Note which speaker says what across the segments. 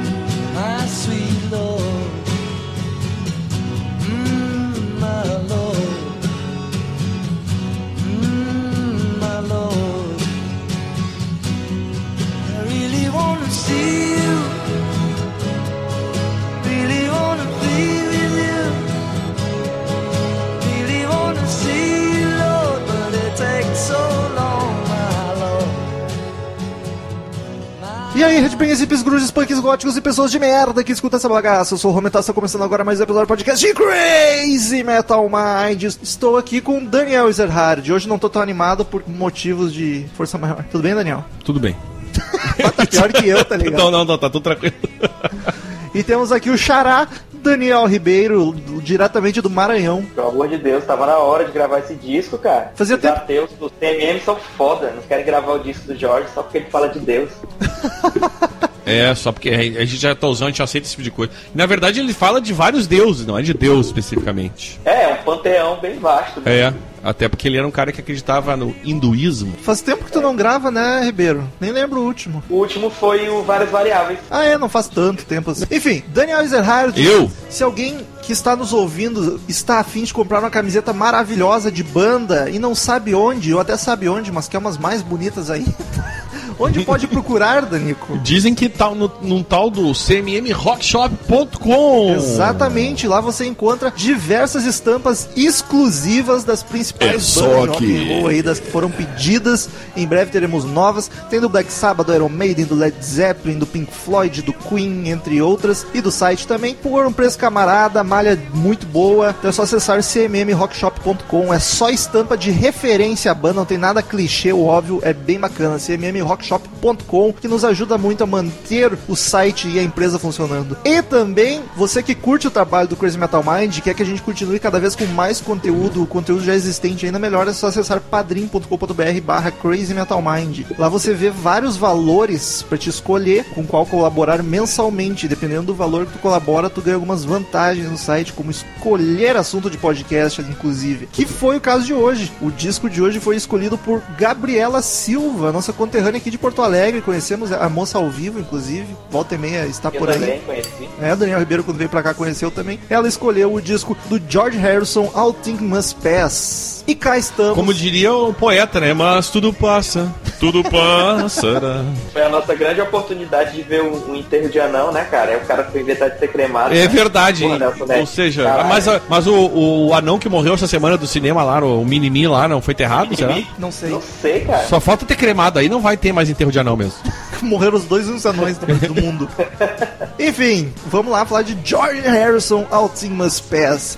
Speaker 1: Mm, Mm,
Speaker 2: aí, headbangers, hips, grunges, punks, góticos e pessoas de merda que escutam essa bagaça. Eu sou o Romeu Tassi, tá começando agora mais um episódio do podcast de Crazy Metal Mind. Estou aqui com o Daniel Ezerhard. Hoje não tô tão animado por motivos de força maior. Tudo bem, Daniel?
Speaker 3: Tudo bem.
Speaker 2: tá pior que eu, tá ligado?
Speaker 3: Não, não, não, tá tudo tranquilo.
Speaker 2: E temos aqui o Xará Daniel Ribeiro, diretamente do Maranhão.
Speaker 4: Pelo amor de Deus, tava na hora de gravar esse disco, cara.
Speaker 2: Fazia
Speaker 4: Os
Speaker 2: tempo-
Speaker 4: ateus do CMM são foda. Não querem gravar o disco do Jorge só porque ele fala de Deus.
Speaker 3: É, só porque a gente já tá usando, a gente aceita esse tipo de coisa. Na verdade, ele fala de vários deuses, não é de Deus especificamente.
Speaker 4: É, é um panteão bem vasto. né?
Speaker 3: É, até porque ele era um cara que acreditava no hinduísmo.
Speaker 2: Faz tempo que tu não grava, né, Ribeiro? Nem lembro o último.
Speaker 4: O último foi o Várias Variáveis.
Speaker 2: Ah, é, não faz tanto tempo assim. Enfim, Daniel Ezerhard.
Speaker 3: Eu?
Speaker 2: Se alguém que está nos ouvindo está afim de comprar uma camiseta maravilhosa de banda e não sabe onde, ou até sabe onde, mas quer umas mais bonitas aí, onde pode procurar, Danico?
Speaker 3: Dizem que tá no, num tal do cmmrockshop.com.
Speaker 2: Então, Exatamente, lá você encontra diversas estampas exclusivas das principais
Speaker 3: É só
Speaker 2: bandas de
Speaker 3: aqui.
Speaker 2: rock and roll aí, das que foram pedidas. Em breve teremos novas. Tem do Black Sabbath, do Iron Maiden, do Led Zeppelin, do Pink Floyd, do Queen, entre outras. E do site também, por um preço camarada, malha muito boa. Então é só acessar cmmrockshop.com. É só estampa de referência à banda, não tem nada clichê, o óbvio, é bem bacana. cmmrockshop.com, que nos ajuda muito a manter o site e a empresa funcionando. E também, você que curte o trabalho do Crazy Metal Mind, quer que a gente continue cada vez com mais conteúdo, o conteúdo já existente ainda melhor, é só acessar padrim.com.br barra Crazy Metal Mind. Lá você vê vários valores pra te escolher com qual colaborar mensalmente. Dependendo do valor que tu colabora, tu ganha algumas vantagens no site, como escolher assunto de podcast, inclusive. Que foi o caso de hoje. O disco de hoje foi escolhido por Gabriela Silva, nossa conterrânea aqui de Porto Alegre. Conhecemos a moça ao vivo, inclusive. Volta e meia
Speaker 3: Tá
Speaker 2: está
Speaker 4: Eu
Speaker 2: por aí.
Speaker 4: também conheci.
Speaker 2: É, Daniel Ribeiro, quando veio pra cá, conheceu também. Ela escolheu o disco do George Harrison, All Things Must Pass. E cá estamos.
Speaker 3: Como diria o poeta, né? Mas tudo passa, tudo passa.
Speaker 4: Foi a nossa grande oportunidade de ver o, o enterro de anão, né, cara? É o cara que foi inventar de ser cremado.
Speaker 3: É
Speaker 4: né?
Speaker 3: verdade.
Speaker 4: Porra, Nelson
Speaker 3: Ou
Speaker 4: Neto.
Speaker 3: seja,
Speaker 4: Caralho.
Speaker 3: mas, a- mas o, o anão que morreu essa semana do cinema lá, o Minimi lá, não foi enterrado, será?
Speaker 2: Não sei.
Speaker 4: Não sei, cara.
Speaker 3: Só falta ter cremado aí, não vai ter mais enterro de anão mesmo.
Speaker 2: Morreram os dois uns anões do, do mundo. Enfim, vamos lá falar de George Harrison, All Things Must Pass.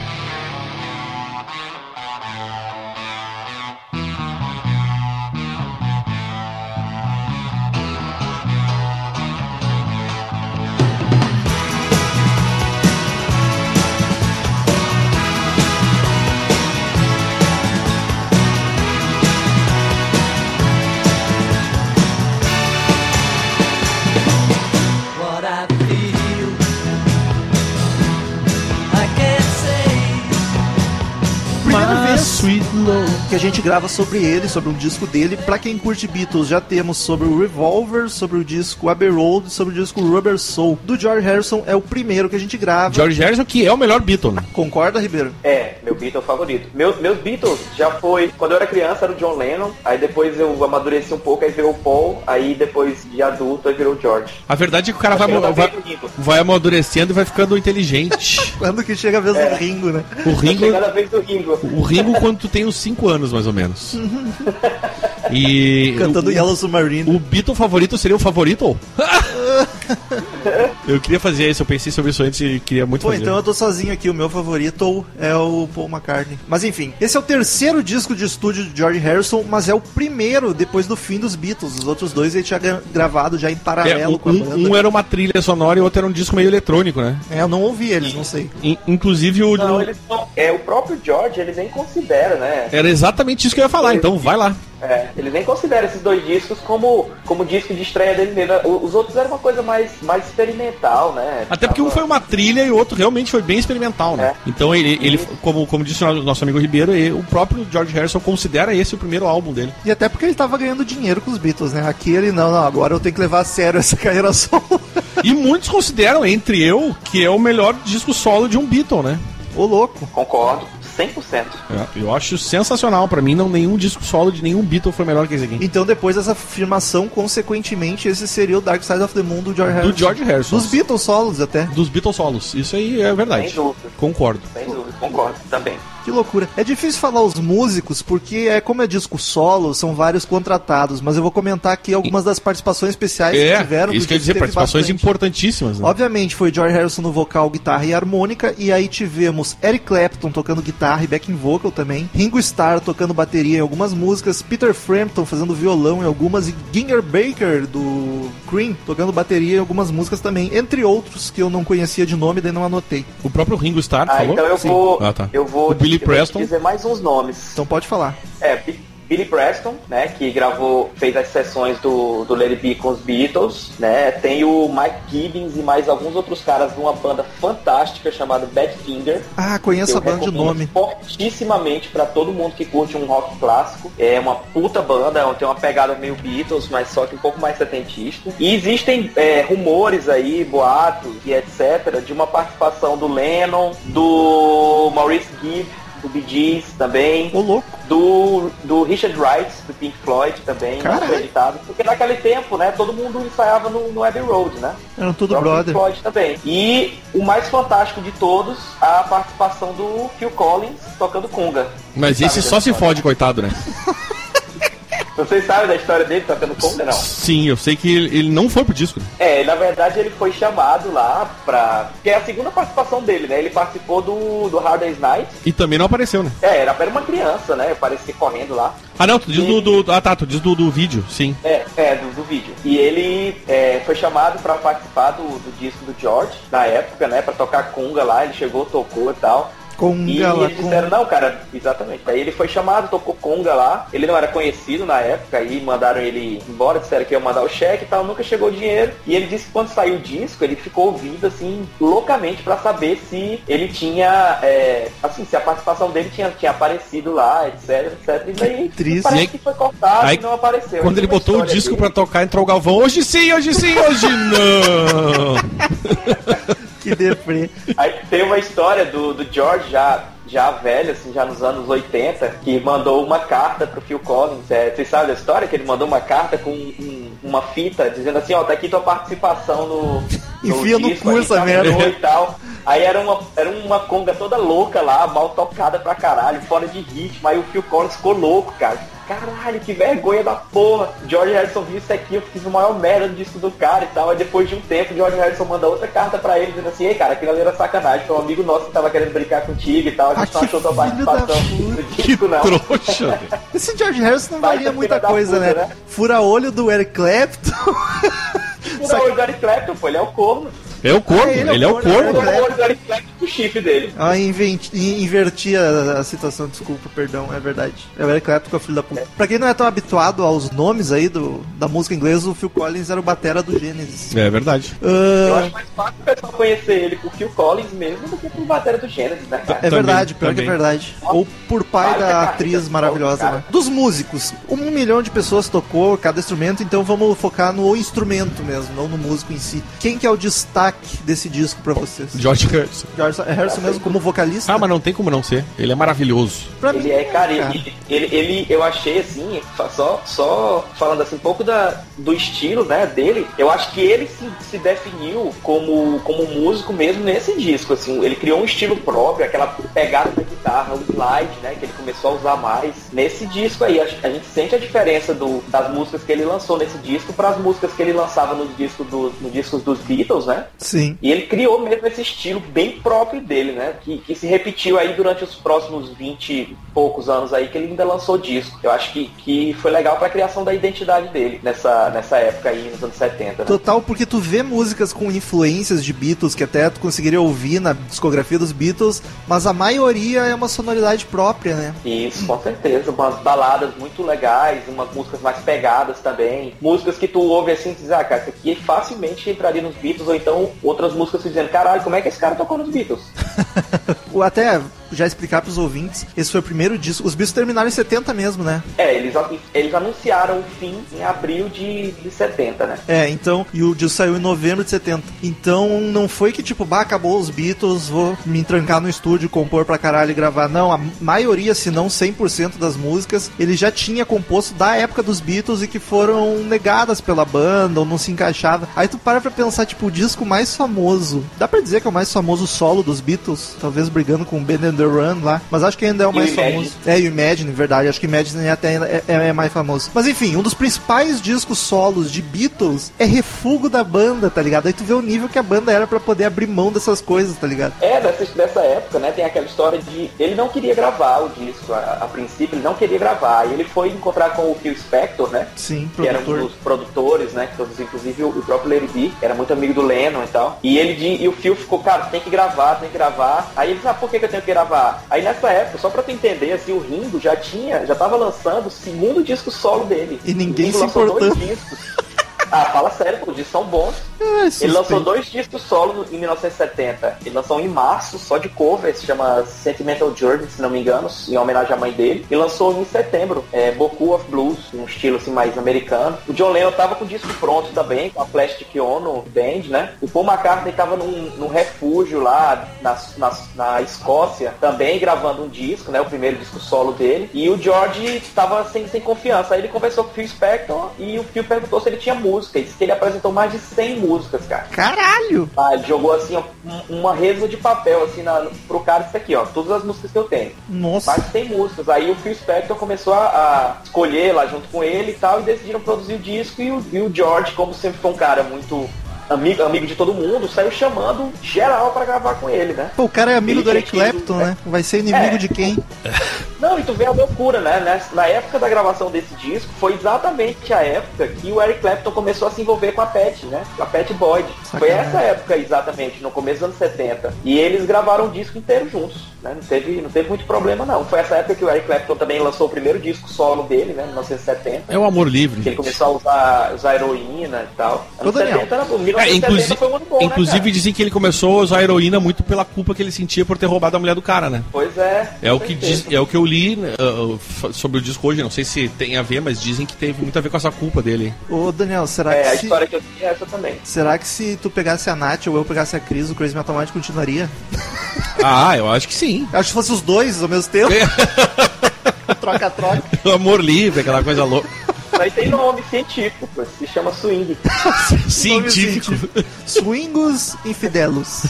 Speaker 1: what I feel. I can't say.
Speaker 2: Primeira vez que a gente grava sobre ele, sobre um disco dele. Pra quem curte Beatles, já temos sobre o Revolver, sobre o disco Abbey Road, sobre o disco Rubber Soul. Do George Harrison é o primeiro que a gente grava.
Speaker 3: George Harrison, que é o melhor Beatle. né?
Speaker 2: Concorda, Ribeiro?
Speaker 4: É, meu Beatle favorito. Meus, meus Beatles já foi. Quando eu era criança era o John Lennon, aí depois eu amadureci um pouco, aí virou o Paul, aí depois de adulto aí virou o George.
Speaker 3: A verdade é que o cara vai,
Speaker 4: Chega
Speaker 3: mo-
Speaker 4: da
Speaker 3: vai,
Speaker 4: vez do Ringo. Tá
Speaker 3: vai amadurecendo e vai ficando inteligente.
Speaker 2: Quando que chega a vez
Speaker 3: É.
Speaker 2: do Ringo, né?
Speaker 3: O Ringo,
Speaker 4: Chega da vez do Ringo.
Speaker 3: o Ringo quando tu tem uns 5 anos, mais ou menos. E.
Speaker 2: Cantando
Speaker 3: o,
Speaker 2: Yellow Submarine.
Speaker 3: o Beatle favorito seria o favorito? eu queria fazer isso, eu pensei sobre isso antes e queria muito
Speaker 2: Pô,
Speaker 3: fazer.
Speaker 2: então eu tô sozinho aqui, o meu favorito é o Paul McCartney. Mas enfim, esse é o terceiro disco de estúdio de George Harrison, mas é o primeiro depois do fim dos Beatles. Os outros dois ele tinha gra- gravado já em
Speaker 3: É,
Speaker 2: paralelo
Speaker 3: um,
Speaker 2: com a banda. né?
Speaker 3: um era uma trilha sonora e o outro era um disco meio eletrônico, né?
Speaker 2: É, eu não ouvi eles, não sei.
Speaker 3: In- inclusive o.
Speaker 4: Não, eles não. É, o próprio George, ele nem considera, né?
Speaker 3: Era exatamente isso que eu ia falar, então vai lá.
Speaker 4: É, ele nem considera esses dois discos como, como disco de estreia dele mesmo. O- Os outros eram uma coisa mais, mais experimental, né?
Speaker 3: Até porque um foi uma trilha e o outro realmente foi bem experimental, né? Então ele, ele como, como disse o nosso amigo Ribeiro, ele- o próprio George Harrison considera esse o primeiro álbum dele.
Speaker 2: E até porque ele tava ganhando dinheiro com os Beatles, né? Aqui ele, não, não, agora eu tenho que levar a sério essa carreira solo.
Speaker 3: E muitos consideram, entre eu, que é o melhor disco solo de um Beatle, né?
Speaker 2: Ô louco.
Speaker 4: Concordo. 100%.
Speaker 3: É, Eu acho sensacional. Pra mim, não nenhum disco solo de nenhum Beatle foi melhor que esse aqui.
Speaker 2: Então, depois dessa afirmação, consequentemente, esse seria o Dark Side of the Moon do George Harrison.
Speaker 3: Do George Harrison.
Speaker 2: Dos Beatles solos, até.
Speaker 3: Dos Beatles solos. Isso aí é verdade.
Speaker 4: Sem dúvida.
Speaker 3: Concordo.
Speaker 4: Sem dúvida, concordo também.
Speaker 3: Tá
Speaker 2: Que loucura. É difícil falar os músicos, porque é como é disco solo, são vários contratados, mas eu vou comentar aqui algumas das participações especiais que tiveram.
Speaker 3: É, isso
Speaker 2: que
Speaker 3: quer
Speaker 2: o disco
Speaker 3: dizer,
Speaker 2: teve
Speaker 3: participações
Speaker 2: bastante.
Speaker 3: importantíssimas. Né?
Speaker 2: Obviamente foi George Harrison no vocal, guitarra e harmônica, e aí tivemos Eric Clapton tocando guitarra e backing vocal também, Ringo Starr tocando bateria em algumas músicas, Peter Frampton fazendo violão em algumas e Ginger Baker do Cream tocando bateria em algumas músicas também, entre outros que eu não conhecia de nome, daí não anotei.
Speaker 3: O próprio Ringo Starr
Speaker 4: Ah,
Speaker 3: falou?
Speaker 4: então eu
Speaker 3: Sim.
Speaker 4: vou,
Speaker 3: Ah, tá.
Speaker 4: eu vou
Speaker 3: O Billy
Speaker 4: eu vou te
Speaker 3: Preston.
Speaker 4: dizer mais uns nomes.
Speaker 2: Então pode falar.
Speaker 4: É, Bi- Billy Preston, né, que gravou, fez as sessões do, do Lady B com os Beatles, né, tem o Mike Gibbons e mais alguns outros caras de uma banda fantástica chamada Badfinger.
Speaker 2: Ah, conheço
Speaker 4: Eu
Speaker 2: a banda de
Speaker 4: recomendo
Speaker 2: nome.
Speaker 4: Fortissimamente pra todo mundo que curte um rock clássico. É uma puta banda, é um, tem uma pegada meio Beatles, mas só que um pouco mais setentista. E existem é, rumores aí, boatos e etc. de uma participação do Lennon, do Maurice Gibb, do Bee Gees também.
Speaker 2: Ô louco.
Speaker 4: Do, do Richard Wright, do Pink Floyd também, não
Speaker 2: Caralho.
Speaker 4: acreditado. Porque naquele tempo, né, todo mundo ensaiava no, no Abbey Road, né?
Speaker 2: Eram tudo
Speaker 4: Próprio
Speaker 2: brother.
Speaker 4: Pink Floyd também. E o mais fantástico de todos, a participação do Phil Collins tocando conga.
Speaker 3: Mas
Speaker 4: Sabe
Speaker 3: esse
Speaker 4: da
Speaker 3: só se
Speaker 4: história?
Speaker 3: fode, coitado, né?
Speaker 4: Vocês sabem da história dele tocando conga, não?
Speaker 3: Sim, eu sei que ele, ele não foi pro disco. né?
Speaker 4: É, na verdade ele foi chamado lá pra... Que é a segunda participação dele, né? Ele participou do, do Hard Day's Night.
Speaker 3: E também não apareceu, né?
Speaker 4: É, era era uma criança, né? Parecia correndo lá.
Speaker 3: Ah, não, tu diz do, do- Ah, tá, tu diz do, do vídeo, sim.
Speaker 4: É, é do, do vídeo. E ele é, foi chamado pra participar do, do disco do George, na época, né? Pra tocar conga lá. Ele chegou, tocou e tal.
Speaker 2: Com
Speaker 4: E
Speaker 2: ela,
Speaker 4: eles disseram,
Speaker 2: com...
Speaker 4: não, cara, exatamente. Aí ele foi chamado, tocou conga lá, ele não era conhecido na época, aí mandaram ele embora, disseram que ia mandar o cheque e tal, nunca chegou o dinheiro. E ele disse que quando saiu o disco, ele ficou ouvindo, assim, loucamente pra saber se ele tinha, é, assim, se a participação dele tinha, tinha aparecido lá, etc, etc. E daí
Speaker 2: triste.
Speaker 4: parece
Speaker 3: E aí-
Speaker 4: que foi cortado
Speaker 3: aí,
Speaker 4: e não apareceu.
Speaker 3: Quando ele
Speaker 4: Tem uma
Speaker 3: botou o
Speaker 4: história
Speaker 3: disco
Speaker 4: dele.
Speaker 3: pra tocar, entrou o Galvão. Hoje sim, hoje sim, hoje não!
Speaker 2: Que deprê.
Speaker 4: Aí tem uma história do, do George já, já velho, assim, já nos anos 80, que mandou uma carta pro Phil Collins. É, vocês sabem da história? Que ele mandou uma carta com um- uma fita dizendo assim, ó, tá aqui tua participação no.
Speaker 2: Enfia no cu
Speaker 4: aí,
Speaker 2: essa
Speaker 4: tá,
Speaker 2: merda.
Speaker 4: e tal. Aí era uma, era uma conga toda louca lá, mal tocada pra caralho, fora de ritmo. Aí o Phil Collins ficou louco, cara. Caralho, que vergonha da porra. George Harrison viu isso aqui, eu fiz o maior merda do disco do cara e tal. Aí depois de um tempo, George Harrison manda outra carta pra ele, dizendo assim, ei cara, aquilo ali era sacanagem, foi um amigo nosso que tava querendo brincar contigo e tal, a
Speaker 2: Ah,
Speaker 4: gente não
Speaker 2: que
Speaker 4: achou tua
Speaker 2: filho da
Speaker 4: participação
Speaker 2: puta.
Speaker 4: no
Speaker 3: Que
Speaker 4: disco, não.
Speaker 3: trouxa, velho.
Speaker 2: Esse George Harrison não
Speaker 4: Baita
Speaker 2: valia muita
Speaker 4: filha da
Speaker 2: coisa,
Speaker 4: puta,
Speaker 2: né?
Speaker 4: né?
Speaker 2: Fura-olho do Eric Clapton.
Speaker 4: Não, o Eric Clapton, pô, ele é o corno.
Speaker 3: É o corno,
Speaker 2: Ah,
Speaker 3: ele, é o
Speaker 2: corno,
Speaker 3: corno.
Speaker 2: né?
Speaker 4: Tomou o Eric Clapton pro chifre dele.
Speaker 2: Ah, inventi- in- inverti a, a situação, desculpa, perdão, é verdade. É o Eric Clapton que é o filho da puta. Pra quem não é tão habituado aos nomes aí do, da música inglesa, o Phil Collins era o batera do Genesis.
Speaker 3: É verdade.
Speaker 4: Eu
Speaker 2: Ah,
Speaker 4: acho mais fácil o pessoal conhecer ele por Phil Collins mesmo do que por bateria do Genesis, né, cara?
Speaker 2: é
Speaker 3: Também,
Speaker 2: verdade, pior
Speaker 3: também.
Speaker 2: que é verdade. Ou por pai
Speaker 4: Vai,
Speaker 2: da
Speaker 4: cara,
Speaker 2: atriz
Speaker 4: cara,
Speaker 2: maravilhosa,
Speaker 4: cara.
Speaker 2: né? Dos músicos, um milhão de pessoas tocou cada instrumento, então vamos focar no instrumento mesmo, não no músico em si. Quem que é o destaque desse disco pra vocês?
Speaker 3: George Harrison.
Speaker 2: George Harrison mesmo como vocalista?
Speaker 3: Ah, mas não tem como não ser. Ele é maravilhoso.
Speaker 2: Pra
Speaker 4: Ele é, cara,
Speaker 2: cara.
Speaker 4: ele, ele, ele- eu achei assim, fa- só, só falando assim, um pouco da, do estilo né, dele, eu acho que ele se, se definiu como, como músico mesmo nesse disco, assim, ele criou um estilo próprio, aquela pegada da guitarra, o slide, né, que ele começou a usar mais. Nesse disco aí, a, a gente sente a diferença do, das músicas que ele lançou nesse disco para as músicas que ele lançava nos discos do, no discos dos Beatles, né?
Speaker 2: Sim.
Speaker 4: E ele criou mesmo esse estilo bem próprio dele, né? Que, que se repetiu aí durante os próximos 20 e poucos anos aí que ele ainda lançou disco. Eu acho que, que foi legal pra criação da identidade dele nessa, nessa época aí, nos anos 70. Né?
Speaker 2: Total, porque tu vê músicas com influências de Beatles que até tu conseguiria ouvir na discografia dos Beatles, mas a maioria é uma sonoridade própria, né?
Speaker 4: Isso, com certeza. Umas baladas muito legais, umas músicas mais pegadas também. Músicas que tu ouve assim e diz, ah, cara, isso aqui facilmente entraria nos Beatles, ou então outras músicas tu dizendo, caralho, como é que esse cara tocou nos Beatles?
Speaker 2: O- Até já explicar pros ouvintes, esse foi o primeiro disco. Os Beatles terminaram em 70 mesmo, né?
Speaker 4: É, eles, a- eles anunciaram o fim em abril de, de 70, né?
Speaker 2: É, então, e o disco saiu em novembro de 70. Então, não foi que tipo, bah, acabou os Beatles, vou me trancar no estúdio, compor pra caralho e gravar. Não, a maioria, se não 100% das músicas, ele já tinha composto da época dos Beatles e que foram negadas pela banda ou não se encaixava. Aí tu para pra pensar, tipo, o disco mais famoso. Dá pra dizer que é o mais famoso solo dos Beatles, talvez brigando com o Ben and the Run lá, mas acho que ainda é o
Speaker 4: E o
Speaker 2: mais
Speaker 4: Imagine.
Speaker 2: famoso. É, e o Imagine, verdade. Acho que Imagine até é, é- é mais famoso. Mas enfim, um dos principais discos solos de Beatles é refugo da banda, tá ligado? Aí tu vê o nível que a banda era pra poder abrir mão dessas coisas, tá ligado?
Speaker 4: É, dessa, dessa época, né? Tem aquela história de. Ele não queria gravar o disco, a, a princípio, ele não queria gravar. E ele foi encontrar com o Phil Spector, né?
Speaker 2: Sim,
Speaker 4: que era um
Speaker 2: produtor.
Speaker 4: dos produtores, né? Que produziu, inclusive, o o próprio Larry B, era muito amigo do Lennon e tal. E ele de- e o Phil ficou, cara, tem que gravar, tem que gravar. Aí ele disse, ah, por que, que eu tenho que gravar? Aí nessa época, só pra tu entender, assim, o Ringo já tinha, já tava lançando o segundo disco solo dele.
Speaker 2: E ninguém
Speaker 4: O Ringo
Speaker 2: se
Speaker 4: lançou dois
Speaker 2: importando.
Speaker 4: discos. Ah, fala sério, pô, os discos são bons.
Speaker 2: É,
Speaker 4: Ele lançou
Speaker 2: suspeito.
Speaker 4: dois discos solo no- em 1970. Ele lançou um em março, só de cover, se chama Sentimental Journey, se não me engano, em homenagem à mãe dele. E lançou um em setembro, é, Boku of Blues, um estilo assim mais americano. O John Lennon tava com o disco pronto também, com a Plastic Ono Band, né? O Paul McCartney tava num, num refúgio lá na, na, na Escócia, também gravando um disco, né? O primeiro disco solo dele. E o George tava sem, sem confiança. Aí ele conversou com o Phil Spector e o Phil perguntou se ele tinha música. E disse que ele apresentou mais de 100 músicas, cara.
Speaker 2: Caralho!
Speaker 4: Ah, ele jogou assim, ó, um- uma reza de papel assim na, pro cara isso aqui, ó. Todas as músicas que eu tenho.
Speaker 2: Nossa,
Speaker 4: Mas tem músicas. Aí o Phil Spector começou a, a escolher lá junto com ele e tal, e decidiram produzir o disco e o, e o George, como sempre foi um cara muito amigo, amigo de todo mundo, saiu chamando geral pra gravar com ele, né?
Speaker 2: Pô, o cara é amigo
Speaker 4: Ele
Speaker 2: do Eric
Speaker 4: tinha tido-
Speaker 2: Clapton, né? Vai ser inimigo
Speaker 4: É.
Speaker 2: de quem?
Speaker 4: Não, e tu vê a loucura, né? Nessa- Na época da gravação desse disco, foi exatamente a época que o Eric Clapton começou a se envolver com a Pat, né? Com a Pat Boyd. Foi
Speaker 2: Sacanagem.
Speaker 4: essa época exatamente, no começo dos anos 70. E eles gravaram o disco inteiro juntos, né? Não teve, não teve muito problema, não. Foi essa época que o Eric Clapton também lançou o primeiro disco solo dele, né? Em 1970.
Speaker 3: É o amor
Speaker 4: Que
Speaker 3: livre.
Speaker 4: ele começou a usar, usar heroína e tal.
Speaker 2: Ô, Daniel.
Speaker 4: era, o 1970
Speaker 3: É, inclusive,
Speaker 4: foi um ano bom, né,
Speaker 3: inclusive
Speaker 4: cara?
Speaker 3: dizem que ele começou a usar heroína muito pela culpa que ele sentia por ter roubado a mulher do cara, né?
Speaker 4: Pois é.
Speaker 3: É
Speaker 4: com
Speaker 3: o que
Speaker 4: certeza.
Speaker 3: diz, é o que eu li né, uh, f- sobre o disco hoje, não sei se tem a ver, mas dizem que teve muito a ver com essa culpa dele.
Speaker 2: Ô, Daniel, será
Speaker 4: É, a
Speaker 2: que se...
Speaker 4: história que eu tinha é essa também.
Speaker 2: Será que se tu pegasse a Nath ou eu pegasse a Cris, o Crazy Metal Mind continuaria?
Speaker 3: Ah, eu acho que sim.
Speaker 2: Eu acho que fosse os dois ao mesmo tempo. Troca-troca.
Speaker 3: O amor livre, aquela coisa louca.
Speaker 4: Mas tem nome científico, pô, se chama swing.
Speaker 3: Científico.
Speaker 2: Swingos Infidelos.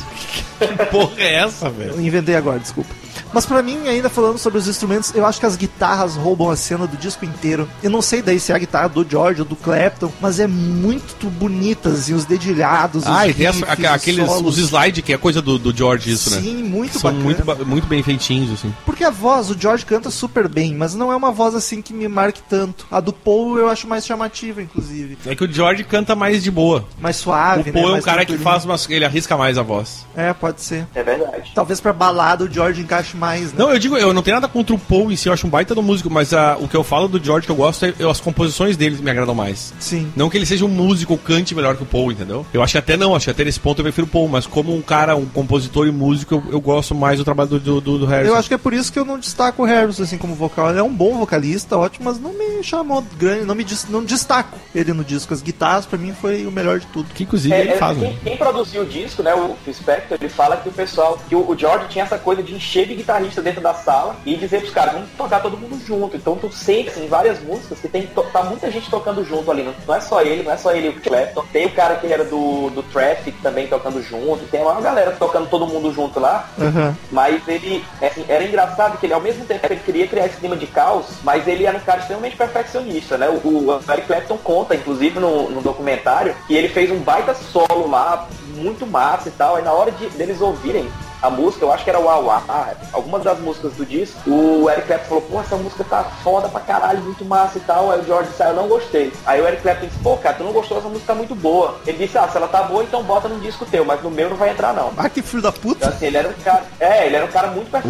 Speaker 3: Que porra é essa, velho?
Speaker 2: Eu inventei agora, desculpa. Mas pra mim, ainda falando sobre os instrumentos, eu acho que as guitarras roubam a cena do disco inteiro. Eu não sei daí se é a guitarra do George ou do Clapton, mas é muito bonita, assim, os dedilhados,
Speaker 3: Ah,
Speaker 2: os
Speaker 3: e tem essa-
Speaker 2: riffs,
Speaker 3: aqua- aqueles
Speaker 2: solos.
Speaker 3: os slides, que é coisa do, do George, isso, né?
Speaker 2: Sim, muito
Speaker 3: São
Speaker 2: bacana.
Speaker 3: muito, ba- muito bem feitinhos, assim.
Speaker 2: Porque a voz, o George canta super bem, mas não é uma voz assim que me marque tanto. A do Paul eu acho mais chamativa, inclusive.
Speaker 3: É que o George canta mais de boa.
Speaker 2: Mais suave,
Speaker 3: o Paul
Speaker 2: né?
Speaker 3: é um
Speaker 2: Mais
Speaker 3: cara que
Speaker 2: tranquilinha.
Speaker 3: faz umas. Ele arrisca mais a voz.
Speaker 2: É, pode ser.
Speaker 4: É verdade.
Speaker 3: Tá,
Speaker 2: Talvez pra balada o George encaixe mais, né?
Speaker 3: Não, eu digo, eu não tenho nada contra o Paul em si, eu acho um baita do músico, mas ah, o que eu falo do George que eu gosto é eu- as composições dele me agradam mais.
Speaker 2: Sim.
Speaker 3: Não que ele seja um músico ou cante melhor que o Paul, entendeu? Eu acho que até não, acho que até nesse ponto eu prefiro o Paul, mas como um cara, um compositor e músico, eu, eu gosto mais do trabalho do, do, do- do Harrison.
Speaker 2: Eu acho que é por isso que eu não destaco o Harrison assim como vocal. Ele é um bom vocalista, ótimo, mas não me chamou grande, não me dis- não destaco ele no disco. As guitarras pra mim foi o melhor de tudo.
Speaker 3: que inclusive
Speaker 4: É,
Speaker 3: ele
Speaker 4: é,
Speaker 3: faz,
Speaker 4: quem,
Speaker 3: né?
Speaker 4: quem produziu o disco, né, o Phil Spector, ele fala que o pessoal, que o, o George tinha essa coisa de encher de guitarrista dentro da sala e dizer pros caras, vamos tocar todo mundo junto. Então tu sente assim, em várias músicas que tem to- tá muita gente tocando junto ali, não, não é só ele, não é só ele e o Clapton. Tem o cara que era do, do Traffic também tocando junto, tem uma galera tocando todo mundo junto lá.
Speaker 2: Aham.
Speaker 4: Mas ele, assim, era engraçado que ele, ao mesmo tempo que ele queria criar esse clima de caos, mas ele era um cara extremamente perfeccionista, né? O, o Eric Clapton conta, inclusive, no, no documentário, que ele fez um baita solo lá, muito massa e tal, aí na hora de, deles ouvirem a música, eu acho que era o Awa, algumas das músicas do disco, o Eric Clapton falou, pô, essa música tá foda pra caralho, muito massa e tal, aí o George disse, ah, eu não gostei. Aí o Eric Clapton disse, pô, cara, tu não gostou, essa música tá muito boa. Ele disse, ah, se ela tá boa, então bota num disco teu, mas no meu não vai entrar não.
Speaker 2: Ah, que filho da puta.
Speaker 4: Então, assim, ele era um cara. É, ele era um cara muito
Speaker 3: O, o, o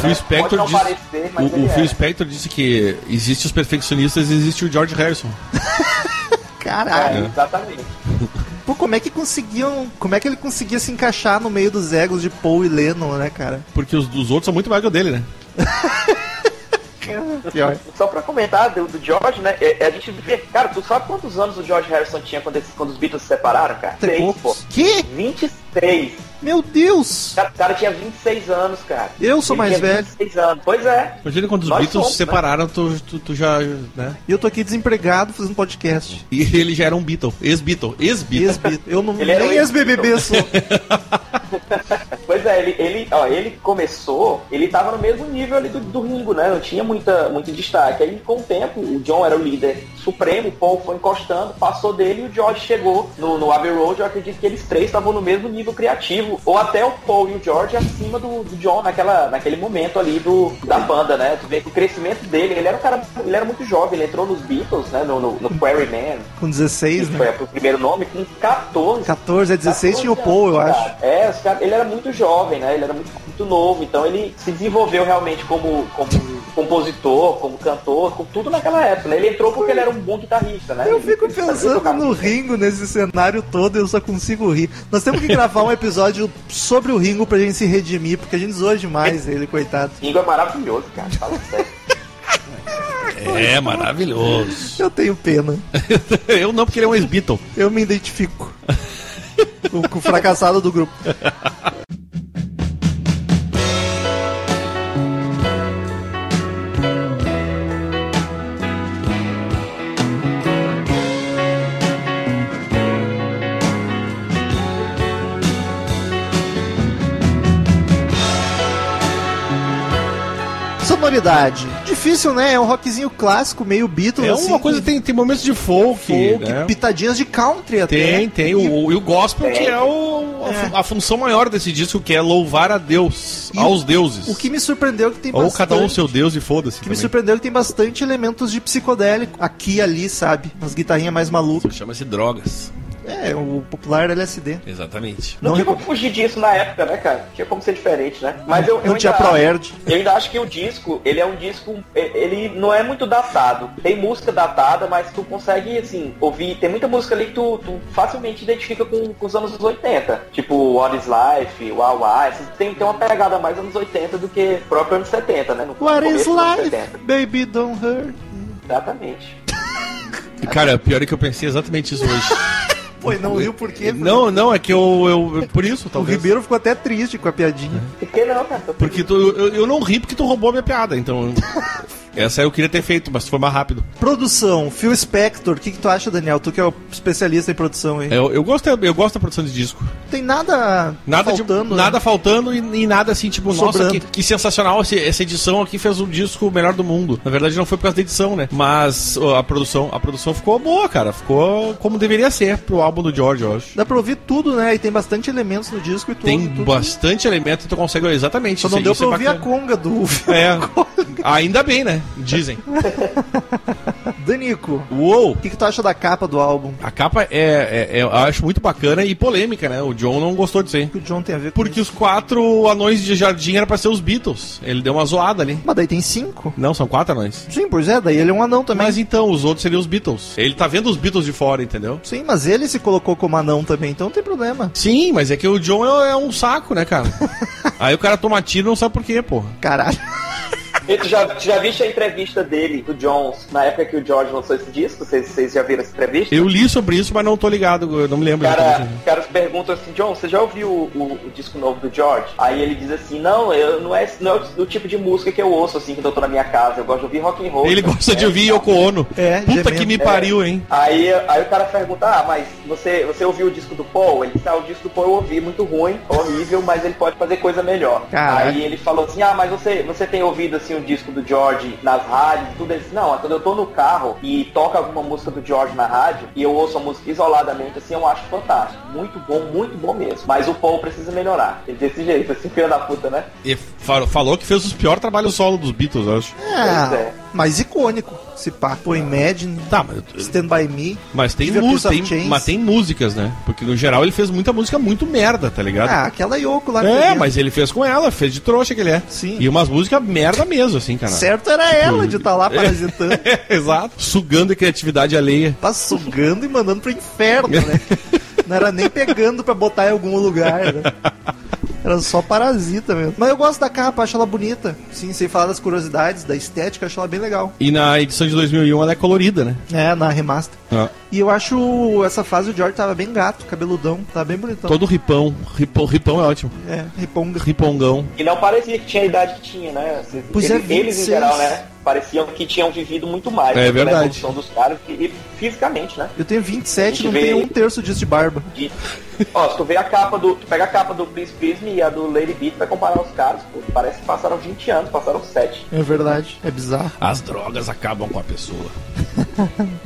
Speaker 3: Phil
Speaker 4: né? Pode
Speaker 3: Spector
Speaker 4: não
Speaker 3: disse,
Speaker 4: parecer, mas
Speaker 3: o,
Speaker 4: ele é.
Speaker 3: o Phil
Speaker 4: era.
Speaker 3: Spector disse que existe os perfeccionistas e existe o George Harrison.
Speaker 4: É,
Speaker 2: Caralho.
Speaker 4: exatamente.
Speaker 2: Por como é que conseguiam. Como é que ele conseguia se encaixar no meio dos egos de Paul e Lennon, né, cara?
Speaker 3: Porque os dos outros são muito mais que o dele, né?
Speaker 2: Pior.
Speaker 4: Só pra comentar do, do George, né? é- é a gente vê. Cara, tu sabe quantos anos o George Harrison tinha quando, esses- quando os Beatles se separaram, cara?
Speaker 2: Tem poucos. Que?
Speaker 4: 26.
Speaker 2: Meu Deus!
Speaker 4: Cara, o cara tinha 26 anos, cara.
Speaker 2: Eu sou
Speaker 4: Ele
Speaker 2: mais
Speaker 4: tinha
Speaker 2: velho.
Speaker 4: 26 anos. Pois é.
Speaker 3: Imagina quando os
Speaker 4: Nós
Speaker 3: Beatles
Speaker 4: somos,
Speaker 3: se
Speaker 4: né?
Speaker 3: separaram, tu, tu, tu já. né?
Speaker 2: E eu tô aqui desempregado fazendo podcast.
Speaker 3: E ele já era um Beatle, ex-Beatle, ex-Beatle.
Speaker 2: Ex-Beatle. Eu não
Speaker 4: Ele era
Speaker 2: nem
Speaker 4: um
Speaker 2: ex-BBB sou.
Speaker 4: Pois é, ele, ele, ó, ele começou, ele tava no mesmo nível ali do, do Ringo, né? Não tinha muita, muito destaque. Aí com o tempo, o John era o líder supremo, o Paul foi encostando, passou dele e o George chegou no, no Abbey Road. Eu acredito que eles três estavam no mesmo nível criativo. Ou até o Paul e o George acima do, do John naquela, naquele momento ali do, da banda, né? Tu vê que o crescimento dele, ele era um cara, ele era muito jovem, ele entrou nos Beatles, né? No, no, no Quarryman,
Speaker 2: Com
Speaker 4: que
Speaker 2: 16,
Speaker 4: foi
Speaker 2: né?
Speaker 4: o primeiro nome, com 14.
Speaker 2: 14 a 16 tinha o
Speaker 4: 14
Speaker 2: Paul, eu
Speaker 4: anos,
Speaker 2: acho.
Speaker 4: cara. É, os cara- ele era muito jovem, né? Ele era muito, muito novo, então ele se desenvolveu realmente como, como compositor, como cantor, com tudo naquela época, né? Ele entrou porque ele era um bom guitarrista, né?
Speaker 2: Eu
Speaker 4: Ele-
Speaker 2: fico
Speaker 4: ele sabia
Speaker 2: pensando
Speaker 4: tocar
Speaker 2: no
Speaker 4: muito bem.
Speaker 2: Ringo nesse cenário todo, eu só consigo rir. Nós temos que gravar um episódio sobre o Ringo pra gente se redimir, porque a gente zoa demais ele, coitado.
Speaker 4: Ringo é maravilhoso, cara. Fala sério.
Speaker 3: É, maravilhoso.
Speaker 2: Eu tenho pena.
Speaker 3: Eu não, porque ele é um ex-Beatle.
Speaker 2: Eu me identifico. com, com o fracassado do grupo. Sonoridade. Difícil, né? É um rockzinho clássico, meio Beatles.
Speaker 3: É
Speaker 2: assim,
Speaker 3: uma
Speaker 4: né?
Speaker 3: coisa,
Speaker 2: com
Speaker 3: tem, tem momentos de folk,
Speaker 2: folk,
Speaker 3: né?
Speaker 2: pitadinhas de country até.
Speaker 3: Tem, tem. O, e o gospel, que é, o, a, fu- a função maior desse disco, que é louvar a Deus,
Speaker 2: E
Speaker 3: aos deuses.
Speaker 2: O que me surpreendeu é que tem
Speaker 3: Ou
Speaker 2: bastante.
Speaker 3: cada um seu Deus e foda-se.
Speaker 2: o que me
Speaker 3: também.
Speaker 2: surpreendeu é que tem bastante elementos de psicodélico aqui e ali, sabe? Umas guitarrinhas mais malucas.
Speaker 3: Chama-se drogas.
Speaker 2: É, o popular LSD.
Speaker 3: Exatamente.
Speaker 4: Não,
Speaker 2: Não
Speaker 4: tinha
Speaker 2: recom-
Speaker 4: como fugir disso na época, né, cara? Tinha como ser diferente, né? Mas eu, eu
Speaker 2: Não tinha
Speaker 4: ainda-
Speaker 2: Proerd.
Speaker 4: Eu ainda acho que o disco, ele é um disco, e- ele não é muito datado. Tem música datada, mas tu consegue, assim, ouvir. Tem muita música ali que tu, tu facilmente identifica com, com os anos 80. Tipo What is Life, Wow Wow. Esses- Tem, tem uma pegada mais anos 80 do que próprio anos 70, né? No
Speaker 2: What
Speaker 4: começo
Speaker 2: is
Speaker 4: dos anos
Speaker 2: life?
Speaker 4: 70.
Speaker 2: Baby don't hurt.
Speaker 4: Exatamente.
Speaker 3: Cara, pior é que eu pensei exatamente isso hoje.
Speaker 2: Pô, e não riu por quê?
Speaker 3: não, não, é que eu. eu por isso,
Speaker 2: O
Speaker 3: talvez.
Speaker 2: Ribeiro ficou até triste com a piadinha.
Speaker 3: É.
Speaker 4: Por que não, cara?
Speaker 3: Porque tu, eu, eu não ri porque tu roubou a minha piada, então. Essa eu queria ter feito, mas foi mais rápido.
Speaker 2: Produção, Phil Spector, o que, que tu acha, Daniel? Tu que é o especialista em produção aí.
Speaker 3: Eu, eu, gosto, eu gosto da produção de disco.
Speaker 2: Não Tem nada,
Speaker 3: Nada
Speaker 2: faltando.
Speaker 3: de,
Speaker 2: né?
Speaker 3: nada faltando e, e nada assim, tipo, nossa,
Speaker 2: Sobrando.
Speaker 3: que, que sensacional esse- essa edição aqui fez um disco melhor do mundo. Na verdade, não foi por causa da edição, né? Mas ó, a produção, a produção ficou boa, cara. Ficou como deveria ser pro álbum do George, eu acho.
Speaker 2: Dá pra ouvir tudo, né? E tem bastante elementos no disco e tudo.
Speaker 3: Tem
Speaker 2: tudo.
Speaker 3: bastante elemento que tu consegue exatamente.
Speaker 2: Só não
Speaker 3: isso-
Speaker 2: deu
Speaker 3: isso
Speaker 2: pra
Speaker 3: é
Speaker 2: ouvir a
Speaker 3: bacana.
Speaker 2: conga do
Speaker 3: É, ainda bem, né? Dizem.
Speaker 2: Danico.
Speaker 3: Uou!
Speaker 2: O que, que tu acha da capa do álbum?
Speaker 3: A capa é, é- é- eu acho muito bacana e polêmica, né? O John não gostou disso aí.
Speaker 2: O que o John tem a ver com
Speaker 3: Porque
Speaker 2: isso?
Speaker 3: os quatro anões de jardim era pra ser os Beatles. Ele deu uma zoada ali.
Speaker 2: Mas daí tem cinco.
Speaker 3: Não, são quatro anões.
Speaker 2: Sim, pois é, daí ele é um anão também.
Speaker 3: Mas então, os outros seriam os Beatles. Ele tá vendo os Beatles de fora, entendeu?
Speaker 2: Sim, mas ele se colocou como anão também, então não tem problema.
Speaker 3: Sim, mas é que o John é, é um saco, né, cara? Aí o cara toma tiro e não sabe por quê, porra.
Speaker 2: Caralho.
Speaker 4: E tu já, tu já viste a entrevista dele, do Jones, na época que o George lançou esse disco? Vocês vocês já viram essa entrevista?
Speaker 3: Eu li sobre isso, mas não tô ligado, eu não me lembro.
Speaker 4: Cara,
Speaker 3: disso.
Speaker 4: os caras perguntam assim, John, você já ouviu o, o- o disco novo do George? Aí ele diz assim, não, eu, não, é, não é o- o tipo de música que eu ouço assim quando eu tô na minha casa, eu gosto de ouvir rock and roll.
Speaker 3: Ele
Speaker 4: sabe?
Speaker 3: gosta de
Speaker 4: É,
Speaker 3: ouvir
Speaker 4: tá.
Speaker 3: Yoko Ono.
Speaker 2: É,
Speaker 3: Puta
Speaker 2: gemendo.
Speaker 3: que me pariu, hein?
Speaker 4: Aí, aí o cara pergunta, ah, mas você, você ouviu o disco do Paul? Ele disse, ah, o disco do Paul eu ouvi, muito ruim, horrível, mas ele pode fazer coisa melhor.
Speaker 2: Caraca.
Speaker 4: Aí ele falou assim, ah, mas você, você tem ouvido assim o disco do George nas rádios e tudo? Ele disse, não, é quando eu tô no carro e toca alguma música do George na rádio e eu ouço a música isoladamente, assim, eu acho fantástico. Muito bom, muito bom mesmo. Mas o Paul precisa melhorar. Ele desse jeito, assim, filho da puta, né?
Speaker 3: E fa- falou que fez os piores trabalhos solo dos Beatles, eu acho.
Speaker 2: Ah,
Speaker 4: Pois é.
Speaker 2: mas icônico. Se pá, pô, Imagine,
Speaker 3: Tá, mas,
Speaker 2: Stand By Me.
Speaker 3: mas tem,
Speaker 2: Liverpool
Speaker 3: mús-
Speaker 2: Soft
Speaker 3: tem,
Speaker 2: Chains.
Speaker 3: mas tem músicas, né? Porque no geral ele fez muita música muito merda, tá ligado?
Speaker 2: Ah, aquela Yoko lá. que
Speaker 3: É,
Speaker 2: fez.
Speaker 3: mas ele fez com ela, fez de trouxa que ele é.
Speaker 2: Sim.
Speaker 3: E umas músicas merda mesmo, assim, cara.
Speaker 2: Certo era ela de estar
Speaker 3: é.
Speaker 2: lá parasitando.
Speaker 3: Exato. Sugando a criatividade alheia.
Speaker 2: tá sugando e mandando pro inferno, né? Não era nem pegando pra botar em algum lugar. Né? Era só parasita mesmo. Mas eu gosto da capa, acho ela bonita. Sim, sem falar das curiosidades, da estética, acho ela bem legal.
Speaker 3: E na edição de 2001 ela é colorida, né?
Speaker 2: É, na remaster.
Speaker 3: Ah,
Speaker 2: E eu acho essa fase o George tava bem gato, cabeludão, tava bem bonitão.
Speaker 3: Todo ripão. ripão. Ripão é ótimo.
Speaker 2: É, riponga.
Speaker 3: Ripongão.
Speaker 4: E não parecia que tinha a idade que tinha, né? Assim,
Speaker 2: Pois é,
Speaker 4: eles, eles, em
Speaker 2: 26.
Speaker 4: geral, né? Pareciam que tinham vivido muito mais.
Speaker 3: É
Speaker 4: né, pela
Speaker 3: verdade.
Speaker 4: evolução dos caras e, e fisicamente, né?
Speaker 2: Eu tenho 27 não
Speaker 4: Vê
Speaker 2: tenho
Speaker 4: aí.
Speaker 2: um terço disso de barba.
Speaker 4: De- ó, se tu vê a capa do. Tu pega a capa do Prince Prism e a do Lady Beat pra comparar os caras, pô, parece que passaram 20 anos, passaram 7.
Speaker 2: É verdade, é bizarro.
Speaker 3: As drogas acabam com a pessoa.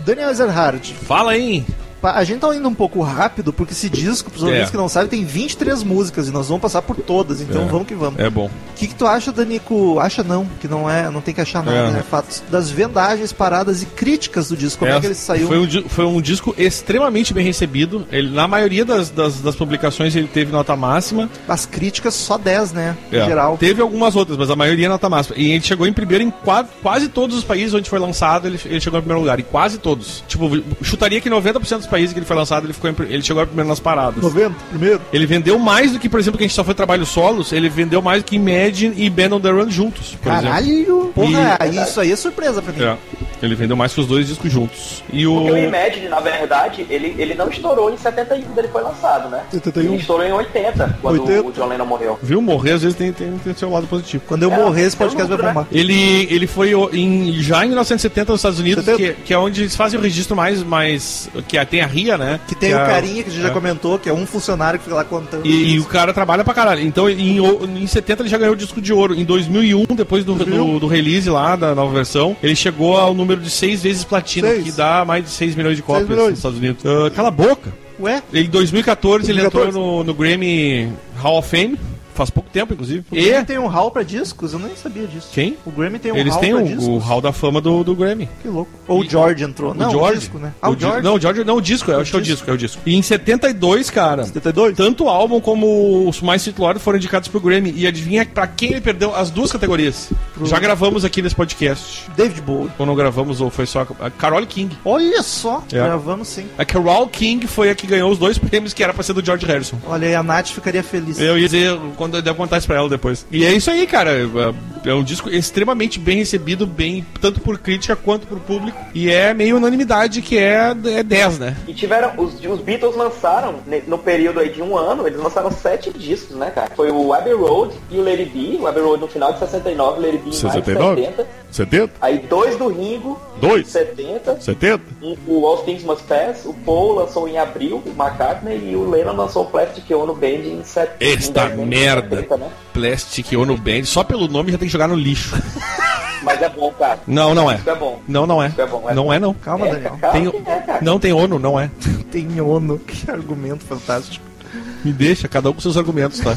Speaker 2: Daniel Ezerhard,
Speaker 3: Fala aí.
Speaker 2: pa- a gente tá indo um pouco rápido, porque esse disco, pros ouvintes
Speaker 3: É.
Speaker 2: que não sabem, tem 23 músicas e nós vamos passar por todas, então
Speaker 3: É.
Speaker 2: vamos que vamos.
Speaker 3: É bom.
Speaker 2: O que, que tu acha, Danico? Acha não, que não é, não tem que achar nada,
Speaker 3: É.
Speaker 2: né? Fatos das vendagens, paradas e críticas do disco. Como é, que ele saiu?
Speaker 3: Foi um, di- foi um disco extremamente bem recebido. Ele, na maioria das, das, das publicações ele teve nota máxima.
Speaker 2: As críticas só 10, né? Em
Speaker 3: É.
Speaker 2: geral.
Speaker 3: Teve algumas outras, mas a maioria é nota máxima. E ele chegou em primeiro em qua- quase todos os países onde foi lançado, ele, ele chegou em primeiro lugar. Em quase todos. Tipo, chutaria que 90% dos países que ele foi lançado, ele, ficou em pri- ele chegou em primeiro nas paradas.
Speaker 2: 90, primeiro.
Speaker 3: Ele vendeu mais do que, por exemplo, que a gente só foi trabalho solos, ele vendeu mais do que Imagine e Band on the Run juntos. Por exemplo.
Speaker 2: Caralho! Porra,
Speaker 3: E-
Speaker 2: aí isso aí é surpresa pra mim.
Speaker 3: É. Ele vendeu mais que os dois discos juntos. E o.
Speaker 4: Porque o Imagine, na verdade, ele, ele não estourou em 71 quando ele foi lançado, né?
Speaker 2: 71.
Speaker 4: Ele estourou em 80, quando
Speaker 2: 80.
Speaker 4: o John Lennon morreu.
Speaker 3: Viu? Morrer às vezes tem, tem, tem seu lado positivo.
Speaker 2: Quando eu
Speaker 4: É,
Speaker 2: morrer, esse
Speaker 4: é
Speaker 2: podcast vai
Speaker 4: lucro,
Speaker 2: bombar.
Speaker 3: Ele, ele foi o- em, já em 1970 nos Estados Unidos,
Speaker 2: 70.
Speaker 3: que, que é onde eles fazem o registro mais. mais que a- tem a RIA, né?
Speaker 2: Que tem
Speaker 3: é
Speaker 2: o
Speaker 3: a-
Speaker 2: carinha que a gente já
Speaker 3: é.
Speaker 2: comentou, que é um funcionário que fica lá contando.
Speaker 3: E, e o cara trabalha pra caralho. Então, em, o- em 70 ele já ganhou o disco de ouro. Em 2001, depois do, do, do release lá, da nova versão, ele chegou ao número de seis vezes platina,
Speaker 2: Seis.
Speaker 3: que dá mais de 6 milhões de cópias
Speaker 2: milhões.
Speaker 3: nos Estados Unidos. Ah, cala a boca.
Speaker 2: Ué?
Speaker 3: Ele, em 2014, ele
Speaker 2: 2014.
Speaker 3: entrou no, no Grammy Hall of Fame, faz pouco tempo, inclusive.
Speaker 2: O
Speaker 3: E
Speaker 2: Grammy tem um hall pra discos? Eu nem sabia disso.
Speaker 3: Quem?
Speaker 2: O Grammy tem um
Speaker 3: eles
Speaker 2: hall
Speaker 3: têm
Speaker 2: pra
Speaker 3: o,
Speaker 2: discos?
Speaker 3: o Hall da Fama do, do Grammy.
Speaker 2: Que louco. Ou o
Speaker 3: E-
Speaker 2: George entrou. Não, o disco, né? Ah, o
Speaker 3: di-
Speaker 2: George.
Speaker 3: Não, o George não, o disco, eu acho que é o disco, é o disco. E em 72, cara,
Speaker 2: 72?
Speaker 3: tanto o álbum como os mais titulados foram indicados pro Grammy. E adivinha pra quem ele perdeu as duas categorias? Já gravamos aqui nesse podcast.
Speaker 2: David Bowie.
Speaker 3: Ou não gravamos, ou foi só a a Carole King.
Speaker 2: Olha só,
Speaker 3: É.
Speaker 2: gravamos sim.
Speaker 3: A Carole King foi a que ganhou os dois prêmios que era pra ser do George Harrison.
Speaker 2: Olha aí, a Nath ficaria feliz.
Speaker 3: Eu ia dizer, quando eu der contar isso pra ela depois. E é isso aí, cara. É- É um disco extremamente bem recebido, bem tanto por crítica quanto por público. E é meio unanimidade que é, é 10, né?
Speaker 4: E tiveram. Os, os Beatles lançaram, ne- no período aí de um ano, eles lançaram sete discos, né, cara? Foi o Abbey Road e o Lady B. O Abbey Road no final de 69, Lady B em mais de
Speaker 5: 69?
Speaker 4: 70.
Speaker 5: 70?
Speaker 4: Aí dois do Ringo,
Speaker 5: Dois?
Speaker 4: 70.
Speaker 5: 70?
Speaker 4: Um- O All Things Must Pass, o Paul lançou em abril, o McCartney, e o Lennon lançou o Plastic Ono Band em setembro.
Speaker 3: Esta
Speaker 4: em dezembro de
Speaker 3: merda.
Speaker 4: 70, né?
Speaker 3: Plastic Ono Band, só pelo nome já tem que jogar no lixo.
Speaker 4: Mas é bom, cara.
Speaker 3: Não, não é.
Speaker 4: Isso é bom.
Speaker 3: Não, não é.
Speaker 4: Isso é bom, é.
Speaker 3: Não é, não.
Speaker 2: Calma,
Speaker 4: É,
Speaker 2: Daniel.
Speaker 4: cara,
Speaker 3: Tem-
Speaker 4: que é, cara.
Speaker 3: Não tem ONU, não é.
Speaker 2: Tem ONU, que é argumento fantástico.
Speaker 3: Me deixa, cada um com seus argumentos, tá?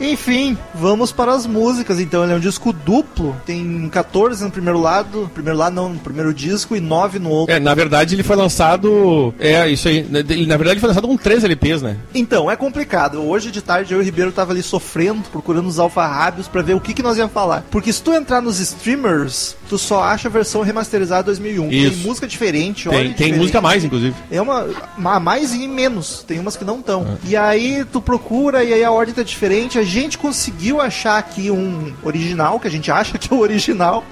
Speaker 2: Enfim, vamos para as músicas. Então, ele é um disco duplo. Tem 14 no primeiro lado, primeiro lado não, no primeiro disco e 9 no outro.
Speaker 3: É, na verdade ele foi lançado. É, isso aí. Na ele- na verdade ele foi lançado com 3 LPs, né?
Speaker 2: Então, é complicado. Hoje de tarde eu e o Ribeiro tava ali sofrendo, procurando os alfarrábios pra ver o que, que nós ia falar. Porque se tu entrar nos streamers, tu só acha a versão remasterizada 2001. Tem
Speaker 3: Isso.
Speaker 2: música diferente, olha
Speaker 3: Tem, tem
Speaker 2: diferente.
Speaker 3: música a mais, inclusive.
Speaker 2: É uma a mais e menos, tem umas que não estão. E aí tu procura e aí a ordem tá diferente. A gente conseguiu achar aqui um original, que a gente acha que é o original,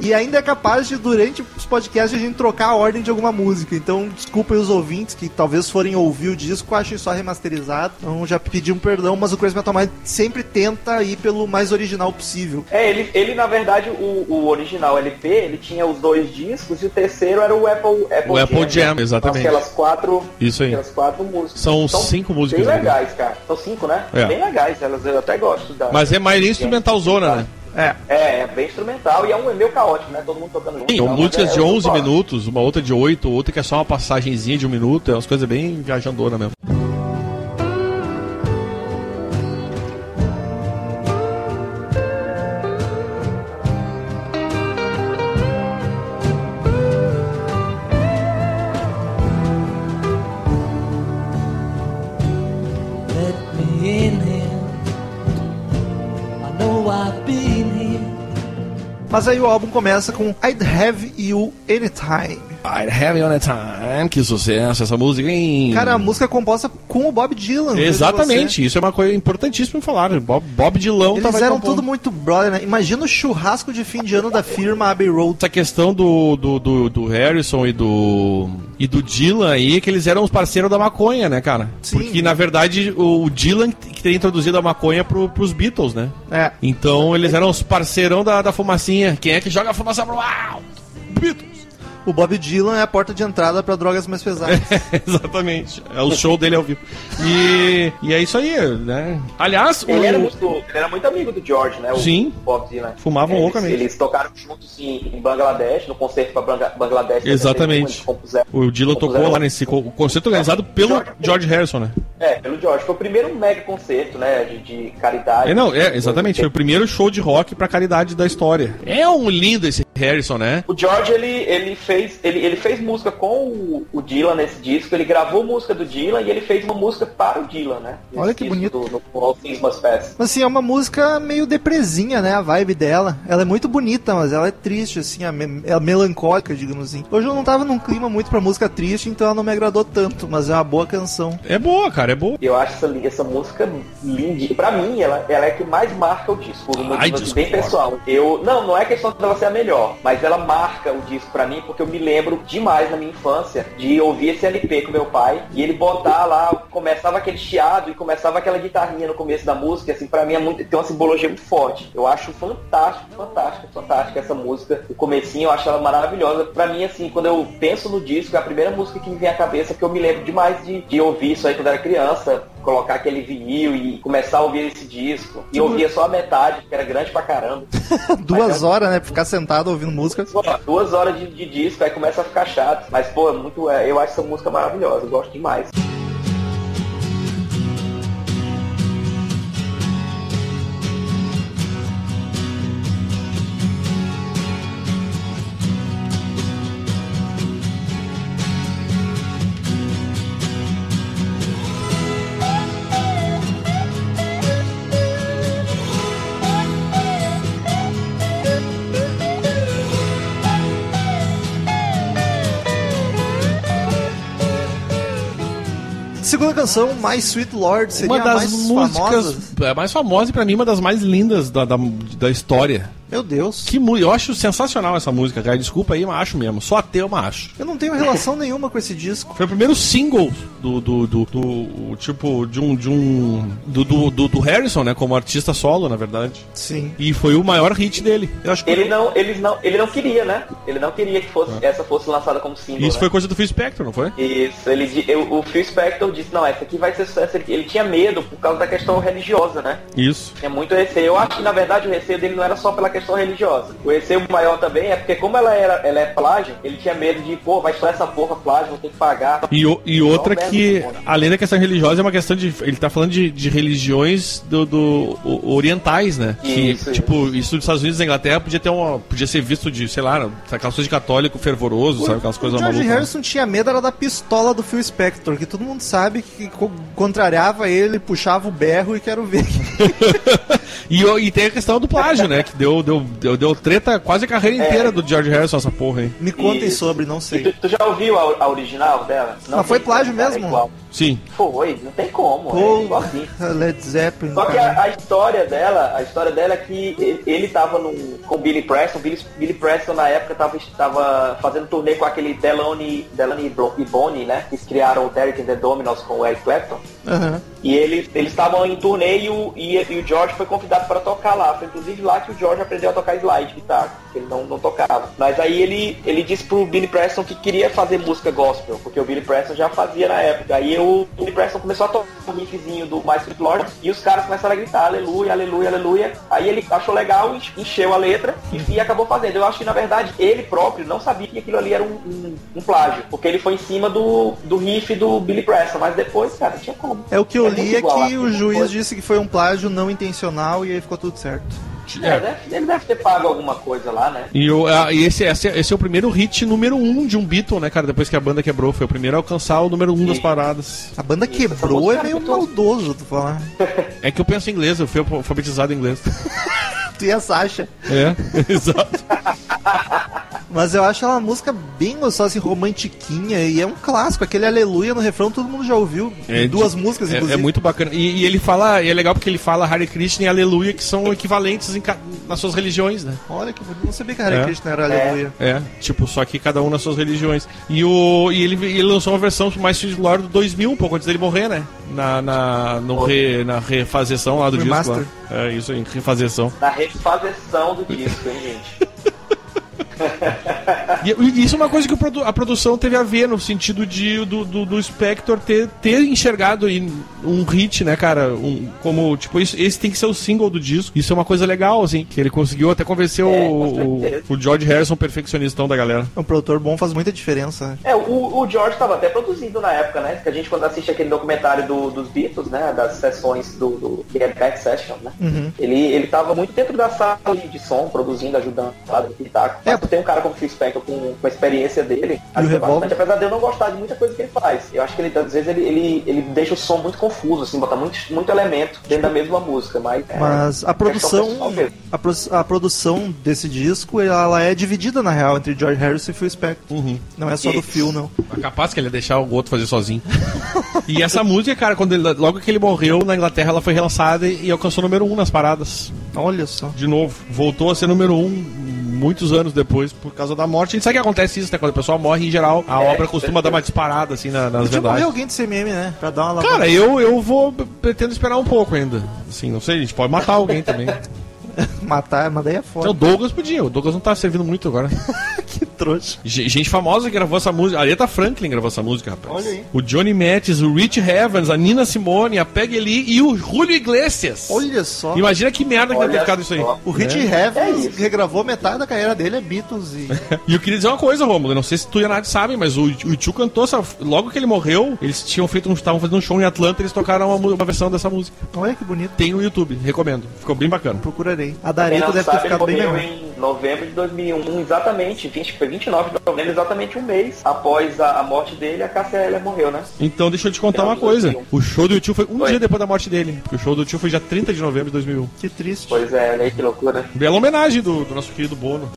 Speaker 2: e ainda é capaz de durante os podcasts a gente trocar a ordem de alguma música. Então, desculpem os ouvintes que talvez forem ouvir o disco, achem só remasterizado. Então já pedi um perdão, mas o Crazy Metal Mind sempre tenta ir pelo mais original possível.
Speaker 4: É, ele, ele na verdade, o, o original LP, ele tinha os dois discos e o terceiro era o Apple Apple
Speaker 3: O Apple Jam,
Speaker 4: né?
Speaker 3: exatamente.
Speaker 4: Aquelas quatro,
Speaker 3: Isso aí.
Speaker 4: aquelas quatro músicas. Então,
Speaker 3: São cinco músicas,
Speaker 4: Bem
Speaker 3: né?
Speaker 4: legais, cara. São cinco, né?
Speaker 3: É.
Speaker 4: Bem legais, elas eu até gosto. Da,
Speaker 3: Mas é mais instrumental zona, né?
Speaker 2: É,
Speaker 4: É, é bem instrumental e é um meio caótico, né? Todo mundo tocando junto.
Speaker 3: Sim,
Speaker 4: e tal, mas
Speaker 3: músicas
Speaker 4: é-
Speaker 3: de
Speaker 4: eu
Speaker 3: 11
Speaker 4: gosto.
Speaker 3: minutos, uma outra de 8, outra que é só uma passagenzinha de um minuto, é umas coisas bem viajandona mesmo.
Speaker 1: Let me in here. I know I've been here
Speaker 2: Mas aí o álbum começa com I'd Have You Anytime.
Speaker 3: I'd have you on a time. Que sucesso essa música, hein?
Speaker 2: Cara, a música é composta com o Bob Dylan. né, veja
Speaker 3: Exatamente, isso é uma coisa importantíssima pra falar. Bob, Bob Dilão
Speaker 2: você. Eles
Speaker 3: tava aí
Speaker 2: eram
Speaker 3: compondo.
Speaker 2: tudo muito brother, né? Imagina o churrasco de fim de ano da firma Abbey Road.
Speaker 3: Essa questão do, do, do, do Harrison e do e do Dylan aí, é que eles eram os parceiros da maconha, né, cara?
Speaker 2: Sim.
Speaker 3: Porque, na verdade, o Dylan que tem introduzido a maconha pro, pros Beatles, né?
Speaker 2: É.
Speaker 3: Então, eles eram os parceirão da, da fumacinha. Quem é que joga a fumaça pro alto? Beatles!
Speaker 2: O Bob Dylan é a porta de entrada pra drogas mais pesadas.
Speaker 3: Exatamente. É o show dele ao vivo. E, e é isso aí, né? Aliás,
Speaker 4: Ele era,
Speaker 3: o-
Speaker 4: muito, ele era muito amigo do George, né? O
Speaker 3: Sim.
Speaker 4: Bob Dylan.
Speaker 3: Fumavam
Speaker 4: eles,
Speaker 3: loucamente.
Speaker 4: Eles tocaram juntos em, em Bangladesh, no concerto pra Bangla- Bangladesh.
Speaker 3: Exatamente.
Speaker 4: eles compuseram-
Speaker 3: O Dylan tocou
Speaker 4: compuseram-
Speaker 3: lá nesse co- concerto organizado pelo George Harrison, né?
Speaker 4: É, pelo George. Foi o primeiro mega concerto, né? De, de caridade.
Speaker 3: É, não, é, exatamente. Foi o primeiro show de rock pra caridade da história. É um lindo esse Harrison, né?
Speaker 4: O George, ele, ele, fez, ele, ele fez música com o, o Dylan nesse disco, ele gravou música do Dylan e ele fez uma música para o Dylan, né? Nesse
Speaker 2: Olha que
Speaker 4: disco
Speaker 2: bonito.
Speaker 4: Do, no All Things Must Pass.
Speaker 2: Mas, Assim, é uma música meio depresinha, né? A vibe dela. Ela é muito bonita, mas ela é triste, assim, a me- é melancólica, digamos assim. Hoje eu não tava num clima muito pra música triste, então ela não me agradou tanto, mas é uma boa canção.
Speaker 3: É boa, cara, é boa.
Speaker 4: Eu acho essa, li- essa música linda. Pra mim, ela, ela é a que mais marca o disco. Por um
Speaker 3: Ai,
Speaker 4: motivo assim, bem
Speaker 3: discordo.
Speaker 4: pessoal. Eu, não, não é questão dela ser a melhor, mas ela marca o disco pra mim porque eu me lembro demais na minha infância de ouvir esse LP com meu pai e ele botar lá, começava aquele chiado e começava aquela guitarrinha no começo da música. e, Assim, pra mim é muito, tem uma simbologia muito forte. Eu acho fantástico, fantástico, fantástico essa música. O comecinho eu acho ela maravilhosa. Pra mim, assim, quando eu penso no disco, é a primeira música que me vem à cabeça que eu me lembro demais de, de ouvir isso aí quando era criança. Colocar aquele vinil e começar a ouvir esse disco. E eu ouvia só a metade, que era grande pra caramba.
Speaker 3: é-
Speaker 2: Duas horas, né? Pra ficar sentado ouvindo música.
Speaker 4: Pô, duas horas de, de disco, aí começa a ficar chato. Mas, pô, é muito, é, eu acho essa música maravilhosa, eu gosto demais.
Speaker 2: Segunda canção, My Sweet Lord, seria
Speaker 3: Uma
Speaker 2: a
Speaker 3: das
Speaker 2: mais
Speaker 3: músicas
Speaker 2: famosa.
Speaker 3: é, mais famosa e pra mim uma das mais lindas da, da, da história.
Speaker 2: Meu Deus.
Speaker 3: Que mu- eu acho sensacional essa música, cara. Desculpa aí, mas acho mesmo. Só ateu, mas acho.
Speaker 2: Eu não tenho relação nenhuma com esse disco.
Speaker 3: Foi o primeiro single do, do, do, do- tipo de um de um do, do, do- do Harrison, né? Como artista solo, na verdade.
Speaker 2: Sim.
Speaker 3: E foi o maior hit dele.
Speaker 2: Eu acho que
Speaker 4: Ele não, eles não, ele não queria, né? Ele não queria que fosse, essa fosse lançada como
Speaker 3: E
Speaker 4: single.
Speaker 3: É. isso
Speaker 4: né?
Speaker 3: foi coisa do Phil Spector, não foi?
Speaker 4: Isso, ele, di- eu- o Phil Spector disse, não, essa aqui vai ser sucesso. Ele, ele tinha medo por causa da questão religiosa, né?
Speaker 3: Isso.
Speaker 4: Tinha muito receio. Eu acho que, na verdade, o receio dele não era só pela questão religiosa. O receio maior também é porque, como ela, era, ela é plágio, ele tinha medo de, pô, vai só essa porra plágio, vou ter que pagar. Então, é
Speaker 3: E, o- e outra
Speaker 4: Não,
Speaker 3: que,
Speaker 4: mesmo.
Speaker 3: além da questão religiosa, é uma questão de. Ele tá falando de, de religiões do, do- o- orientais, né? Que,
Speaker 4: Isso, isso.
Speaker 3: tipo, isso. dos Estados Unidos e da Inglaterra podia ter uma. Podia ser visto de, sei lá, aquelas coisas de católico fervoroso, sabe? Aquelas
Speaker 2: O
Speaker 3: coisas
Speaker 2: George
Speaker 3: malucas. né?
Speaker 2: Harrison tinha medo era da pistola do Phil Spector, que todo mundo sabe que co- contrariava ele, puxava o berro e quero ver.
Speaker 3: E, o- e tem a questão do plágio, né? Que deu, deu, deu, deu treta quase a
Speaker 4: É.
Speaker 3: carreira inteira do George Harrison, essa porra aí.
Speaker 2: Me contem
Speaker 4: Isso.
Speaker 2: sobre, não
Speaker 4: E tu,
Speaker 2: sei.
Speaker 4: tu já ouviu a, a original dela?
Speaker 2: Mas foi
Speaker 4: tem-
Speaker 2: plágio
Speaker 4: cara, é
Speaker 2: mesmo?
Speaker 4: igual.
Speaker 3: Sim.
Speaker 4: Foi, não tem como. É
Speaker 2: Pô,
Speaker 4: igualzinho.
Speaker 2: Led Zeppelin.
Speaker 4: Só que
Speaker 2: cara.
Speaker 4: a, a história dela, a história dela é que ele, ele tava num, com o Billy Preston, Billy, Billy Preston na época tava, tava fazendo turnê com aquele Delone, Delone e Bro- e Bonnie, né? Que criaram o Derek and the Dominos com o Eric Clapton.
Speaker 2: Aham.
Speaker 4: E eles eles estavam em turnê e o, e, e o George foi convidado para tocar lá. Foi inclusive lá que o George aprendeu a tocar slide guitar, que ele não, não tocava. Mas aí ele, ele disse pro Billy Preston que queria fazer música gospel, porque o Billy Preston já fazia na época. Aí o Billy Preston começou a tocar o riffzinho do My Sweet Lord e os caras começaram a gritar aleluia, aleluia, aleluia. Aí ele achou legal, enche- encheu a letra e, e acabou fazendo. Eu acho que na verdade ele próprio não sabia que aquilo ali era um, um, um plágio, porque ele foi em cima do, do riff do Billy Preston, mas depois, cara, tinha como.
Speaker 2: É o que eu
Speaker 4: É
Speaker 2: li
Speaker 4: muito
Speaker 2: é
Speaker 4: igual,
Speaker 2: que
Speaker 4: acho
Speaker 2: o
Speaker 4: que
Speaker 2: juiz
Speaker 4: foi.
Speaker 2: disse que foi um plágio não intencional e aí ficou tudo certo.
Speaker 4: É, deve- ele deve ter pago alguma coisa lá, né?
Speaker 3: E, o- a- e esse, esse, esse é o primeiro hit número um de um Beatle, né, cara? Depois que a banda quebrou, foi o primeiro a alcançar o número um das paradas.
Speaker 2: A banda
Speaker 4: Isso,
Speaker 2: quebrou,
Speaker 4: essa
Speaker 2: é meio
Speaker 4: música é muito-
Speaker 2: né? maldoso tu falar.
Speaker 3: É que eu penso em inglês, eu fui alfabetizado em inglês.
Speaker 2: Tu e a Sasha.
Speaker 3: É, exato.
Speaker 2: Mas eu acho ela uma música bem gostosa, assim, romantiquinha, e é um clássico. Aquele Aleluia no refrão todo mundo já ouviu.
Speaker 3: É,
Speaker 2: em duas
Speaker 3: de-
Speaker 2: músicas,
Speaker 3: É,
Speaker 2: inclusive.
Speaker 3: é muito bacana. E, e ele fala, e é legal porque ele fala Hare Krishna e Aleluia, que são equivalentes em ca- nas suas religiões, né?
Speaker 2: Olha que bonito. Não sabia que a Hare
Speaker 3: É.
Speaker 2: Krishna era Aleluia.
Speaker 3: É, tipo, só que cada um nas suas religiões. E, o, e ele, ele lançou uma versão mais titular do 2000, um pouco antes dele morrer, né? Na, na, no re- na refazeção lá do
Speaker 2: Remaster.
Speaker 3: disco. lá. É isso aí, refazeção.
Speaker 4: Na refazeção do disco, hein, gente?
Speaker 3: E, e isso é uma coisa que o produ- a produção teve a ver no sentido de do, do, do Spector ter, ter enxergado aí um hit, né, cara? Um, como, tipo, isso, esse tem que ser o single do disco. Isso é uma coisa legal, assim, que ele conseguiu até convencer
Speaker 4: É,
Speaker 3: o,
Speaker 4: com
Speaker 3: o,
Speaker 4: certeza.
Speaker 3: o George Harrison, perfeccionistão da galera.
Speaker 2: Um produtor bom faz muita diferença. né?
Speaker 4: É, o, o George estava até produzindo na época, né? Que a gente quando assiste aquele documentário do- dos Beatles, né? Das sessões do, do Get Back Session, né?
Speaker 2: Uhum.
Speaker 4: Ele, ele tava muito dentro da sala de- de som, produzindo, ajudando lá do pitaco.
Speaker 2: É.
Speaker 4: Mas tem um cara como o Phil Spector com, com a experiência dele, ajuda
Speaker 2: Revolver?
Speaker 4: bastante, apesar de eu não gostar de muita coisa que ele faz. Eu acho que ele, às vezes, ele, ele, ele deixa o som muito confuso, assim, bota muito, muito elemento dentro da mesma música, mas... é,
Speaker 2: Mas a
Speaker 4: questão pessoal
Speaker 2: produção,
Speaker 4: mesmo.
Speaker 2: a, pro- a produção desse disco, ela é dividida na real entre George Harrison e Phil Spector. Não é só do
Speaker 4: Isso.
Speaker 2: Phil, não.
Speaker 3: É capaz que ele ia deixar o outro fazer sozinho. e essa música, cara, quando ele- logo que ele morreu na Inglaterra, ela foi relançada e, e alcançou o número um nas paradas.
Speaker 2: Olha só.
Speaker 3: De novo, voltou a ser número um muitos anos depois por causa da morte. A gente sabe que acontece isso, né? Quando a pessoa morre em geral, a obra costuma dar uma disparada assim na- nas
Speaker 2: Podia morrer
Speaker 3: vendagens.
Speaker 2: alguém do CMM, né? Pra dar uma alavanca.
Speaker 3: Cara, eu, eu vou pretendo esperar um pouco ainda. Assim, não sei, a gente pode matar alguém também.
Speaker 2: matar, mas daí é foda.
Speaker 3: Então, o Douglas podia, o Douglas não tá servindo muito agora.
Speaker 2: que trouxa.
Speaker 3: Ge- Gente famosa que gravou essa música. A Aretha Franklin gravou essa música, rapaz.
Speaker 2: Olha aí.
Speaker 3: O Johnny Mattis, o Rich Evans, a Nina Simone, a Peggy Lee e o Julio Iglesias.
Speaker 2: Olha só.
Speaker 3: Imagina que merda que deve ter
Speaker 4: Olha
Speaker 3: ficado isso aí.
Speaker 4: só.
Speaker 2: O Rich
Speaker 3: É.
Speaker 2: Evans
Speaker 4: É isso.
Speaker 2: regravou metade da carreira dele, é Beatles e...
Speaker 3: E eu queria dizer uma coisa, Romulo. eu Não sei se tu e a Nath sabem, mas o, o Tio cantou essa. Logo que ele morreu, eles tinham feito um. Estavam fazendo um show em Atlanta eles tocaram uma, mu- uma versão dessa música.
Speaker 2: Olha que bonito.
Speaker 3: Tem no YouTube, recomendo. Ficou bem bacana.
Speaker 2: Procurarei. A
Speaker 4: Quem
Speaker 2: Darita
Speaker 4: não
Speaker 2: deve ter
Speaker 4: sabe, ele
Speaker 2: ficado bem
Speaker 4: morreu
Speaker 2: melhor.
Speaker 4: em novembro de 2001, exatamente, 20, foi 29 de novembro, exatamente um mês após a, a morte dele, a Cássia Eller morreu, né?
Speaker 3: Então deixa eu te contar uma coisa. O show do Tio foi um
Speaker 4: Oi.
Speaker 3: dia depois da morte dele. Porque o show do Tio foi já 30 de novembro de 2001.
Speaker 2: Que triste.
Speaker 4: Pois é, olha aí que loucura.
Speaker 3: Bela homenagem do, do nosso querido Bono.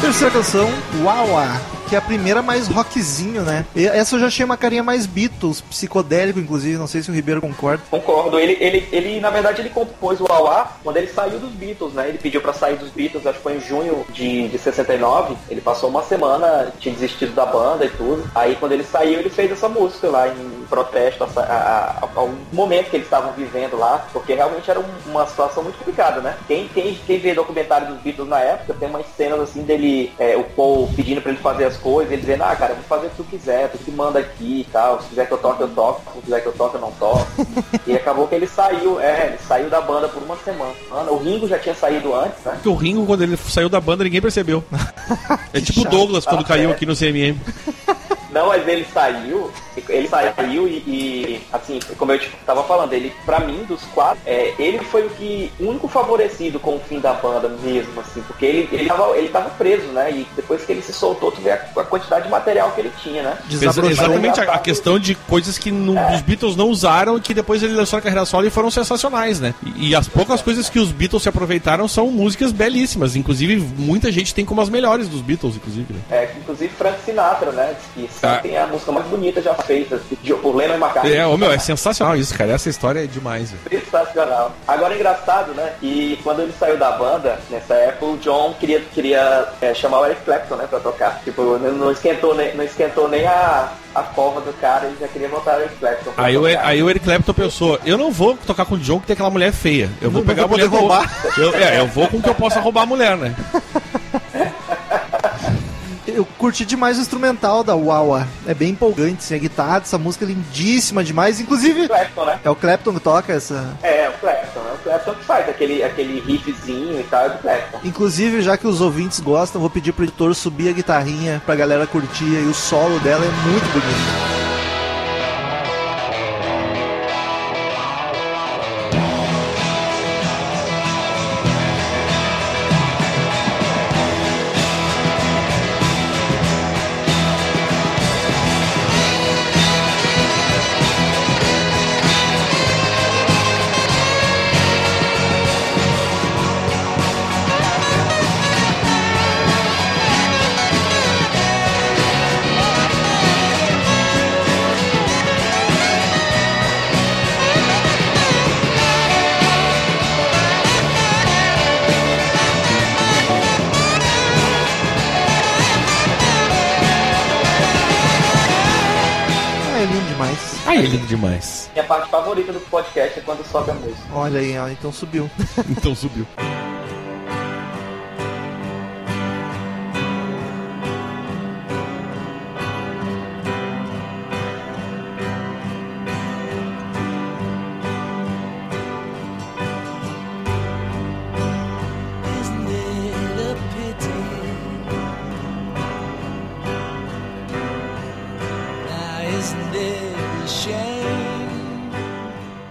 Speaker 2: Terceira canção, Wawa, que é a primeira mais rockzinho, né? E essa eu já achei uma carinha mais Beatles, psicodélico, inclusive, não sei se o Ribeiro concorda.
Speaker 4: Concordo, ele, ele, ele na verdade ele compôs o Auá quando ele saiu dos Beatles, né? Ele pediu pra sair dos Beatles, acho que foi em junho de, de 69. Ele passou uma semana, tinha desistido da banda e tudo. Aí quando ele saiu, ele fez essa música lá em protesto a, a, a- ao momento que eles estavam vivendo lá, porque realmente era um- uma situação muito complicada, né? Quem, quem, quem vê documentário dos Beatles na época, tem umas cenas assim dele, é, o Paul pedindo pra ele fazer as coisas, ele dizendo, ah cara, eu vou fazer o que tu quiser, tu que manda aqui e tal, se quiser que eu toque, eu toco, se quiser que eu toque, eu não toco. E acabou que ele saiu, é, ele saiu da banda por uma semana. O Ringo já tinha saído antes, né?
Speaker 3: Porque o Ringo, quando ele saiu da banda, ninguém percebeu. É tipo o
Speaker 2: chato.
Speaker 3: Douglas quando
Speaker 4: Ah,
Speaker 3: caiu
Speaker 4: é.
Speaker 3: aqui no CMM.
Speaker 4: Não, mas ele saiu, ele saiu e, e, assim, como eu te tava falando, ele, pra mim, dos quatro, é, ele foi o que, o único favorecido com o fim da banda mesmo, assim, porque ele, ele, tava, ele tava preso, né? E depois que ele se soltou, tu vê a, a quantidade de material que ele tinha, né?
Speaker 2: Desabrochou.
Speaker 3: Exatamente a, a questão de coisas que não- os Beatles não usaram e que depois ele lançou a carreira solo e foram sensacionais, né? E, e as poucas coisas que os Beatles se aproveitaram são músicas belíssimas. Inclusive, muita gente tem como as melhores dos Beatles, inclusive. né?
Speaker 4: É, inclusive Frank Sinatra, né? Que
Speaker 3: Ah.
Speaker 4: tem a música mais bonita já feita, de, por Lennon e McCartney.
Speaker 3: É, ô, meu, é sensacional isso, cara. Essa história é demais, velho.
Speaker 4: Sensacional. Agora, engraçado, né? E quando ele saiu da banda, nessa época, o John queria, queria é, chamar o Eric Clapton, né, pra tocar. Tipo, não, não esquentou, nem, não esquentou nem a, a forma do cara, ele já queria botar o Eric Clapton. pra
Speaker 3: Aí o,
Speaker 4: tocar.
Speaker 3: aí o Eric Clapton pensou: eu não vou tocar com o John que tem aquela mulher feia. Eu vou
Speaker 2: Não
Speaker 3: pegar
Speaker 2: vou
Speaker 3: a mulher.
Speaker 2: poder
Speaker 3: com-
Speaker 2: roubar."
Speaker 3: Eu, é, eu vou com o que eu possa roubar a mulher, né?
Speaker 2: Eu curti demais o instrumental da Wawa. É bem empolgante, assim, a guitarra, essa música é lindíssima demais. Inclusive,
Speaker 4: Clapton, né?
Speaker 2: é o Clapton que toca essa.
Speaker 4: É, o Clapton, né? O Clapton que faz, aquele, aquele riffzinho e tal, é do Clapton.
Speaker 2: Inclusive, já que os ouvintes gostam, vou pedir pro editor subir a guitarrinha pra galera curtir e o solo dela é muito bonito. Ah, é lindo demais.
Speaker 3: Aí é lindo demais.
Speaker 4: Minha parte favorita do podcast é quando sobe a música.
Speaker 2: Olha aí, ó, então subiu.
Speaker 3: Então subiu.
Speaker 1: Isn't it a pity? Now, isn't it a shame?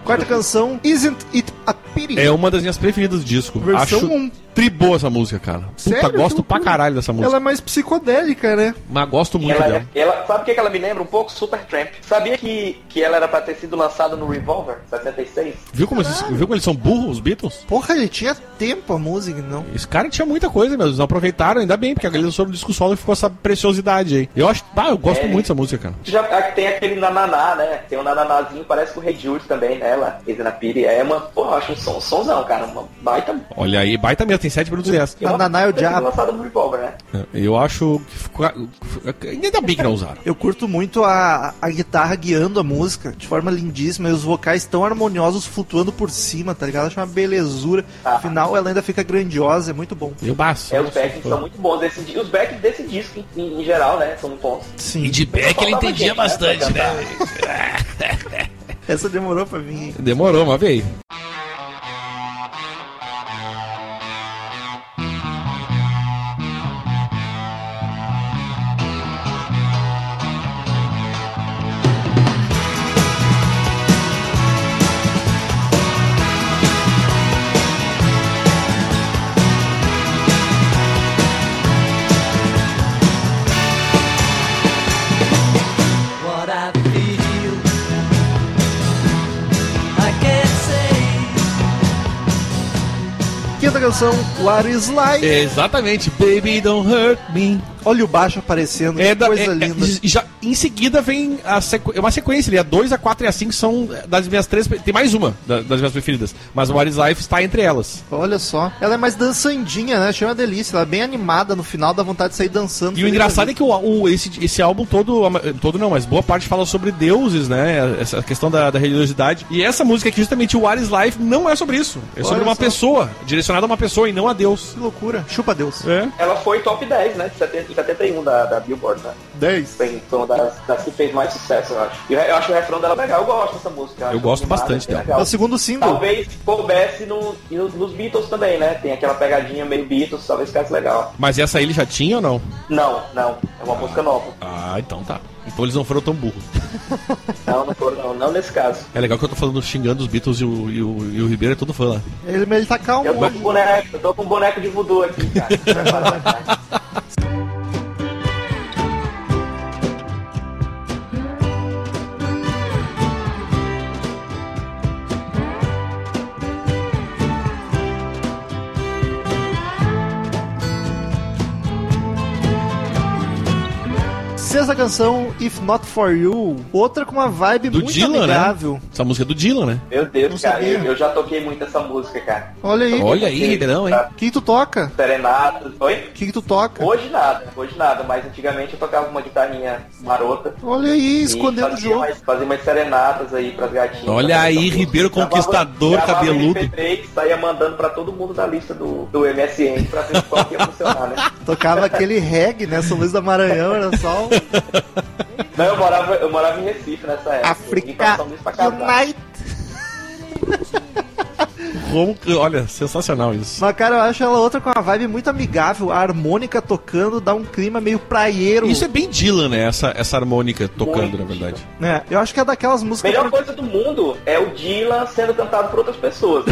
Speaker 2: Quarta canção, Isn't It a Pity?
Speaker 3: É uma das minhas preferidas do disco.
Speaker 2: Versão
Speaker 3: Acho
Speaker 2: um.
Speaker 3: triboa essa música, cara. Puta,
Speaker 2: Sério? Que
Speaker 3: gosto pra
Speaker 2: loucura.
Speaker 3: caralho dessa música.
Speaker 2: Ela é mais psicodélica, né?
Speaker 3: Mas gosto muito
Speaker 4: Ela, é-
Speaker 3: dela.
Speaker 4: ela- sabe o que que ela me lembra? Um pouco Supertramp. Sabia que, que ela era pra ter sido lançada no Revolver 76?
Speaker 3: Viu como, esses- viu como eles são burros, os Beatles?
Speaker 2: Porra, ele tinha tempo a música, não.
Speaker 3: Esse cara tinha muita coisa mesmo, eles não aproveitaram, ainda bem, porque eles lançaram no disco solo e ficou essa preciosidade aí. Eu acho, ah, eu gosto
Speaker 4: É.
Speaker 3: muito dessa música, cara.
Speaker 4: Já ah, tem aquele nananá, né? Tem um nananazinho, parece com o Red Jude também nela. Isn't a Pity. É uma, pô, eu acho um som, somzão, cara. Uma baita.
Speaker 3: Olha aí, baita mesmo, tem 7 minutos e 10.
Speaker 2: Nananá é o
Speaker 4: Eu acho que
Speaker 2: diabo.
Speaker 4: lançada no Revolver, né?
Speaker 3: Eu acho que ficou. Ainda bem que não usaram.
Speaker 2: Eu curto muito a, a guitarra guiando a música de forma lindíssima e os vocais tão harmoniosos flutuando por cima, tá ligado? Acho uma belezura.
Speaker 3: Tá.
Speaker 4: Ah.
Speaker 2: Afinal, ela ainda fica grandiosa, é muito bom.
Speaker 3: Eu baço.
Speaker 4: É, os backs são muito bons. Desse, di- os backs desse disco, em- em, em geral, né? São bons.
Speaker 2: Sim.
Speaker 6: de back ele entendia bastante, né?
Speaker 2: Essa demorou pra vir. hein?
Speaker 3: Demorou, mas veio.
Speaker 1: What I feel, I can't say.
Speaker 2: Quinta canção, What is Life?
Speaker 3: É. Exatamente, Baby Don't Hurt Me.
Speaker 2: Olha o baixo aparecendo,
Speaker 3: É
Speaker 2: que
Speaker 3: da,
Speaker 2: coisa
Speaker 3: é- é-
Speaker 2: linda.
Speaker 3: e já, em seguida vem a sequ- é uma sequência ali. A 2, a 4 e a 5 são das minhas três. pre- Tem mais uma da- das minhas preferidas. Mas o What is Life está entre elas.
Speaker 2: Olha só. Ela é mais dançandinha, né? Achei uma delícia. Ela é bem animada no final, dá vontade de sair dançando.
Speaker 3: E o engraçado é que o, o- esse, esse álbum todo, todo não, mas boa parte fala sobre deuses, né? Essa questão da, da religiosidade. E essa música aqui, justamente, o What is Life, não é sobre isso. É sobre
Speaker 2: Olha
Speaker 3: uma
Speaker 2: só.
Speaker 3: pessoa, direcionada a uma pessoa e não a Deus.
Speaker 2: Que loucura. Chupa Deus.
Speaker 3: É.
Speaker 4: Ela foi top 10, né? De 70, 71 da, da Billboard, né?
Speaker 2: 10.
Speaker 4: Foi foi uma das, das que fez mais sucesso, eu acho. E Eu, eu acho o refrão dela legal, eu gosto dessa música. acho
Speaker 3: Eu gosto
Speaker 4: animada,
Speaker 3: bastante
Speaker 4: bem
Speaker 3: dela.
Speaker 2: É
Speaker 4: legal.
Speaker 2: o segundo single.
Speaker 4: Talvez coubesse no, e no- nos Beatles também, né? Tem aquela pegadinha meio Beatles, talvez ficasse legal.
Speaker 3: Mas essa aí ele já tinha ou não?
Speaker 4: Não, não. É uma música nova.
Speaker 3: Ah, então tá. Então eles não foram tão burros.
Speaker 4: Não, não foram, não. Não nesse caso.
Speaker 3: É legal que eu tô falando xingando os Beatles e o, e o, e o Ribeiro é todo fã lá.
Speaker 2: Ele, ele tá calmo
Speaker 4: Eu tô com um
Speaker 2: hoje.
Speaker 4: boneco, eu tô com boneco de voodoo aqui, cara. Vai parar, vai.
Speaker 2: Sexta canção, If Not For You. Outra com uma vibe
Speaker 3: Do
Speaker 2: muito
Speaker 3: Dylan,
Speaker 2: amigável.
Speaker 3: né? Essa música é do Dylan, né?
Speaker 4: Meu Deus,
Speaker 2: Não
Speaker 4: cara,
Speaker 2: sabia.
Speaker 4: eu, eu já toquei muito essa música, cara.
Speaker 2: Olha aí.
Speaker 3: Olha aí, Ribeirão, hein?
Speaker 2: O que que tu toca?
Speaker 4: Serenatas, oi?
Speaker 2: O que que tu toca?
Speaker 4: Hoje nada, hoje nada, mas antigamente eu tocava uma guitarrinha marota.
Speaker 2: Olha aí,
Speaker 4: e
Speaker 2: escondendo o
Speaker 4: fazia
Speaker 2: jogo.
Speaker 4: mais- fazia umas serenatas aí pras gatinhas.
Speaker 3: Olha
Speaker 4: Fazia
Speaker 3: aí,
Speaker 4: essa música.
Speaker 3: Ribeiro Conquistador,
Speaker 4: gravava
Speaker 3: cabeludo.
Speaker 4: MP3, saía mandando pra todo mundo da lista do, do MSN pra ver qual que ia funcionar, né?
Speaker 2: Tocava aquele reggae, né? São Luís da Maranhão, era só um
Speaker 4: Não, eu morava, eu morava em Então, Recife nessa época. Eu vim pra
Speaker 2: Africa
Speaker 4: São Luís pra casar.
Speaker 2: Unite.
Speaker 3: Romo, olha, sensacional isso.
Speaker 2: Mas, cara, eu acho ela outra com uma vibe muito amigável. A harmônica tocando dá um clima meio praieiro.
Speaker 3: Isso é bem Dylan, né? Essa, essa harmônica tocando,
Speaker 4: Muito.
Speaker 3: na verdade.
Speaker 2: né? Eu acho que é daquelas músicas.
Speaker 4: Melhor coisa do mundo é o Dylan sendo cantado por outras pessoas.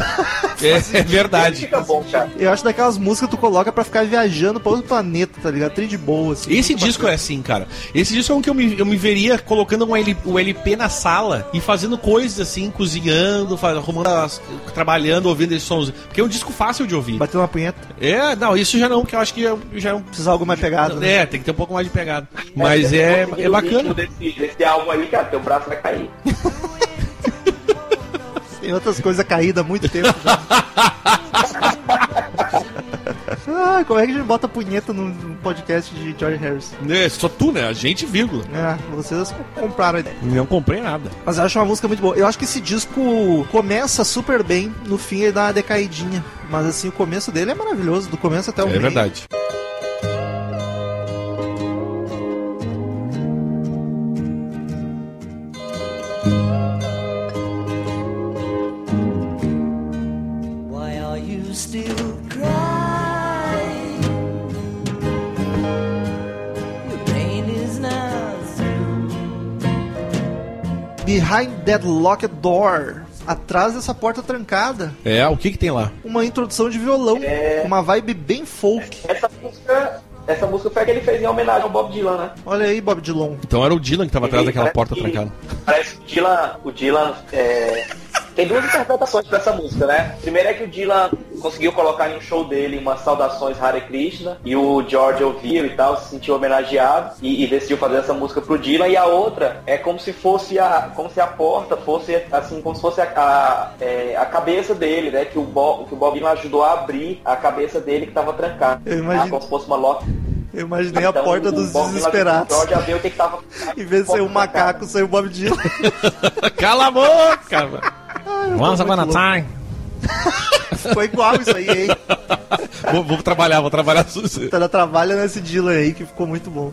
Speaker 3: É, é
Speaker 4: Isso
Speaker 3: verdade.
Speaker 4: Fica bom, cara.
Speaker 2: Eu acho daquelas músicas que tu coloca pra ficar viajando pra outro planeta, tá ligado? Tri de boa, assim.
Speaker 3: Esse
Speaker 2: Muito
Speaker 3: disco é assim, cara. Esse disco é um que eu me, eu me veria colocando um LP, um LP na sala e fazendo coisas assim, cozinhando, faz- arrumando, as- trabalhando, ouvindo esses sons. Porque é um disco fácil de ouvir.
Speaker 2: Bateu uma punheta,
Speaker 3: É, não, isso já não, porque eu acho que já, já é um.
Speaker 2: precisa de algo mais pegado. Né?
Speaker 3: É, tem que ter um pouco mais de pegada. Mas
Speaker 4: se
Speaker 3: é,
Speaker 4: conseguir
Speaker 3: é
Speaker 4: o
Speaker 3: bacana.
Speaker 4: ritmo Desse, desse álbum aí, cara, teu braço vai cair.
Speaker 2: Tem outras coisas caídas há muito tempo já. Ah, como é que a gente bota punheta num podcast de George Harris?
Speaker 3: É, só tu, né? A gente, vírgula.
Speaker 2: Ah, vocês compraram a ideia.
Speaker 3: Não comprei nada.
Speaker 2: Mas eu acho uma música muito boa. Eu acho que esse disco começa super bem, no fim ele dá uma decaidinha. Mas assim, o começo dele é maravilhoso, do começo até o
Speaker 3: É
Speaker 2: meio.
Speaker 3: verdade.
Speaker 1: Why are you still crying? Your pain is now through.
Speaker 2: Behind That Locked Door. Atrás dessa porta trancada,
Speaker 3: É, o que que tem lá?
Speaker 2: uma introdução de violão,
Speaker 4: É.
Speaker 2: uma vibe bem folk.
Speaker 4: Essa música, essa música foi a que ele fez em homenagem ao Bob Dylan, né?
Speaker 2: Olha aí, Bob Dylan.
Speaker 3: Então era o Dylan que tava atrás
Speaker 4: Ele
Speaker 3: daquela
Speaker 4: parece
Speaker 3: porta
Speaker 4: que-
Speaker 3: trancada.
Speaker 4: Parece que o Dylan. O Dylan é, Tem duas interpretações dessa música, né? Primeiro é que o Dylan conseguiu colocar em um show dele umas saudações Hare Krishna e o George ouviu e tal, se sentiu homenageado e, e decidiu fazer essa música pro Dylan. E a outra é como se fosse a, como se a porta fosse assim, como se fosse a, a, é, a cabeça dele, né? Que o, Bob, que o Bob Dylan ajudou a abrir a cabeça dele que tava trancada.
Speaker 2: Eu imagino.
Speaker 4: Ah, como se fosse uma lock.
Speaker 2: Eu imaginei a
Speaker 4: Então,
Speaker 2: porta
Speaker 4: o
Speaker 2: dos
Speaker 4: Bob Dylan- um
Speaker 2: desesperados.
Speaker 4: O George abriu o que que tava.
Speaker 2: Em vez de ser um macaco, saiu o Bob Dylan.
Speaker 3: Cala a boca! velho. Once upon a time.
Speaker 2: Ficou igual isso aí, hein?
Speaker 3: Vou, vou trabalhar, vou trabalhar. su-
Speaker 2: Tá na trabalha nesse Dylan aí, que ficou muito bom.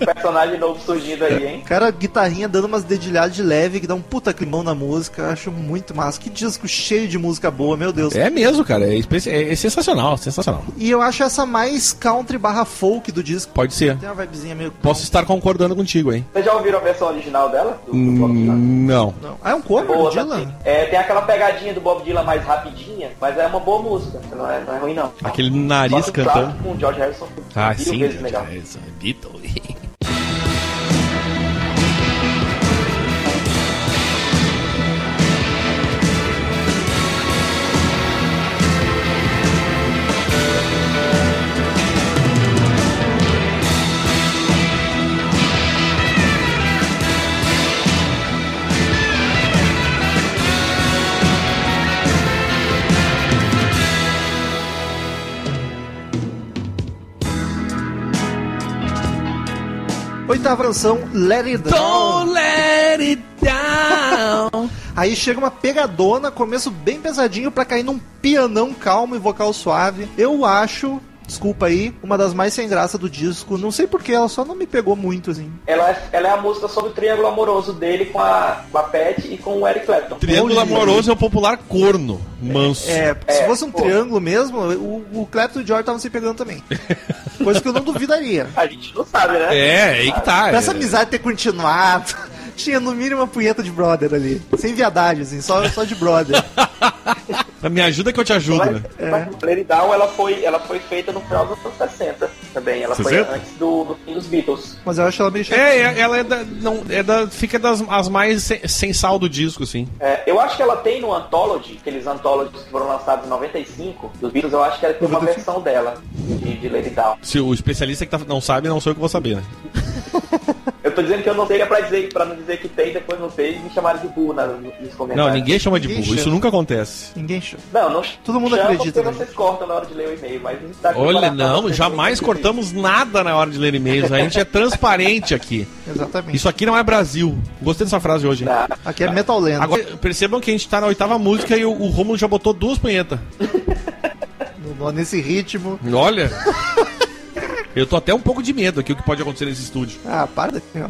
Speaker 4: Um personagem novo surgindo aí, hein?
Speaker 2: Cara, guitarrinha dando umas dedilhadas de leve, que dá um puta climão na música. Eu acho muito massa. Que disco cheio de música boa, meu Deus.
Speaker 3: É mesmo, cara. É, especi- é- é sensacional, sensacional.
Speaker 2: E eu acho essa mais country barra folk do disco.
Speaker 3: Pode ser.
Speaker 2: Tem uma vibezinha meio...
Speaker 3: Posso estar concordando contigo, hein?
Speaker 4: Vocês já ouviram a versão original dela? Do, do Bob
Speaker 3: Hum,
Speaker 4: Dylan?
Speaker 3: Não.
Speaker 2: Não. Ah, é um cover do
Speaker 4: Boa, tá
Speaker 2: Dylan?
Speaker 4: assim. É, tem aquela pegadinha do Bob Dylan mais rapidinha, mas é uma boa música, não é, não é ruim não.
Speaker 3: Aquele nariz
Speaker 4: Só que o
Speaker 3: cantando.
Speaker 4: Clark Com o George Harrison.
Speaker 3: Ah,
Speaker 4: mil
Speaker 3: sim. é
Speaker 4: vezes melhor.
Speaker 6: Beatles.
Speaker 2: Oitava canção, Let It Down.
Speaker 6: Don't let it down.
Speaker 2: Aí chega uma pegadona, começo bem pesadinho pra cair num pianão calmo e vocal suave. Eu acho, desculpa aí, uma das mais sem graça do disco. Não sei porquê, ela só não me pegou muito, assim.
Speaker 4: Ela, é- ela é a música sobre o triângulo amoroso dele com a, com a Pat e com o Eric Clapton.
Speaker 3: Triângulo
Speaker 2: Olha.
Speaker 3: amoroso é o popular corno, manso.
Speaker 2: É, porque se
Speaker 4: É,
Speaker 2: fosse um
Speaker 4: pô.
Speaker 2: triângulo mesmo, o, o Clapton e o George estavam se pegando também. Coisa que eu não duvidaria.
Speaker 4: A gente não sabe, né?
Speaker 3: É, aí que tá.
Speaker 2: Pra essa
Speaker 3: é.
Speaker 2: amizade ter continuado, tinha no mínimo uma punheta de brother ali. Sem viadagem, assim, só, só de brother.
Speaker 3: Me ajuda que eu te ajudo,
Speaker 4: Mas,
Speaker 3: né?
Speaker 4: mas Lady Down ela foi, ela foi feita no final dos anos 60 também. Ela
Speaker 3: 60?
Speaker 4: foi antes do, do fim dos Beatles.
Speaker 2: Mas eu acho ela meio chata.
Speaker 3: É, é, ela é da, não, é da. Fica das as mais sem, sem sal do disco, assim.
Speaker 4: É, eu acho que ela tem no Anthology, aqueles Anthologies que foram lançados em 95, dos Beatles, eu acho que ela tem uma
Speaker 2: 95.
Speaker 4: versão dela, de, de Lady Down.
Speaker 3: Se o especialista que tá- não sabe, não sou eu que vou saber, né?
Speaker 4: Eu tô dizendo que eu não sei, é pra, dizer, pra não dizer que tem, depois não tem, e me chamaram de burro na- nos comentários.
Speaker 3: Não, ninguém chama de
Speaker 2: Ninguém
Speaker 3: burro. Isso
Speaker 2: chama.
Speaker 3: nunca acontece.
Speaker 2: Ninguém chama.
Speaker 4: Não, não
Speaker 2: Todo mundo
Speaker 4: chama
Speaker 2: acredita,
Speaker 4: Porque
Speaker 2: né?
Speaker 4: vocês cortam na hora de ler o e-mail, mas... Tá aqui
Speaker 3: Olha,
Speaker 4: pra-
Speaker 3: não,
Speaker 4: pra-
Speaker 3: jamais
Speaker 4: pra-
Speaker 3: cortamos nada na hora de ler e-mails. A gente é transparente aqui.
Speaker 2: Exatamente.
Speaker 3: Isso aqui não é Brasil. Gostei dessa frase hoje, hein?
Speaker 4: Tá.
Speaker 2: Aqui é Metal Land.
Speaker 3: Agora, percebam que a gente tá na oitava música e o, o Romulo já botou duas punhetas.
Speaker 2: No- Nesse ritmo.
Speaker 3: Olha! Eu tô até um pouco de medo aqui o que pode acontecer nesse estúdio.
Speaker 2: Ah, para daqui, ó.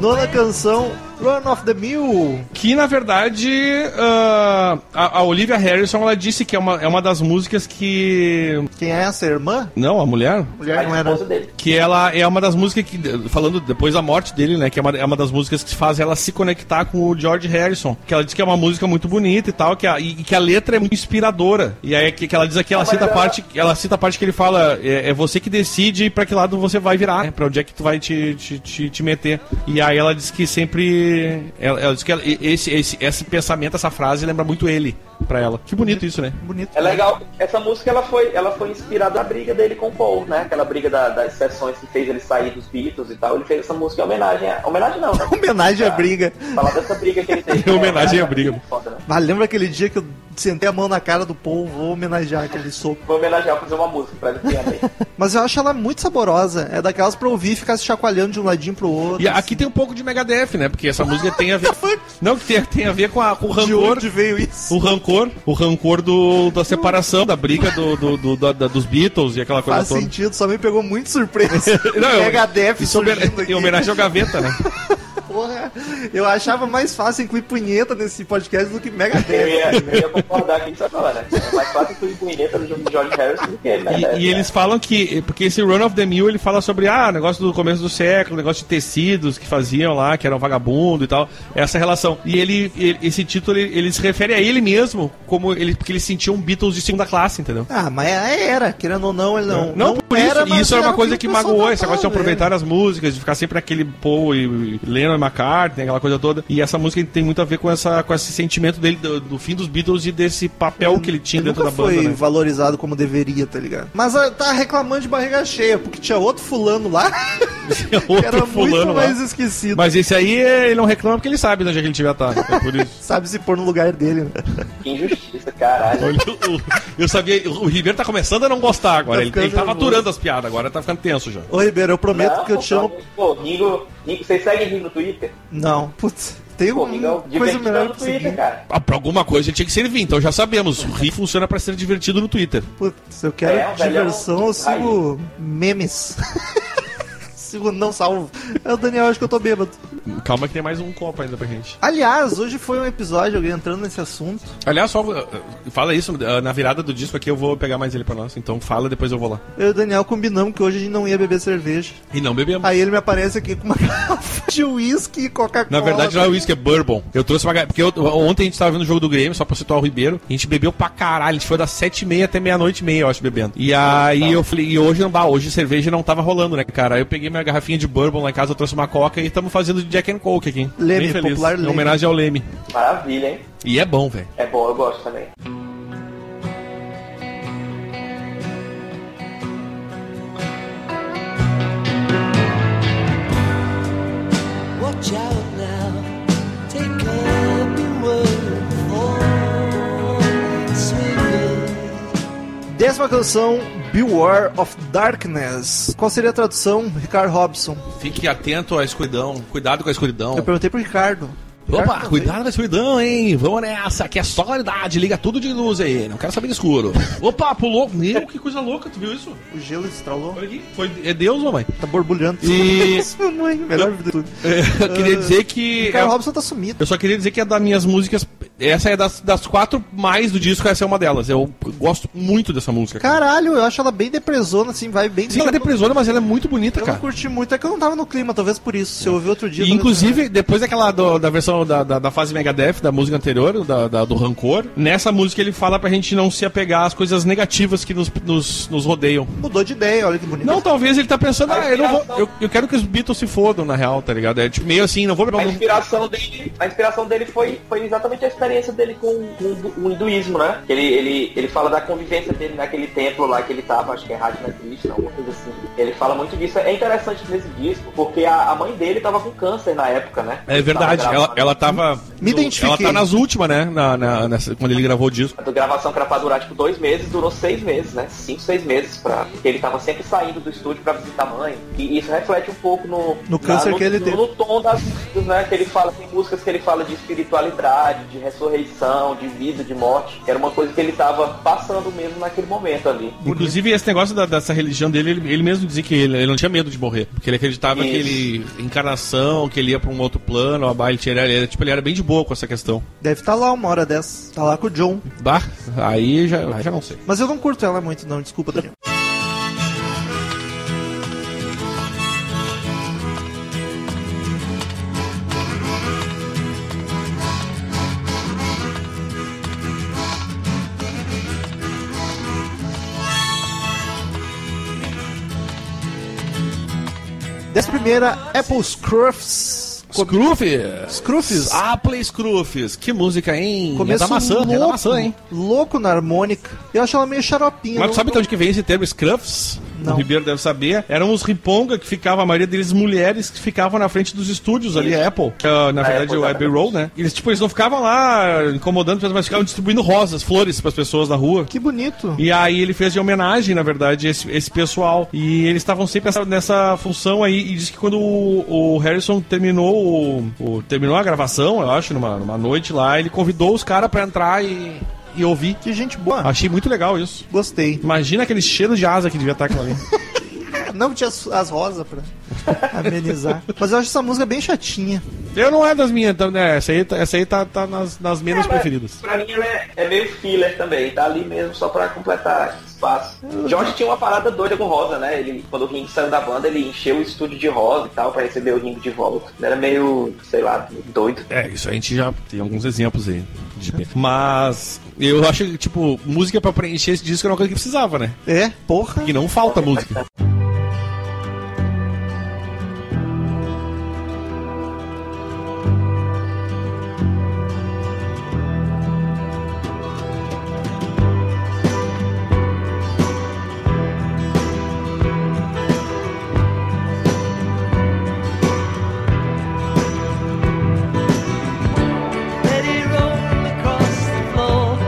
Speaker 2: Nona canção, Run of the Mill.
Speaker 3: Que na verdade ah, a, a Olivia Harrison ela disse que é uma, é uma das músicas que.
Speaker 2: Quem é essa irmã?
Speaker 3: Não, a mulher?
Speaker 2: Mulher não
Speaker 4: a
Speaker 2: era.
Speaker 4: esposa dele.
Speaker 3: Que ela é uma das músicas que, falando depois da morte dele, né? Que é uma, é uma das músicas que faz ela se conectar com o George Harrison. Que ela diz que é uma música muito bonita e tal, que a, e, e que a letra é muito inspiradora. E aí que, que ela diz aqui, ela
Speaker 4: mas
Speaker 3: cita a
Speaker 4: ela-
Speaker 3: parte, ela cita a parte que ele fala: é, é você que decide pra que lado você vai virar, né, pra onde é que tu vai te, te, te, te meter. E aí ela diz que sempre. Ela, ela diz que ela- e- esse, esse, esse pensamento, essa frase lembra muito ele pra ela. Que bonito isso, né?
Speaker 2: Bonito.
Speaker 4: É legal, essa música ela foi, ela foi inspirada na briga dele com o Paul, né? Aquela briga da- das sessões que fez ele sair dos Beatles e tal. Ele fez essa música em homenagem a... Homenagem não, né?
Speaker 2: Homenagem à
Speaker 4: Pra
Speaker 2: briga.
Speaker 4: Falar dessa briga que ele teve.
Speaker 3: Em homenagem à briga.
Speaker 4: Foda, né?
Speaker 2: Ah, lembra aquele dia que eu sentei a mão na cara do povo, vou homenagear aquele soco.
Speaker 4: Vou homenagear, vou fazer uma música pra ele piano aí.
Speaker 2: Mas eu acho ela muito saborosa. É daquelas pra ouvir e ficar se chacoalhando de um ladinho pro outro.
Speaker 3: E aqui tem um pouco de Megadeth, né? Porque essa música tem a ver. Não, que tem, tem a ver com, a, com o
Speaker 2: de
Speaker 3: rancor.
Speaker 2: onde veio isso?
Speaker 3: O rancor, o rancor do, da separação, da briga do, do- do- da- da- dos Beatles e aquela coisa
Speaker 2: Faz
Speaker 3: toda.
Speaker 2: sentido, só me pegou muito surpresa.
Speaker 3: Não, eu-
Speaker 2: Mega Def
Speaker 3: Isso é homen-
Speaker 2: surgindo aqui.
Speaker 3: em homenagem ao Gaveta, né?
Speaker 2: Porra, eu achava mais fácil incluir punheta nesse podcast do que Mega
Speaker 4: Eu
Speaker 2: Def.
Speaker 4: ia, eu ia concordar com isso agora. É mais fácil incluir punheta do jogo de George Harrison do que ele, né?
Speaker 3: E, e eles falam que. Porque esse Run of the Mill ele fala sobre ah, negócio do começo do século, negócio de tecidos que faziam lá, que eram vagabundo e tal. Essa relação. E ele, ele- esse título ele, ele se refere a ele mesmo, como ele, porque ele sentia um Beatles de segunda classe, entendeu?
Speaker 2: Ah, mas era, querendo ou não, ele não.
Speaker 3: Não, por isso,
Speaker 2: mas
Speaker 3: e isso era uma coisa
Speaker 2: aquilo
Speaker 3: que
Speaker 2: o pessoal né?
Speaker 3: magoou, esse
Speaker 2: tratava
Speaker 3: negócio de
Speaker 2: ele.
Speaker 3: aproveitar as músicas, de ficar sempre aquele Paul e, e Lennon e McCartney, aquela coisa toda. E essa música tem muito a ver com, essa, com esse sentimento dele do, do fim dos Beatles e desse papel que ele tinha dentro da
Speaker 2: nunca
Speaker 3: banda,
Speaker 2: foi
Speaker 3: né?
Speaker 2: valorizado como deveria, tá ligado? Mas ah, tá reclamando de barriga cheia, porque tinha outro fulano lá, que era
Speaker 3: É Outro fulano
Speaker 2: muito
Speaker 3: lá.
Speaker 2: mais esquecido.
Speaker 3: Mas esse aí, é, ele não reclama porque ele sabe de onde é que ele tiver ataque, é por isso.
Speaker 2: Sabe se pôr no lugar dele, né?
Speaker 4: Que injustiça, caralho.
Speaker 3: Olha, o- eu sabia, o Ribeiro tá começando a não gostar agora.
Speaker 2: Tá
Speaker 3: Ele, ele
Speaker 2: ficando
Speaker 3: tava
Speaker 2: nervoso.
Speaker 3: aturando as piadas, agora tá ficando tenso já.
Speaker 2: Ô, Ribeiro, eu prometo que eu te chamo.
Speaker 4: Pô, Ringo, Ringo, vocês seguem Ringo no Twitter?
Speaker 2: Não, putz, tem
Speaker 4: Pô,
Speaker 2: uma
Speaker 4: Ringo, é
Speaker 2: coisa
Speaker 4: divertidão
Speaker 2: melhor
Speaker 4: no
Speaker 2: pra seguir.
Speaker 4: Twitter, cara.
Speaker 3: Ah, Pra alguma coisa ele tinha que servir, então já sabemos. O Ri funciona pra ser divertido no Twitter.
Speaker 2: Putz, eu quero
Speaker 4: É, um velhão
Speaker 2: diversão, eu sigo memes. sigo não salvo. É o Daniel, acho que eu tô bêbado.
Speaker 3: Calma que tem mais um copo ainda pra gente.
Speaker 2: Aliás, hoje foi um episódio, alguém entrando nesse assunto.
Speaker 3: Aliás, só uh, fala isso, uh, na virada do disco aqui eu vou pegar mais ele pra nós, então fala, depois eu vou lá.
Speaker 2: Eu e o Daniel combinamos que hoje a gente não ia beber cerveja.
Speaker 3: E não bebemos.
Speaker 2: Aí ele me aparece aqui com uma garrafa de uísque e Coca-Cola.
Speaker 3: Na verdade não é uísque, é bourbon. Eu trouxe uma... ga- Porque eu- ontem a gente tava vendo o jogo do Grêmio, só pra citar o Ribeiro. A gente bebeu pra caralho. A gente foi das sete e meia até meia-noite e meia, eu acho, bebendo. E aí eu falei... E hoje não dá. Hoje cerveja não tava rolando, né, cara? Aí eu peguei minha garrafinha de bourbon lá em casa, eu trouxe uma coca e estamos fazendo Jack and Coke aqui.
Speaker 2: Leme,
Speaker 3: Bem feliz.
Speaker 2: popular
Speaker 3: Em
Speaker 2: Leme.
Speaker 3: homenagem ao Leme.
Speaker 4: Maravilha, hein?
Speaker 3: E é bom, velho.
Speaker 4: É bom, eu gosto também.
Speaker 1: Watch out now, take up your word for its fingers.
Speaker 3: é-
Speaker 2: Décima canção, Beware of Darkness. Qual seria a tradução, Ricardo Robson?
Speaker 3: Fique atento à escuridão. Cuidado com a escuridão.
Speaker 2: Eu perguntei pro Ricardo. Ricardo,
Speaker 3: Opa,
Speaker 2: não
Speaker 3: cuidado da escuridão, hein? Vamos nessa, aqui é solaridade, liga tudo de luz aí, não quero saber de escuro. Opa, pulou. Meu, que coisa louca, tu viu isso?
Speaker 2: sei. O gelo estralou.
Speaker 3: Olha aqui, foi, é Deus, mamãe.
Speaker 2: Tá borbulhando.
Speaker 3: E-
Speaker 2: Isso, mamãe, melhor de tudo.
Speaker 3: É, Eu queria dizer que.
Speaker 2: Ricardo
Speaker 3: é-
Speaker 2: Robson tá sumido.
Speaker 3: eu só queria dizer que é das minhas músicas. Essa é das, das quatro mais do disco, essa é uma delas. Eu gosto muito dessa música. cara.
Speaker 2: Caralho, eu acho ela bem depressona, assim, vai bem...
Speaker 3: Sim, ela é depressora, mas ela é muito bonita,
Speaker 2: Eu não
Speaker 3: cara.
Speaker 2: curti muito, é que eu não tava no clima, talvez por isso. Se eu ouvi outro dia...
Speaker 3: E,
Speaker 2: talvez-
Speaker 3: inclusive, depois daquela do- da versão da, da, da fase Megadeth, da música anterior, da, da- do Rancor, nessa música ele fala pra gente não se apegar às coisas negativas que nos, nos, nos rodeiam.
Speaker 2: Mudou de ideia, olha que bonito.
Speaker 3: Não, talvez ele tá pensando, ah, eu não vou. Eu, eu quero que os Beatles se fodam, na real, tá ligado? É tipo meio assim, não vou
Speaker 4: A
Speaker 3: beber. não-
Speaker 4: inspiração dele, a inspiração dele foi, foi exatamente a experiência dele com, com o hindu- o hinduísmo, né? Que Ele, ele, ele fala da convivência dele naquele templo lá que ele tava, acho que é Radha Krishna, alguma coisa assim. Ele fala muito disso. É interessante nesse disco, porque a, a mãe dele tava com câncer na época, né?
Speaker 3: É verdade,
Speaker 4: Tava
Speaker 3: ela,
Speaker 4: gravando.
Speaker 3: ela tava.
Speaker 2: Me
Speaker 3: no-
Speaker 2: identifiquei.
Speaker 3: Ela tá nas últimas, né? Na, na- nessa- quando ele gravou o disco.
Speaker 4: A gravação que era pra durar tipo dois meses, durou seis meses, né? Cinco, seis meses, pra... porque ele tava sempre saindo do estúdio pra visitar a mãe. E isso reflete um pouco no,
Speaker 2: No câncer
Speaker 4: no,
Speaker 2: que ele
Speaker 4: no,
Speaker 2: teve.
Speaker 4: no tom das músicas, né? Que ele fala, tem músicas que ele fala de espiritualidade, de, res- ressurreição, de vida, de morte. Era uma coisa que ele tava passando mesmo naquele momento ali.
Speaker 3: Inclusive, esse negócio da- dessa religião dele, ele, ele mesmo dizia que ele, ele não tinha medo de morrer. Porque ele acreditava
Speaker 4: Isso.
Speaker 3: que ele. Encarnação, que ele ia pra um outro plano, a ele tinha. Ele, era- tipo, ele era bem de boa com essa questão.
Speaker 2: Deve estar lá uma hora dessa. Tá lá com o John.
Speaker 3: Bah, aí já, já não sei.
Speaker 2: Mas eu não curto ela muito, não. Desculpa, Daniel. Dessa primeira, Apple Scruffs.
Speaker 3: Scroofes!
Speaker 2: Scroofes.
Speaker 3: Apple Scroofes! Que música, hein? Ah, É
Speaker 2: Começo
Speaker 3: da maçã,
Speaker 2: louco,
Speaker 3: é da maçã, hein?
Speaker 2: louco na harmônica. Eu acho ela meio xaropinha.
Speaker 3: Mas
Speaker 2: não-
Speaker 3: tu sabe de onde que vem esse termo Scruffs?
Speaker 2: Não.
Speaker 3: O Ribeiro deve saber. Eram os riponga que ficavam, a maioria deles mulheres que ficavam na frente dos estúdios ali,
Speaker 4: Isso.
Speaker 3: a Apple. que, ah, na
Speaker 4: A
Speaker 3: verdade,
Speaker 4: Apple,
Speaker 3: o Abbey
Speaker 4: exatamente.
Speaker 3: Road, né? Eles, tipo, eles não ficavam lá incomodando, as pessoas, mas ficavam distribuindo rosas, flores pras pessoas na rua.
Speaker 2: Que bonito.
Speaker 3: E aí ele fez de homenagem, na verdade, esse, esse pessoal. E eles estavam sempre essa- nessa função aí. E diz que quando o, o Harrison terminou o, o- terminou a gravação, eu acho, numa, numa noite lá, ele convidou os caras pra entrar e, e ouvir.
Speaker 2: Que gente boa.
Speaker 3: Achei muito legal isso.
Speaker 2: Gostei.
Speaker 3: Imagina aquele cheiro de asa que devia estar aquilo ali.
Speaker 2: É, Não tinha as, as rosas pra amenizar. Mas eu acho essa música bem chatinha.
Speaker 3: eu não é das minhas, então, né? Essa aí, tá- essa aí tá, tá nas, nas
Speaker 4: É,
Speaker 3: menos preferidas.
Speaker 4: Pra mim ela é, é meio filler também, tá ali mesmo só pra completar espaço.
Speaker 3: Hum.
Speaker 4: Jorge tinha uma parada doida com rosa, né? Ele, quando o Ringo saiu da banda, ele encheu o estúdio de rosa e tal, pra receber o Ringo de volta. Ele era meio, sei lá, doido.
Speaker 3: É, isso a gente já tem alguns exemplos aí. de- Mas eu acho que, tipo, música pra preencher esse disco era uma coisa que precisava, né?
Speaker 2: É, porra.
Speaker 3: E não falta música.
Speaker 1: Let it roll across the floor.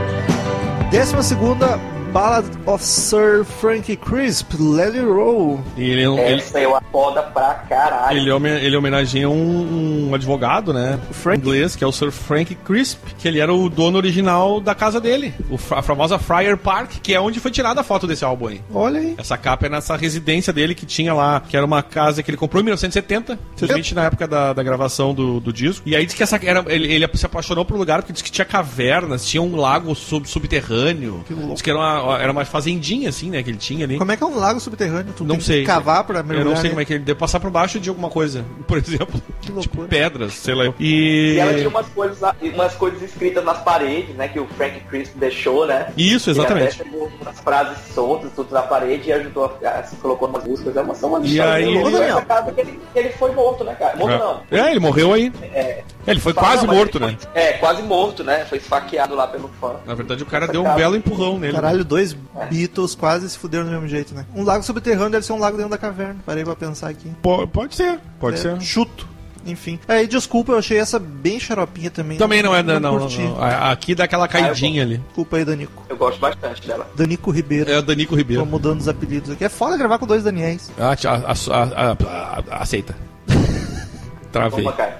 Speaker 2: Décima segunda, Ballad of Sir Frankie Crisp, Let It Roll.
Speaker 3: E ele, é um, ele,
Speaker 4: Essa eu a foda pra caralho.
Speaker 3: ele, home- ele homenageia um, um advogado, né?
Speaker 2: Frank.
Speaker 3: Inglês, que é o Sir Frank Crisp, que ele era o dono original da casa dele. o fa- a famosa Friar Park, que é onde foi tirada a foto desse álbum aí.
Speaker 2: Olha aí.
Speaker 3: Essa capa é nessa residência dele que tinha lá, que era uma casa que ele comprou em 1970, simplesmente na época da, da gravação do, do disco. E aí diz que essa era, ele, ele se apaixonou pelo lugar porque diz que tinha cavernas, tinha um lago sub- subterrâneo.
Speaker 2: Que louco.
Speaker 3: diz que era uma, era uma fazendinha assim, né, que ele tinha ali.
Speaker 2: Como é que é um lago subterrâneo? Tu
Speaker 3: Não
Speaker 2: tem
Speaker 3: sei.
Speaker 2: Que cavar pra
Speaker 3: Eu
Speaker 2: mergulhar.
Speaker 3: não sei como
Speaker 2: né?
Speaker 3: é que ele deu passar por baixo de alguma coisa, por exemplo, tipo
Speaker 2: Que loucura.
Speaker 3: pedras, sei lá. E,
Speaker 4: E ela tinha umas coisas, lá- umas coisas escritas nas paredes, né? Que o Frank Crisp deixou, né?
Speaker 3: isso,
Speaker 4: Ele
Speaker 3: exatamente.
Speaker 4: até pegou umas frases soltas, tudo na parede e ajudou a, a- se colocou umas músicas. É uma são umas
Speaker 3: E
Speaker 4: histórias
Speaker 3: aí
Speaker 4: meio loucas.
Speaker 2: ele-
Speaker 4: Essa casa que ele, que ele foi morto, né, cara? Morto não.
Speaker 3: É, ele morreu aí. É, Ele foi quase
Speaker 4: Não, mas
Speaker 3: morto,
Speaker 4: ele
Speaker 3: né?
Speaker 4: foi- É, quase morto, né? Foi esfaqueado lá pelo fã.
Speaker 3: Na verdade, o cara deu um belo empurrão nele.
Speaker 2: Caralho, dois Beatles quase se fuderam do mesmo jeito, né? Um lago subterrâneo deve ser um lago dentro da caverna. Parei pra pensar aqui.
Speaker 3: Po- pode ser, pode
Speaker 2: É,
Speaker 3: ser.
Speaker 2: Chuto. Enfim. Aí, desculpa, eu achei essa bem xaropinha também.
Speaker 3: Também não é, não, não,
Speaker 2: curti.
Speaker 3: não. A- Aqui dá aquela caidinha ali.
Speaker 2: Desculpa aí, Danico.
Speaker 4: Eu gosto bastante dela.
Speaker 2: Danico Ribeiro.
Speaker 3: É o Danico
Speaker 2: Tô
Speaker 3: Ribeiro.
Speaker 2: mudando os apelidos aqui. É foda gravar com dois Daniels.
Speaker 3: Ah, tchau, a- a- a- a- aceita. Travei.
Speaker 4: Toma, cara.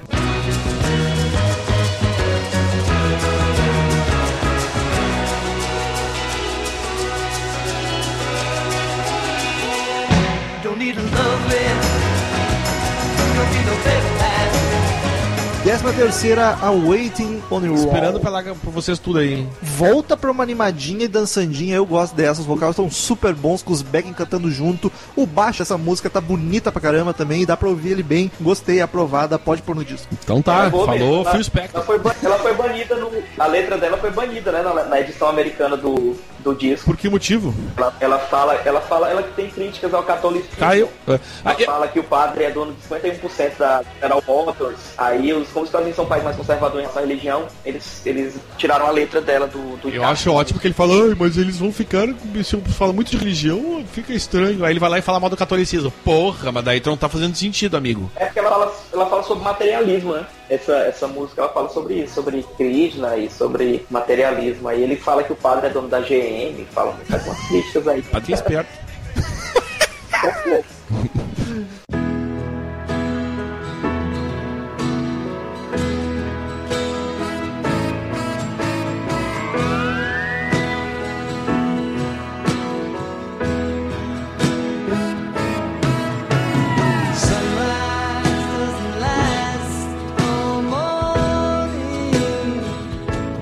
Speaker 1: Don't need a loving. Don't need no better half.
Speaker 2: Décima terceira, Awaiting on Roll.
Speaker 3: Esperando pra, lá- pra vocês tudo aí. hein?
Speaker 2: Volta pra uma animadinha e dançandinha. Eu gosto dessa. Os vocais estão super bons, com os backing cantando junto. O baixo dessa música tá bonita pra caramba também. Dá pra ouvir ele bem. Gostei, aprovada. Pode pôr no disco.
Speaker 3: Então tá,
Speaker 4: Ela é boa mesmo.
Speaker 3: falou
Speaker 4: Ela-
Speaker 3: Phil Spector.
Speaker 4: Ela foi, ban- ela foi banida no. A letra dela foi banida, né? Na, na edição americana do, do disco.
Speaker 3: Por que motivo?
Speaker 4: Ela, ela fala, ela fala, ela que tem críticas ao catolicismo.
Speaker 3: Caiu. Ah,
Speaker 4: Ela
Speaker 3: eu-
Speaker 4: fala que o padre é dono de 51% da General Motors. Aí, os, como os Estados Unidos são um país mais conservador em relação à religião, eles, eles tiraram a letra dela do, do
Speaker 3: Eu acho ótimo que ele fala, "Ai, mas eles vão ficar. Se eu falo muito de religião, fica estranho. Aí ele vai lá e fala mal do catolicismo. Porra, mas daí tu não tá fazendo sentido, amigo.
Speaker 4: É porque ela fala, ela fala sobre materialismo, né? Essa, essa música ela fala sobre isso, sobre Krishna e sobre materialismo. Aí ele fala que o padre é dono da GM, fala faz umas críticas aí.
Speaker 3: Patrinho é esperto.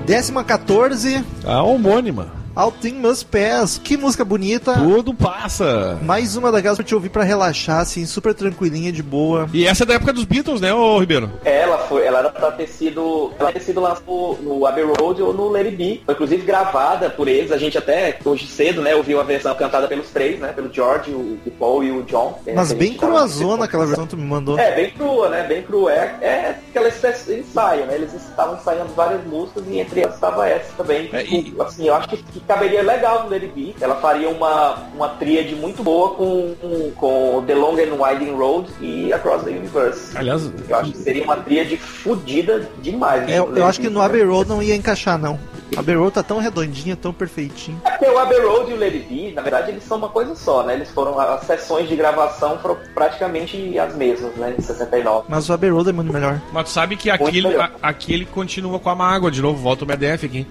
Speaker 2: Décima 14,
Speaker 3: A Ah, homônima.
Speaker 2: All Things Must Pass. Que música bonita.
Speaker 3: Tudo passa.
Speaker 2: Mais uma daquelas pra te ouvir pra relaxar, assim, super tranquilinha, de boa.
Speaker 3: E essa é da época dos Beatles, né, ô Ribeiro?
Speaker 4: É, Ela foi, ela era pra ter sido, ela ter sido lá no, no Abbey Road ou no Lady B. Foi inclusive gravada por eles. A gente até hoje cedo, né, ouviu a versão cantada pelos três, né, pelo George, o, o Paul e o John. É,
Speaker 2: Mas
Speaker 4: que a
Speaker 2: bem
Speaker 4: gente tava-
Speaker 2: cruazona aquela versão que tu me mandou.
Speaker 4: É, bem crua, né? Bem crua. É, é aquela espécie de ensaio, né? Eles estavam ensaiando várias músicas e entre elas estava essa também.
Speaker 3: É, e-
Speaker 4: Assim, eu acho que, que caberia legal no Lady B. Ela faria uma, uma tríade muito boa com, com The Long and Winding Road e Across the Universe.
Speaker 3: Aliás,
Speaker 4: Eu acho que seria uma tríade fodida demais. né?
Speaker 2: É, eu acho que no Abbey Road não ia encaixar, não. Abbey Road tá tão redondinha, tão perfeitinho.
Speaker 4: É porque o Abbey Road e o Lady B, na verdade, eles são uma coisa só, né? Eles foram... As sessões de gravação foram praticamente as mesmas, né? Em 69.
Speaker 2: Mas o Abbey Road é muito melhor.
Speaker 3: mas tu sabe que aquele,
Speaker 4: melhor.
Speaker 3: a, aquele continua com a mágoa de novo, volta o MDF aqui.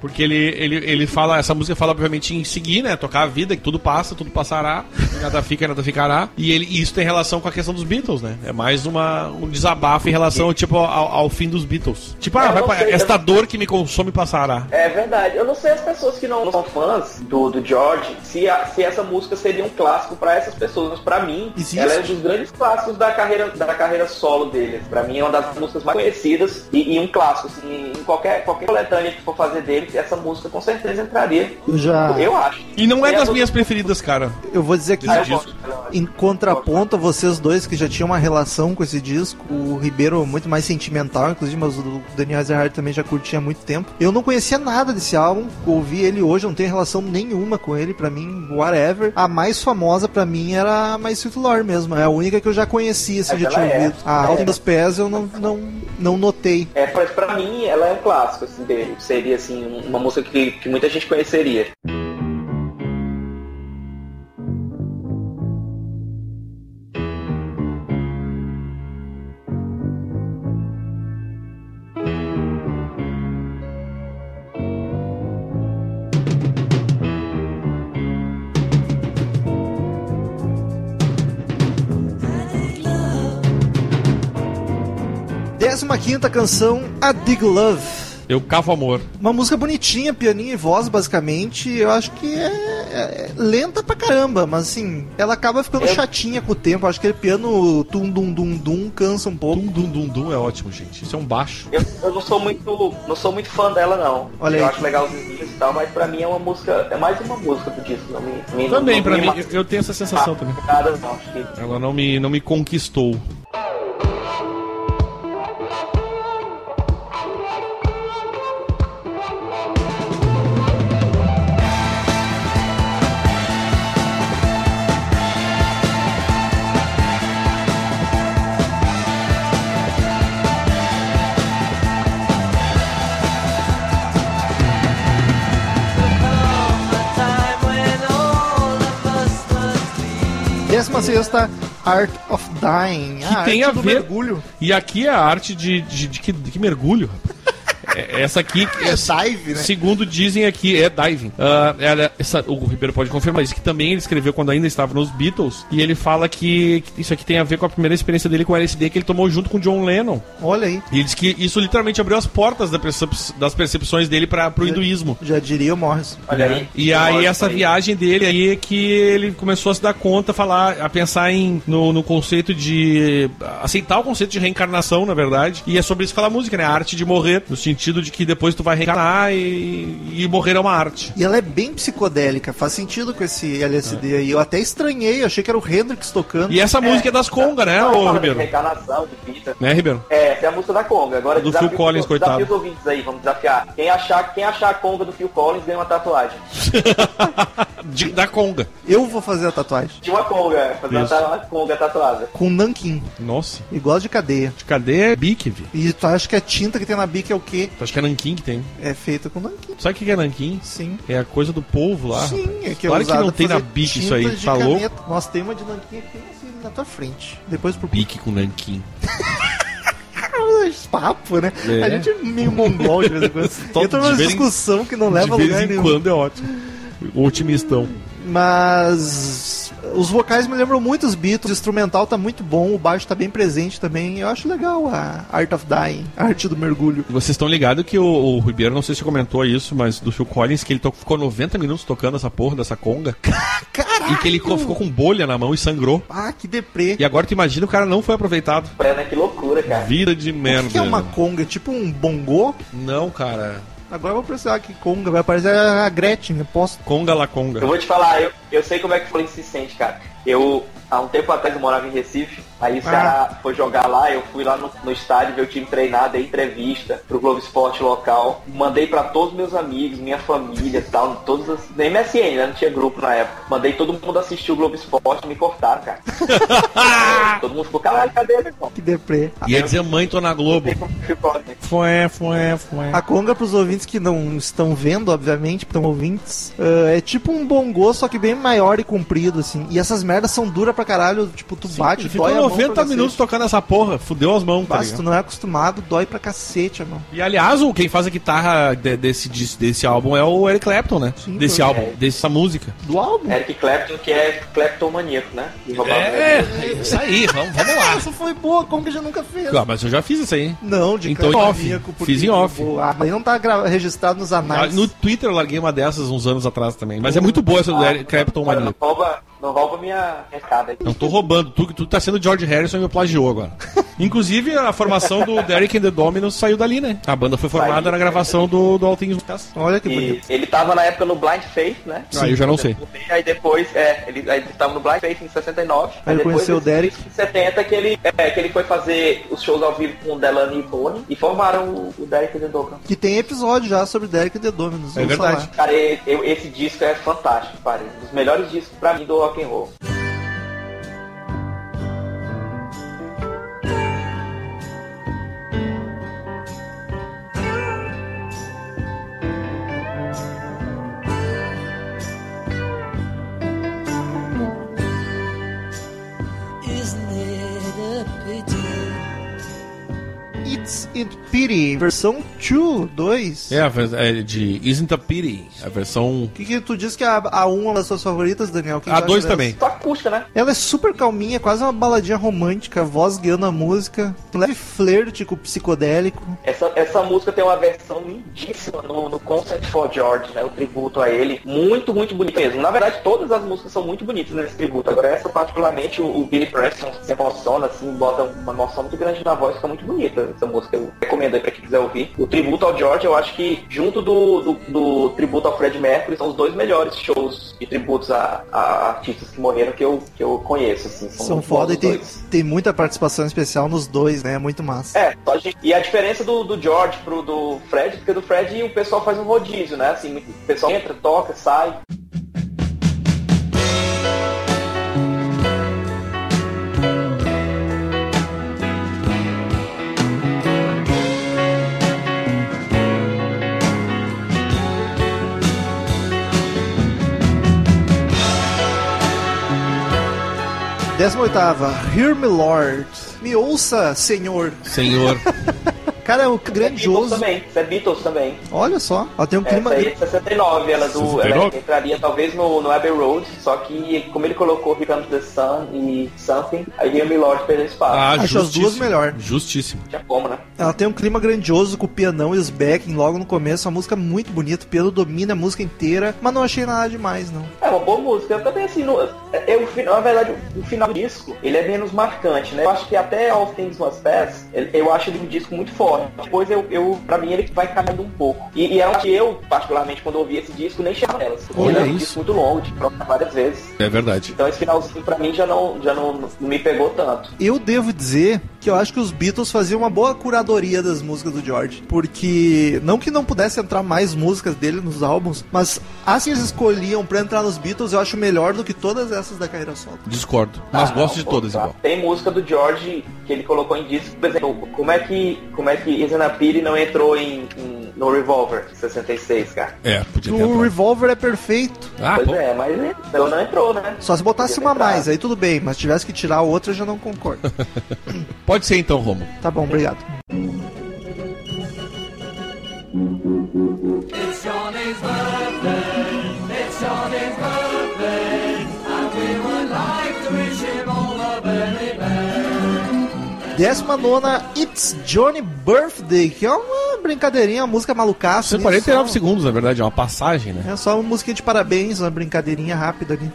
Speaker 3: Porque ele, ele, ele fala, essa música fala obviamente em seguir, né? Tocar a vida, que tudo passa, tudo passará, nada fica, nada ficará. E ele, e isso tem relação com a questão dos Beatles, né? É mais uma, um desabafo em relação, tipo, ao, ao fim dos Beatles. Tipo, ah,
Speaker 4: Eu
Speaker 3: vai
Speaker 4: não
Speaker 3: pra-
Speaker 4: sei, eu
Speaker 3: esta dor que me consome passará.
Speaker 4: É verdade. Eu não sei as pessoas que não são fãs do, do George se, a- se essa música seria um clássico pra essas pessoas, mas pra mim,
Speaker 2: Existe?
Speaker 4: ela é um dos grandes clássicos da carreira, da carreira solo dele. Pra mim é uma das músicas mais conhecidas e, e um clássico. Assim, em qualquer, qualquer coletânea que for fazer dele, essa música com certeza entraria.
Speaker 2: Eu já.
Speaker 4: Eu acho.
Speaker 3: E não é
Speaker 4: a
Speaker 3: das
Speaker 4: música-
Speaker 3: minhas preferidas, cara.
Speaker 2: Eu vou dizer que.
Speaker 4: Ah, eu
Speaker 3: disco.
Speaker 4: gosto dela.
Speaker 2: Em contraponto a vocês dois que já tinham uma relação com esse disco, o Ribeiro muito mais sentimental, inclusive, mas o Daniel Ezerhard também já curtia há muito tempo. Eu não conhecia nada desse álbum, ouvi ele hoje, não tenho relação nenhuma com ele, pra mim, whatever. A mais famosa pra mim era a My Sweet Lord mesmo, é a única que eu já conhecia, se eu
Speaker 4: Mas
Speaker 2: já tinha
Speaker 4: ela é.
Speaker 2: ouvido. A
Speaker 4: É.
Speaker 2: Alta dos Pés eu não, não, não notei.
Speaker 4: É, pra, pra mim, ela é um clássico, assim, dele. Seria, assim, um- uma música que, que muita gente conheceria.
Speaker 2: Décima quinta canção, A Dig Love.
Speaker 3: Eu cavo amor.
Speaker 2: Uma música bonitinha, pianinho e voz, basicamente. Eu acho que é, é- é lenta pra caramba, mas assim, ela acaba ficando
Speaker 3: É.
Speaker 4: Eu-
Speaker 2: chatinha com o tempo. Eu acho que aquele piano tum-dum-dum-dum cansa um pouco.
Speaker 3: Dum dum dum dum é ótimo, gente. Isso é um baixo.
Speaker 4: Eu, eu não sou muito não sou muito fã dela não.
Speaker 2: Olha
Speaker 4: eu
Speaker 2: aí.
Speaker 4: acho legal os vídeos e tal, mas pra mim é uma música, é mais uma música do disco, não me, me
Speaker 3: Também,
Speaker 4: não, Ah.
Speaker 3: pra
Speaker 4: me
Speaker 3: mim,
Speaker 4: mata
Speaker 3: eu, eu tenho essa sensação também.
Speaker 4: nada, não, acho que
Speaker 3: Ela não me, não me conquistou.
Speaker 2: Décima sexta, Art of Dying. Ah,
Speaker 3: Que tem
Speaker 2: arte
Speaker 3: a
Speaker 2: do
Speaker 3: ver-
Speaker 2: mergulho.
Speaker 3: E aqui é a arte de, de, de que, de que mergulho. rapaz. É- essa aqui,
Speaker 2: É
Speaker 3: essa-
Speaker 2: dive, né?
Speaker 3: segundo dizem aqui, é diving. Ah, ela- essa- o Ribeiro pode confirmar isso, que também ele escreveu quando ainda estava nos Beatles. E ele fala que, que isso aqui tem a ver com a primeira experiência dele com o LSD que ele tomou junto com o John Lennon.
Speaker 2: Olha aí.
Speaker 3: E ele diz que isso literalmente abriu as portas da percep- das percepções dele para o hinduísmo.
Speaker 2: Já diria o Morris.
Speaker 4: olha aí.
Speaker 3: É. E aí
Speaker 4: Olha
Speaker 3: essa viagem dele aí é que ele começou a se dar conta, a falar, a pensar em no, no conceito de aceitar o conceito de reencarnação, na verdade. E é sobre isso que fala a música, né? A arte de morrer, no sentido de que depois tu vai reencarnar e, e morrer é uma arte.
Speaker 2: E ela é bem psicodélica, faz sentido com esse
Speaker 3: Ah.
Speaker 2: LSD aí. Eu até estranhei, eu achei que era o Hendrix tocando.
Speaker 3: E essa música é das congas, né,
Speaker 4: Não,
Speaker 3: ô
Speaker 4: fala de
Speaker 3: Ribeiro?
Speaker 4: Reencarnação, de vida.
Speaker 3: Né, Ribeiro?
Speaker 4: É, essa é a música da Conga. Agora
Speaker 3: Do
Speaker 4: desafio-
Speaker 3: Phil Collins,
Speaker 4: desafio
Speaker 3: coitado.
Speaker 4: os ouvintes aí, vamos desafiar. Quem achar, quem achar a Conga do Phil Collins ganha uma tatuagem.
Speaker 3: De- da conga.
Speaker 2: Eu vou fazer a tatuagem.
Speaker 4: De uma Conga, fazer uma,
Speaker 3: Isso.
Speaker 4: ta- uma Conga tatuada.
Speaker 2: Com Nankin,
Speaker 3: Nossa.
Speaker 2: igual de cadeia.
Speaker 3: De cadeia é bique, vi.
Speaker 2: E tu acha que a tinta que tem na bica é o quê?
Speaker 3: Tu acha que é nanquim que tem?
Speaker 2: É feita com Nankin,
Speaker 3: Sabe o que que é nanquim?
Speaker 2: sim.
Speaker 3: É a coisa do povo lá.
Speaker 2: Sim, é que
Speaker 3: Claro
Speaker 2: é
Speaker 3: que não
Speaker 2: usado
Speaker 3: tem
Speaker 2: pra
Speaker 3: na
Speaker 2: fazer
Speaker 3: bique isso aí,
Speaker 2: tintas de
Speaker 3: tá louco?
Speaker 2: caneta. Nós temos uma de nanquim aqui assim, na tua frente. Depois pro
Speaker 3: Bique com nanquim.
Speaker 2: Esse papo, né?
Speaker 3: É.
Speaker 2: A gente é meio mongol de vez em quando.
Speaker 3: Todo-
Speaker 2: Entra
Speaker 3: de
Speaker 2: numa
Speaker 3: vez em-
Speaker 2: discussão que não leva a
Speaker 3: de vez
Speaker 2: lugar
Speaker 3: em
Speaker 2: nenhum.
Speaker 3: quando é ótimo. Otimistão.
Speaker 2: Mas os vocais me lembram muito os Beatles, o instrumental tá muito bom, o baixo tá bem presente também. Eu acho legal a Art of Dying, a arte do mergulho.
Speaker 3: Vocês estão ligados que o, o Ribeiro, não sei se comentou isso, mas do Phil Collins, que ele to- ficou 90 minutos tocando essa porra dessa conga.
Speaker 2: Caraca!
Speaker 3: E que ele co- ficou com bolha na mão e sangrou.
Speaker 2: Ah, que deprê.
Speaker 3: E agora tu imagina o cara não foi aproveitado.
Speaker 4: É, né? Que loucura, cara.
Speaker 3: Vida de merda. né?
Speaker 2: O que é uma conga? Tipo um bongô?
Speaker 3: Não, cara.
Speaker 2: Agora eu vou precisar que conga vai aparecer a Gretchen, eu posso.
Speaker 3: Conga la
Speaker 4: Eu
Speaker 3: conga.
Speaker 4: vou te falar, eu, eu sei como é que o Fluminense se sente, cara. Eu, há um tempo atrás, eu morava em Recife, aí os
Speaker 2: Ah.
Speaker 4: caras foram jogar lá, eu fui lá no, no estádio ver o time treinar, dei entrevista pro Globo Esporte local, mandei pra todos meus amigos, minha família e tal, todos as, nem MSN, né? Não tinha grupo na época. Mandei todo mundo assistir o Globo Esporte, me cortaram, cara. todo mundo ficou, caralho, cadê ele? irmão?"
Speaker 2: Que deprê.
Speaker 3: Ia dizer mãe, tô é na Globo.
Speaker 4: Tem como ficou, né?
Speaker 3: Foi, foi, foi.
Speaker 2: A conga, pros ouvintes que não estão vendo, obviamente, estão ouvintes, ah, é tipo um bongô, só que bem maior e comprido, assim. E essas merdas são duras pra caralho, tipo, tu bate,
Speaker 3: Ele
Speaker 2: dói
Speaker 3: ficou
Speaker 2: a mão pra
Speaker 3: 90
Speaker 2: cacete.
Speaker 3: minutos tocando essa porra. Fudeu as mãos, tá
Speaker 2: Bah, se
Speaker 3: ligado?
Speaker 2: tu não é acostumado, dói pra cacete a mão.
Speaker 3: E aliás, o- quem faz a guitarra de- desse, dis- desse álbum é o Eric Clapton, né?
Speaker 2: Sim,
Speaker 3: desse
Speaker 2: claro.
Speaker 3: álbum, dessa música.
Speaker 2: Do álbum?
Speaker 4: Eric Clapton, que é cleptomaníaco, né? E roubava
Speaker 3: É, isso aí, vamos, vamos lá.
Speaker 2: Essa foi boa, como que já nunca fez?
Speaker 3: Ah, mas eu já fiz isso aí.
Speaker 2: Não, de
Speaker 3: Então, em
Speaker 2: cara
Speaker 3: off.
Speaker 2: maníaco, porque
Speaker 3: Fiz em off.
Speaker 2: Ah, mas não tá gra- registrado nos
Speaker 3: Ah,
Speaker 2: anais.
Speaker 3: No Twitter eu larguei uma dessas uns anos atrás também. Mas é muito boa essa do Eric Clapton
Speaker 4: Olha, Não
Speaker 3: Mania.
Speaker 4: rouba, não rouba minha escada aqui.
Speaker 3: Não tô roubando, tu, tu tá sendo George Harrison e me plagiou agora. Inclusive, a formação do Derek and the Dominos saiu dali, né? A banda foi formada
Speaker 4: Saiu.
Speaker 3: na gravação do, do All Things
Speaker 2: Olha que
Speaker 4: E
Speaker 2: bonito.
Speaker 4: ele tava na época no Blind Faith, né?
Speaker 3: Sim, eu já não sei.
Speaker 4: Aí depois, é, ele, aí ele tava no Blind Faith em 69.
Speaker 2: Aí ele
Speaker 4: depois,
Speaker 2: conheceu o
Speaker 4: esse
Speaker 2: Derek.
Speaker 4: disco Em 70 que ele, é, que ele foi fazer os shows ao vivo com o Delano e Boni e formaram o, o Derek The Dokan.
Speaker 2: Que tem episódio já sobre Derek The Dominus.
Speaker 3: É
Speaker 2: vamos
Speaker 3: verdade.
Speaker 2: falar.
Speaker 4: Cara, e- eu- esse disco é fantástico, cara. Um dos melhores discos pra mim do rock and roll.
Speaker 1: Isn't it a pity?
Speaker 2: It's It Pity, versão 2, 2.
Speaker 3: É, a vers- é de Isn't a Pity, a versão...
Speaker 2: O que, que tu diz que a, a 1 é uma das suas favoritas, Daniel? O que que
Speaker 3: A
Speaker 2: tu
Speaker 3: 2
Speaker 2: acha dessa?
Speaker 3: também.
Speaker 4: Só acústica, né?
Speaker 2: Ela é super calminha, quase uma baladinha romântica, a voz guiando a música, um leve flerte com o psicodélico.
Speaker 4: Essa, essa música tem uma versão lindíssima no, no Concert for George, né? O tributo a ele. Muito, muito bonito mesmo. Na verdade, todas as músicas são muito bonitas nesse tributo. Agora, essa particularmente, o, o Billy Preston se emociona, assim, bota uma emoção muito grande na voz, fica muito bonita essa música. Eu recomendo aí pra quem quiser ouvir. O tributo ao George, eu acho que, junto do, do, do tributo ao Fred Mercury, são os dois melhores shows de tributos a, a artistas que morreram que eu, que eu conheço, assim.
Speaker 2: São
Speaker 4: muito bons
Speaker 2: foda e
Speaker 4: os
Speaker 2: tem,
Speaker 4: dois.
Speaker 2: tem muita participação especial nos dois, né? É muito massa.
Speaker 4: É, só a gente- e a diferença do, do George pro do Fred, porque do Fred o pessoal faz um rodízio, né? Assim, o pessoal entra, toca, sai. É
Speaker 2: Décima oitava, Hear Me Lord. Me ouça, senhor.
Speaker 3: Senhor.
Speaker 2: Cara, é um
Speaker 4: Beatles
Speaker 2: grandioso.
Speaker 4: também, isso é Beatles também.
Speaker 2: Olha só, ela tem um clima.
Speaker 4: Essa aí é de 69, ela, do, ela
Speaker 3: 69?
Speaker 4: entraria talvez no, no Abbey Road, só que como ele colocou Return to the Sun e Something, aí Jimmy Lord perdeu espaço.
Speaker 3: Ah,
Speaker 2: Acho as duas
Speaker 3: justíssimo.
Speaker 2: melhor.
Speaker 3: Justíssimo.
Speaker 4: Não Tinha como, né?
Speaker 2: Ela tem um clima grandioso com o pianão e os backing logo no começo. A música é muito bonita, o piano domina a música inteira, mas não achei nada demais, não.
Speaker 4: É uma boa música. Eu também assim, no, eu, na verdade, o final do disco, ele é menos marcante, né? Eu acho que até All Things Must Pass, ele- eu acho ele um disco muito forte. Depois eu, eu pra mim, ele vai caminhando um pouco. E, e é o que eu, particularmente, quando eu ouvi esse disco, nem chegava nelas. Porque
Speaker 3: Olha
Speaker 4: ele é um
Speaker 3: isso.
Speaker 4: disco muito longo, de tocar várias vezes.
Speaker 3: É verdade.
Speaker 4: Então esse finalzinho pra mim já não, já não, não me pegou tanto.
Speaker 2: Eu devo dizer que eu acho que os Beatles faziam uma boa curadoria das músicas do George, porque não que não pudesse entrar mais músicas dele nos álbuns, mas as que eles escolhiam pra entrar nos Beatles eu acho melhor do que todas essas da carreira solo.
Speaker 3: Discordo. Mas
Speaker 4: Ah,
Speaker 3: gosto de
Speaker 4: pô,
Speaker 3: todas
Speaker 4: tá.
Speaker 3: igual.
Speaker 4: Tem música do George que ele colocou em disco, por exemplo, como é que, como é que Isana Piri não entrou em, em- no Revolver 66, cara?
Speaker 3: É, podia ter
Speaker 2: O
Speaker 3: entrado.
Speaker 2: Revolver é perfeito.
Speaker 3: Ah,
Speaker 4: pois
Speaker 3: pô.
Speaker 4: é, mas ela não entrou, né?
Speaker 2: Só se botasse
Speaker 4: Podia
Speaker 2: uma
Speaker 4: ter entrado.
Speaker 2: mais, aí tudo bem, mas tivesse que tirar outra eu já não concordo.
Speaker 3: Pode ser então, Romo.
Speaker 2: Tá bom, obrigado.
Speaker 1: It's Johnny's birthday. It's Johnny's birthday.
Speaker 2: 19 It's Johnny Birthday, que é uma brincadeirinha, uma música malucaça.
Speaker 3: São
Speaker 2: né?
Speaker 3: 49
Speaker 2: Só-
Speaker 3: segundos, na verdade, é uma passagem, né?
Speaker 2: É só uma musiquinha de parabéns, uma brincadeirinha rápida ali.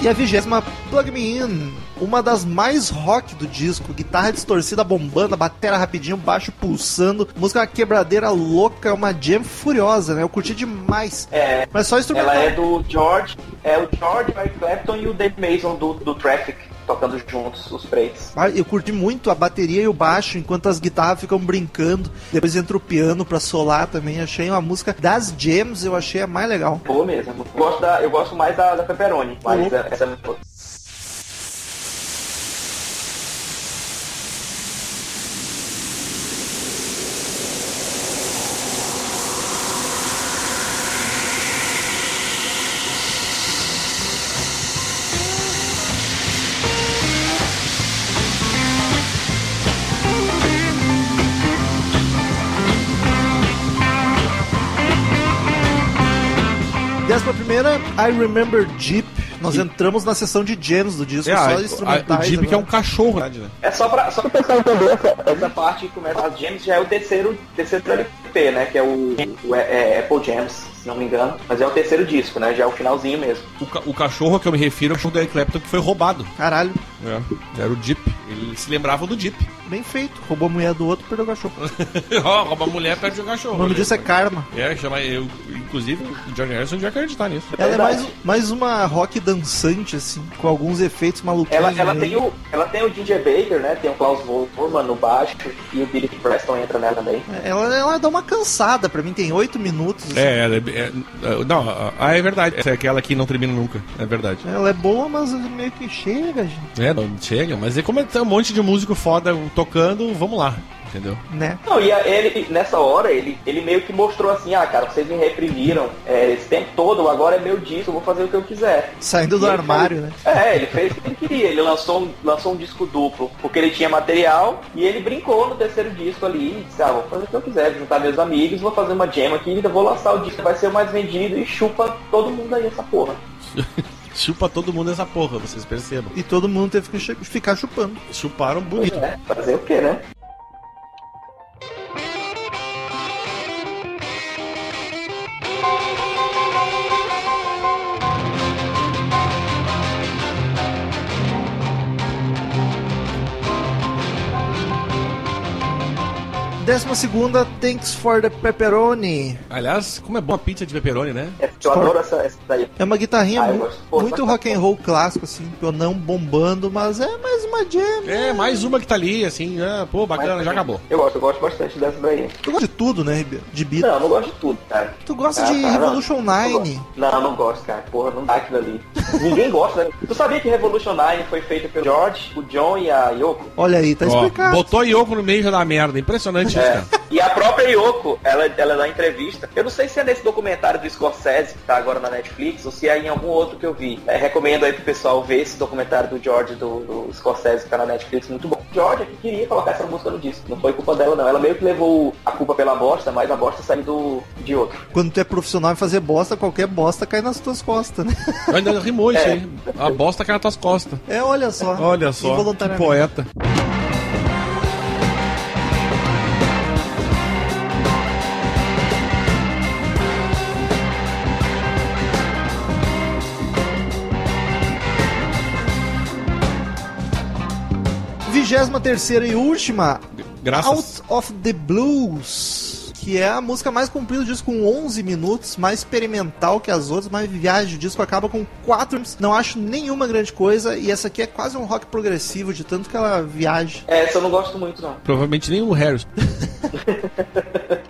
Speaker 2: E a vigésima Plug Me In, uma das mais rock do disco, guitarra distorcida bombando, batera rapidinho, baixo pulsando, música uma quebradeira louca, uma jam furiosa, né? Eu curti demais.
Speaker 4: É,
Speaker 2: Mas só
Speaker 4: ela
Speaker 2: instrumental.
Speaker 4: é do George, é o George, Eric Clapton e o Dave Mason do, do Traffic, tocando juntos, os três.
Speaker 2: Ah, Eu curti muito a bateria e o baixo, enquanto as guitarras ficam brincando. Depois entra o piano pra solar também. Achei uma música das jams, eu achei a mais legal.
Speaker 4: Boa mesmo. Eu gosto, da, eu gosto mais da, da Pepperoni, mas
Speaker 2: Uhum.
Speaker 4: é- essa
Speaker 2: Décima primeira, I Remember Jeep. Nós entramos na sessão de jams do disco,
Speaker 3: É, a-
Speaker 2: só
Speaker 3: a- o
Speaker 2: instrumentais.
Speaker 3: Jeep que é um
Speaker 2: agora.
Speaker 3: cachorro, né?
Speaker 4: É só pra, só pra pessoal
Speaker 2: um
Speaker 4: entender essa, essa parte que começa as James já é o terceiro, terceiro LP, né? Que é o, o é- é Apple James, se não me engano. Mas é o terceiro disco, né? Já é o finalzinho mesmo.
Speaker 3: O, ca- o cachorro que eu me refiro é o cachorro do Eric Clapton que foi roubado.
Speaker 2: Caralho,
Speaker 3: É. Era o Jeep. Ele se lembrava do Jeep.
Speaker 2: bem feito. Roubou a mulher do outro, perdeu o cachorro.
Speaker 3: Ó, rouba a mulher, perde o
Speaker 2: O
Speaker 3: cachorro. né?
Speaker 2: nome disso é Karma.
Speaker 3: É, chama eu. Inclusive, o Johnny Harrison devia acreditar nisso.
Speaker 2: Ela é
Speaker 4: Verdade.
Speaker 2: mais, mais uma rock dançante, assim, com alguns efeitos malucos.
Speaker 4: Ela, ela, tem o, ela tem o Ginger Baker, né? Tem o Klaus Volman no baixo e o Billy Preston entra nela também.
Speaker 2: É, Ela, ela dá uma cansada, pra mim tem oito minutos. assim.
Speaker 3: É, é, é, não, ah, é verdade. Essa é aquela que não termina nunca, é verdade.
Speaker 2: Ela é boa, mas meio que chega, gente,
Speaker 3: É, não chega, mas é como tem um monte de músico foda tocando, vamos lá, entendeu?
Speaker 2: né?
Speaker 4: Não, e a- ele, nessa hora, ele, ele meio que mostrou assim, ah, cara, vocês me reprimiram é, esse tempo todo, agora é meu disco, eu vou fazer o que eu quiser.
Speaker 2: Saindo do
Speaker 4: E ele
Speaker 2: armário, né?
Speaker 4: fez- É, ele fez o que ele queria. Ele lançou um, lançou um disco duplo, porque ele tinha material e ele brincou no terceiro disco ali e disse, ah, vou fazer o que eu quiser, vou juntar meus amigos, vou fazer uma jam aqui, vou lançar o disco, vai ser o mais vendido e chupa todo mundo aí essa porra.
Speaker 3: Chupa todo mundo essa porra, vocês percebam.
Speaker 2: E todo mundo teve que chu- ficar chupando.
Speaker 3: Chuparam
Speaker 4: Pois
Speaker 3: bonito.
Speaker 4: é, fazer o quê, né?
Speaker 2: Décima segunda, Thanks for the Pepperoni.
Speaker 3: Aliás, como é bom a pizza de pepperoni, né?
Speaker 4: É, Eu adoro essa, essa daí.
Speaker 2: É uma guitarrinha
Speaker 4: Ah, eu
Speaker 2: mu-
Speaker 4: gosto. Pô,
Speaker 2: muito
Speaker 4: mas-
Speaker 2: rock and roll clássico, assim, não bombando, mas é mais uma jam.
Speaker 3: É, mais uma que tá ali, assim, ah, pô, bacana, já acabou.
Speaker 4: Eu gosto, eu gosto bastante dessa daí.
Speaker 2: Tu gosta de tudo, né, Ribeiro? De beat.
Speaker 4: Não, eu não gosto de tudo, cara.
Speaker 2: Tu gosta de
Speaker 4: cara,
Speaker 2: Revolution
Speaker 4: não.
Speaker 2: 9.
Speaker 4: Não, não, não gosto, cara. Porra, não dá aquilo ali. Ninguém gosta, né? Tu sabia que Revolution 9 foi feita pelo George, o John e a Yoko?
Speaker 2: Olha aí, tá
Speaker 3: Ó,
Speaker 2: explicado.
Speaker 3: botou Yoko no meio já dá merda, impressionante isso,
Speaker 4: É.
Speaker 3: cara.
Speaker 4: E a própria Yoko, ela, ela na entrevista, eu não sei se é nesse documentário do Scorsese que tá agora na Netflix ou se é em algum outro que eu vi. É, recomendo aí pro pessoal ver esse documentário do George do, do Scorsese que tá na Netflix, muito bom. George é que queria colocar essa música no disco, não foi culpa dela não. Ela meio que levou a culpa pela bosta, mas a bosta saiu do, de outro.
Speaker 2: Quando tu é profissional e fazer bosta, qualquer bosta cai nas tuas costas, né?
Speaker 3: Ainda rimou isso
Speaker 4: É.
Speaker 3: aí. A bosta cai nas tuas costas.
Speaker 2: É, olha só.
Speaker 3: Olha só, que
Speaker 2: Involuntariamente.
Speaker 3: poeta.
Speaker 2: Vigésima terceira e última,
Speaker 3: Graças.
Speaker 2: Out of the Blues, que é a música mais comprida do disco, com 11 minutos, mais experimental que as outras, mais viagem. O disco acaba com 4 Não acho nenhuma grande coisa, e essa aqui é quase um rock progressivo, de
Speaker 4: É,
Speaker 2: tanto que ela viaja.
Speaker 4: Essa eu não gosto muito não.
Speaker 3: Provavelmente nem o Harris.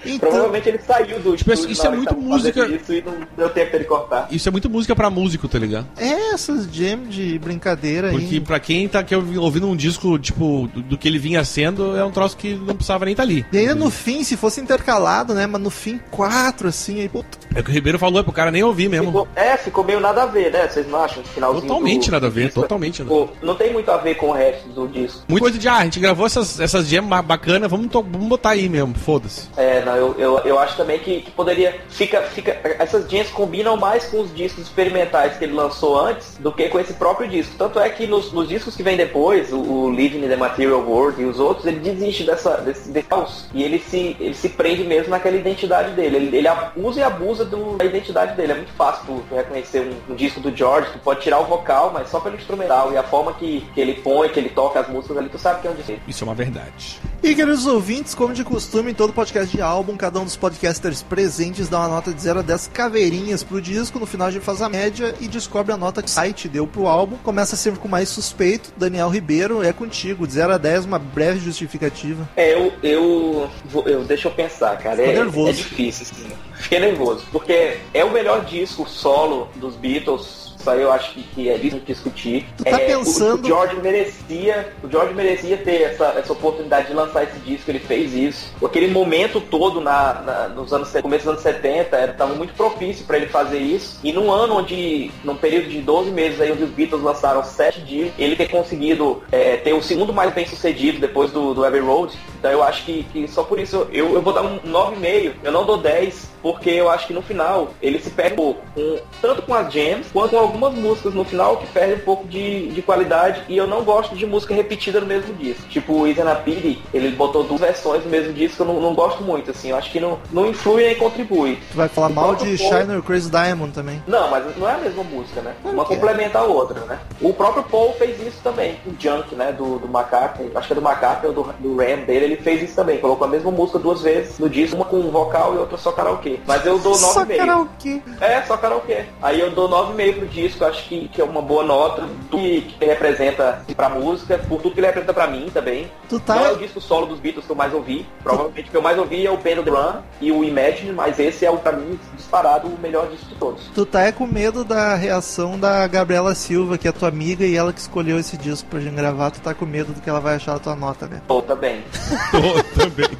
Speaker 2: Então,
Speaker 4: Provavelmente ele saiu do
Speaker 3: Tipo,
Speaker 4: estúdio
Speaker 3: isso
Speaker 4: na
Speaker 3: é
Speaker 4: hora que
Speaker 3: muito
Speaker 4: tava fazendo
Speaker 3: música-
Speaker 4: Isso e não deu tempo dele cortar.
Speaker 3: Isso é muito música pra músico, tá ligado?
Speaker 2: é essas jam de brincadeira
Speaker 3: Porque
Speaker 2: aí.
Speaker 3: pra quem tá aqui ouvindo um disco, tipo, do, do que ele vinha sendo, é um troço que não precisava nem estar tá ali.
Speaker 2: E ainda no fim, se fosse intercalado, né? Mas no fim, quatro, assim, aí, puta,
Speaker 3: É o que o Ribeiro falou, é pro cara nem ouvir mesmo.
Speaker 4: Ficou- é, ficou meio nada a ver, né? Vocês não acham? Finalzinho
Speaker 3: Totalmente
Speaker 4: do-
Speaker 3: nada a ver,
Speaker 4: disco,
Speaker 3: totalmente nada a
Speaker 4: tipo, Não tem muito a ver com o resto do disco.
Speaker 3: Muita coisa de, ah, a gente gravou essas, essas gemas bacanas, vamos, to- vamos botar aí mesmo, foda-se.
Speaker 4: É, não, eu, eu, eu acho também que, que poderia. Fica, fica, essas jeans combinam mais com os discos experimentais que ele lançou antes do que com esse próprio disco. Tanto é que nos, nos discos que vem depois, o, o Living in the Material World e os outros, ele desiste dessa, desse, desse caos. E ele se, ele se prende mesmo naquela identidade dele. Ele, ele usa e abusa do- da identidade dele. É muito fácil tu, tu reconhecer um, um disco do George, tu pode tirar o vocal, mas só pelo instrumental e a forma que, que ele põe, que ele toca as músicas ali, tu sabe que é um disco.
Speaker 3: Isso é uma verdade.
Speaker 2: E queridos ouvintes, como de costume, em todo podcast de álbum, cada um dos podcasters presentes dá uma nota de 0 a 10 caveirinhas pro disco, no final a gente faz a média e descobre a nota que o site deu pro álbum. Começa sempre com o mais suspeito, Daniel Ribeiro, é contigo, de 0 a 10, uma breve justificativa.
Speaker 4: É, eu, eu, vou- eu deixa eu pensar, cara.
Speaker 2: Ficou
Speaker 4: É,
Speaker 2: nervoso.
Speaker 4: é difícil, assim. Fiquei nervoso, porque é o melhor disco solo dos Beatles. Isso aí eu acho que, que é difícil discutir.
Speaker 2: Tu tá
Speaker 4: É, o-
Speaker 2: pensando-
Speaker 4: O, George merecia, o George merecia ter essa, essa oportunidade de lançar esse disco, ele fez isso. Aquele momento todo na, na- nos anos se- começo dos anos 70, era, tava muito propício para ele fazer isso. E num ano onde, num período de 12 meses aí, onde os Beatles lançaram sete dias, ele ter conseguido é, ter o segundo mais bem sucedido depois do, do Abbey Road. Então eu acho que, que só por isso eu, eu vou dar um 9,5. Eu não dou 10, porque eu acho que no final ele se perde um pouco. com- tanto com as jams, quanto com algumas músicas no final que perdem um pouco de, de qualidade. E eu não gosto de música repetida no mesmo disco. Tipo o Isana Piri, ele botou duas versões no mesmo disco, eu não, não gosto muito, assim. Eu acho que não, não influi nem contribui.
Speaker 2: Tu vai falar mal de
Speaker 4: Qual que foi?
Speaker 2: Shiner Crazy Diamond também.
Speaker 4: Não, mas não é a mesma música, né?
Speaker 2: Claro
Speaker 4: Uma
Speaker 2: que é.
Speaker 4: complementa a outra, né? O próprio Paul fez isso também. O Junk, né? Do, do McCartney. Acho que é do McCartney ou do, do Ram dele. Ele fez isso também. Colocou a mesma música duas vezes no disco. Uma com um vocal e outra só karaokê. Mas eu dou
Speaker 2: Só
Speaker 4: 9,5.
Speaker 2: karaokê.
Speaker 4: É, só karaokê. Aí eu dou 9,5 pro disco. Acho que, que é uma boa nota. Tudo que, que ele representa pra música. Por tudo que ele representa pra mim também.
Speaker 2: Tu tá-
Speaker 4: Não é o disco solo dos Beatles que eu mais ouvi. Provavelmente o que eu mais ouvi é o Band on the Run e o Imagine. Mas esse é, o, pra mim, disparado o melhor disco de todos.
Speaker 2: Tu tá é com medo da reação da Gabriela Silva, que é tua amiga e ela que escolheu esse disco pra gente gravar, tu tá com medo do que ela vai achar da tua nota, né?
Speaker 4: Pô, também.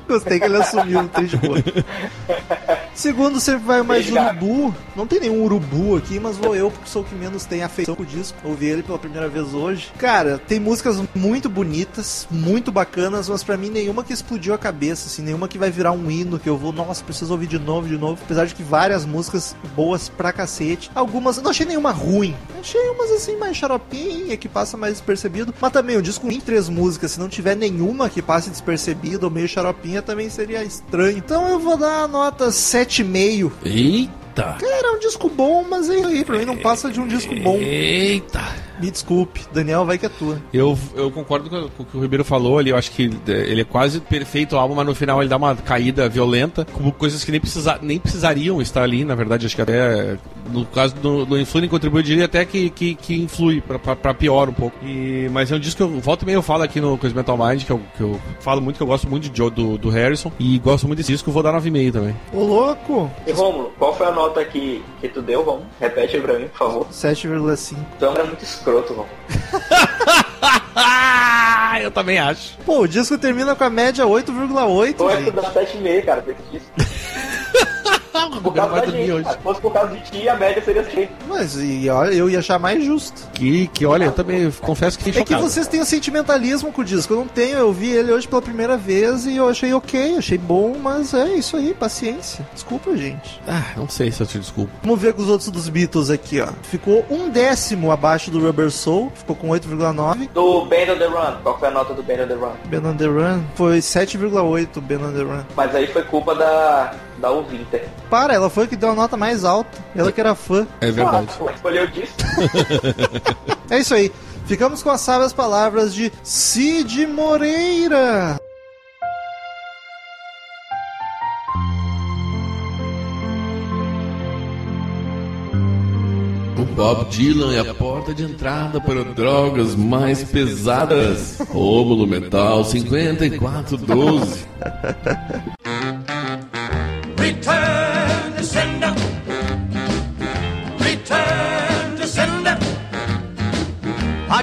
Speaker 2: Gostei que ele assumiu, não tem de boa. Segundo, sempre vai mais um
Speaker 4: Obrigado.
Speaker 2: urubu. Não tem nenhum urubu aqui, mas vou eu, porque sou o que menos tem afeição com o disco. Ouvi ele pela primeira vez hoje. Cara, tem músicas muito bonitas, muito bacanas, mas pra mim nenhuma que explodiu a cabeça, assim, nenhuma que vai virar um hino, que eu vou, nossa, preciso ouvir de novo, de novo. Apesar de que várias músicas boas pra cacete. Algumas, eu não achei nenhuma ruim. Achei umas assim, mais xaropinha, que passa mais despercebido. Mas também, o disco tem três músicas. Se não tiver nenhuma que passe despercebido ou meio xaropinha, também seria estranho. Então eu vou dar a nota 7,5.
Speaker 6: Eita!
Speaker 2: Era um disco bom, mas aí, aí pra mim não passa de um disco bom.
Speaker 6: Eita!
Speaker 2: Me desculpe, Daniel, vai que é tua.
Speaker 3: Eu, eu concordo com, com o que o Ribeiro falou ali, eu acho que eh, ele é quase perfeito o álbum, mas no final ele dá uma caída violenta, com coisas que nem, precisa, nem precisariam estar ali, na verdade, acho que até eh, no caso do, do Influi nem contribui, eu diria até que, que, que influi pra- pra pra pior um pouco. E, mas é um disco que eu volto e meio eu falo aqui no Coisa Metal Mind, que eu, que eu falo muito, que eu gosto muito de Joe, do, do Harrison, e gosto muito desse disco, eu vou dar 9,5 também.
Speaker 2: Ô louco!
Speaker 4: E Rômulo, qual foi a nota que, que tu deu, Rômulo? Repete aí pra mim, por favor.
Speaker 2: 7,5.
Speaker 4: Tu é um cara muito escroto, Rômulo.
Speaker 3: Ah, eu também acho.
Speaker 2: Pô, o disco termina com a média 8,8.
Speaker 4: Tu vai
Speaker 2: gente.
Speaker 4: estudar 7,5, cara, desse disco.
Speaker 3: é
Speaker 4: Por causa da gente, cara. Se fosse por causa de ti, a média seria assim.
Speaker 2: Mas e olha, eu ia achar mais justo.
Speaker 3: Que, que olha, eu também confesso que fiquei
Speaker 2: É que
Speaker 3: chocado.
Speaker 2: vocês têm um sentimentalismo com o disco. Eu não tenho, eu vi ele hoje pela primeira vez e eu achei ok, achei bom, mas é isso aí, paciência. Desculpa, gente.
Speaker 3: Ah, não sei se eu te desculpo.
Speaker 2: Vamos ver com os outros dos Beatles aqui, ó. Ficou um décimo abaixo do Rubber Soul, ficou com 8,9.
Speaker 4: Do Band on the Run, qual foi a nota do Band on the Run?
Speaker 2: Ben on the Run foi 7,8, Ben on the Run.
Speaker 4: Mas aí foi culpa da, da ouvinte.
Speaker 2: Para, ela foi a que deu a nota mais alta. Ela que era fã.
Speaker 3: É verdade.
Speaker 4: Ah, pô, escolheu o disco.
Speaker 2: É isso aí. Ficamos com as sábias palavras de Cid Moreira.
Speaker 6: O Bob Dylan é a porta de entrada para drogas mais pesadas. Rômulo Metal 5412.
Speaker 1: I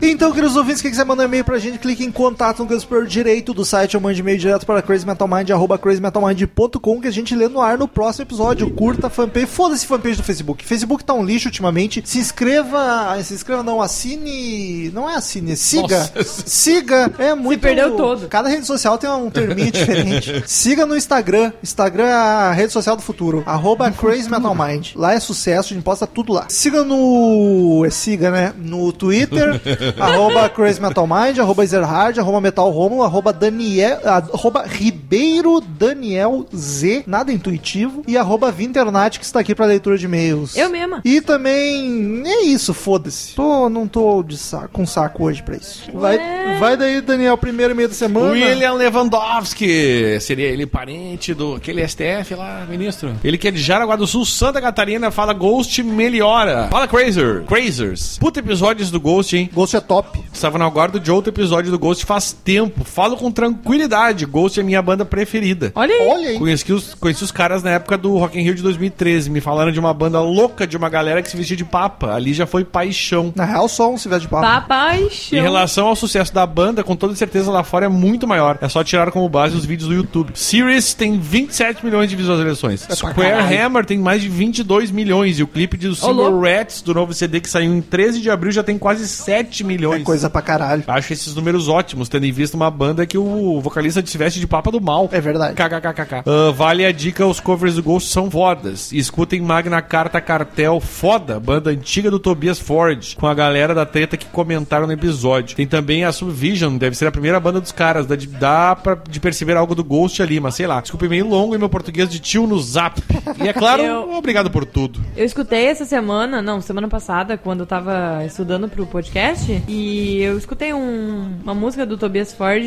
Speaker 2: Então, queridos ouvintes, quem quiser mandar um e-mail pra gente, clique em contato no canto superior direito do site ou mande e-mail direto para crazymetalmind, arroba crazymetalmind.com, que a gente lê no ar no próximo episódio. Curta a fanpage, foda-se a fanpage do Facebook. Facebook tá um lixo ultimamente. Se inscreva, se inscreva não, assine, não é assine, siga. Siga, é muito...
Speaker 7: perdeu todo.
Speaker 2: Cada rede social tem um terminho diferente. Siga no Instagram, Instagram é a rede social do futuro, arroba crazymetalmind. Lá é sucesso, a gente posta tudo lá. Siga no... é siga, né? No Twitter... arroba Crazy Metal Mind, arroba Zerhard, arroba Metal Romulo, arroba Daniel, arroba Ribeiro Daniel Z, nada intuitivo, e arroba Vinternat, que está aqui para leitura de e-mails.
Speaker 7: Eu mesma.
Speaker 2: E também, é isso, foda-se. Tô, não tô de saco, com saco hoje pra isso.
Speaker 7: É.
Speaker 2: Vai, vai daí, Daniel, primeiro e-mail da semana.
Speaker 3: William Lewandowski, seria ele parente do aquele STF lá, ministro. Ele que é de Jaraguá do Sul, Santa Catarina, fala Ghost Meliora. Fala Crazer, Crazers. Puta episódios do Ghost, hein?
Speaker 2: Ghost é top.
Speaker 3: Estava na guarda de outro episódio do Ghost faz tempo. Falo com tranquilidade, Ghost é minha banda preferida.
Speaker 7: Olha aí.
Speaker 2: Olha aí.
Speaker 3: Conheci os, conheci os caras na época do Rock in Rio de 2013. Me falaram de uma banda louca, de uma galera que se vestia de papa. Ali já foi paixão.
Speaker 2: Na real, só um se veste de papo.
Speaker 3: Em
Speaker 7: Papaixão.
Speaker 3: relação ao sucesso da banda, com toda certeza lá fora é muito maior. É só tirar como base os vídeos do YouTube. Series tem 27 milhões de visualizações. Square Hammer tem mais de 22 milhões. E o clipe do
Speaker 7: louco.
Speaker 3: Single Rats, do novo CD que saiu em 13 de abril, já tem quase 7 milhões.
Speaker 2: É coisa pra caralho.
Speaker 3: Acho esses números ótimos, tendo em vista uma banda que o vocalista se veste de papa do mal.
Speaker 2: É verdade.
Speaker 3: KKKKK. Ah, vale a dica, os covers do Ghost são fodas. Escutem Magna Carta Cartel, foda, banda antiga do Tobias Ford, com a galera da treta que comentaram no episódio. Tem também a Subvision, deve ser a primeira banda dos caras, dá de, dá pra, de perceber algo do Ghost ali, mas sei lá. Desculpe meio longo e meu português de tio no zap. E é claro,
Speaker 7: Eu-
Speaker 3: obrigado por tudo.
Speaker 7: Eu escutei essa semana, não, semana passada, quando eu tava estudando pro podcast, e eu escutei um- uma música do Tobias Ford,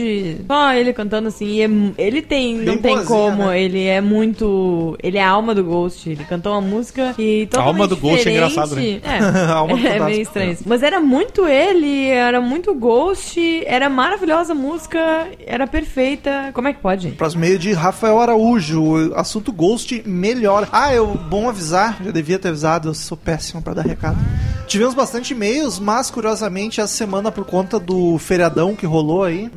Speaker 7: só ele cantando assim, e é mu- ele tem,
Speaker 2: Bem
Speaker 7: não tem
Speaker 2: boazinha,
Speaker 7: como,
Speaker 2: né?
Speaker 7: ele é muito, ele é a alma do Ghost, ele cantou uma música e totalmente
Speaker 3: alma do Ghost é
Speaker 7: diferente.
Speaker 3: engraçado, né?
Speaker 7: É,
Speaker 2: A alma do
Speaker 7: é meio
Speaker 2: Fantástico.
Speaker 7: estranho isso. Mas era muito ele, era muito Ghost, era maravilhosa a música, era perfeita, como é que pode?
Speaker 2: Próximo meio de Rafael Araújo. o Assunto Ghost melhora. Ah, eu bom avisar, já devia ter avisado, eu sou péssimo pra dar recado. Tivemos bastante e-mails, mas curiosamente essa semana por conta do feriadão que rolou aí,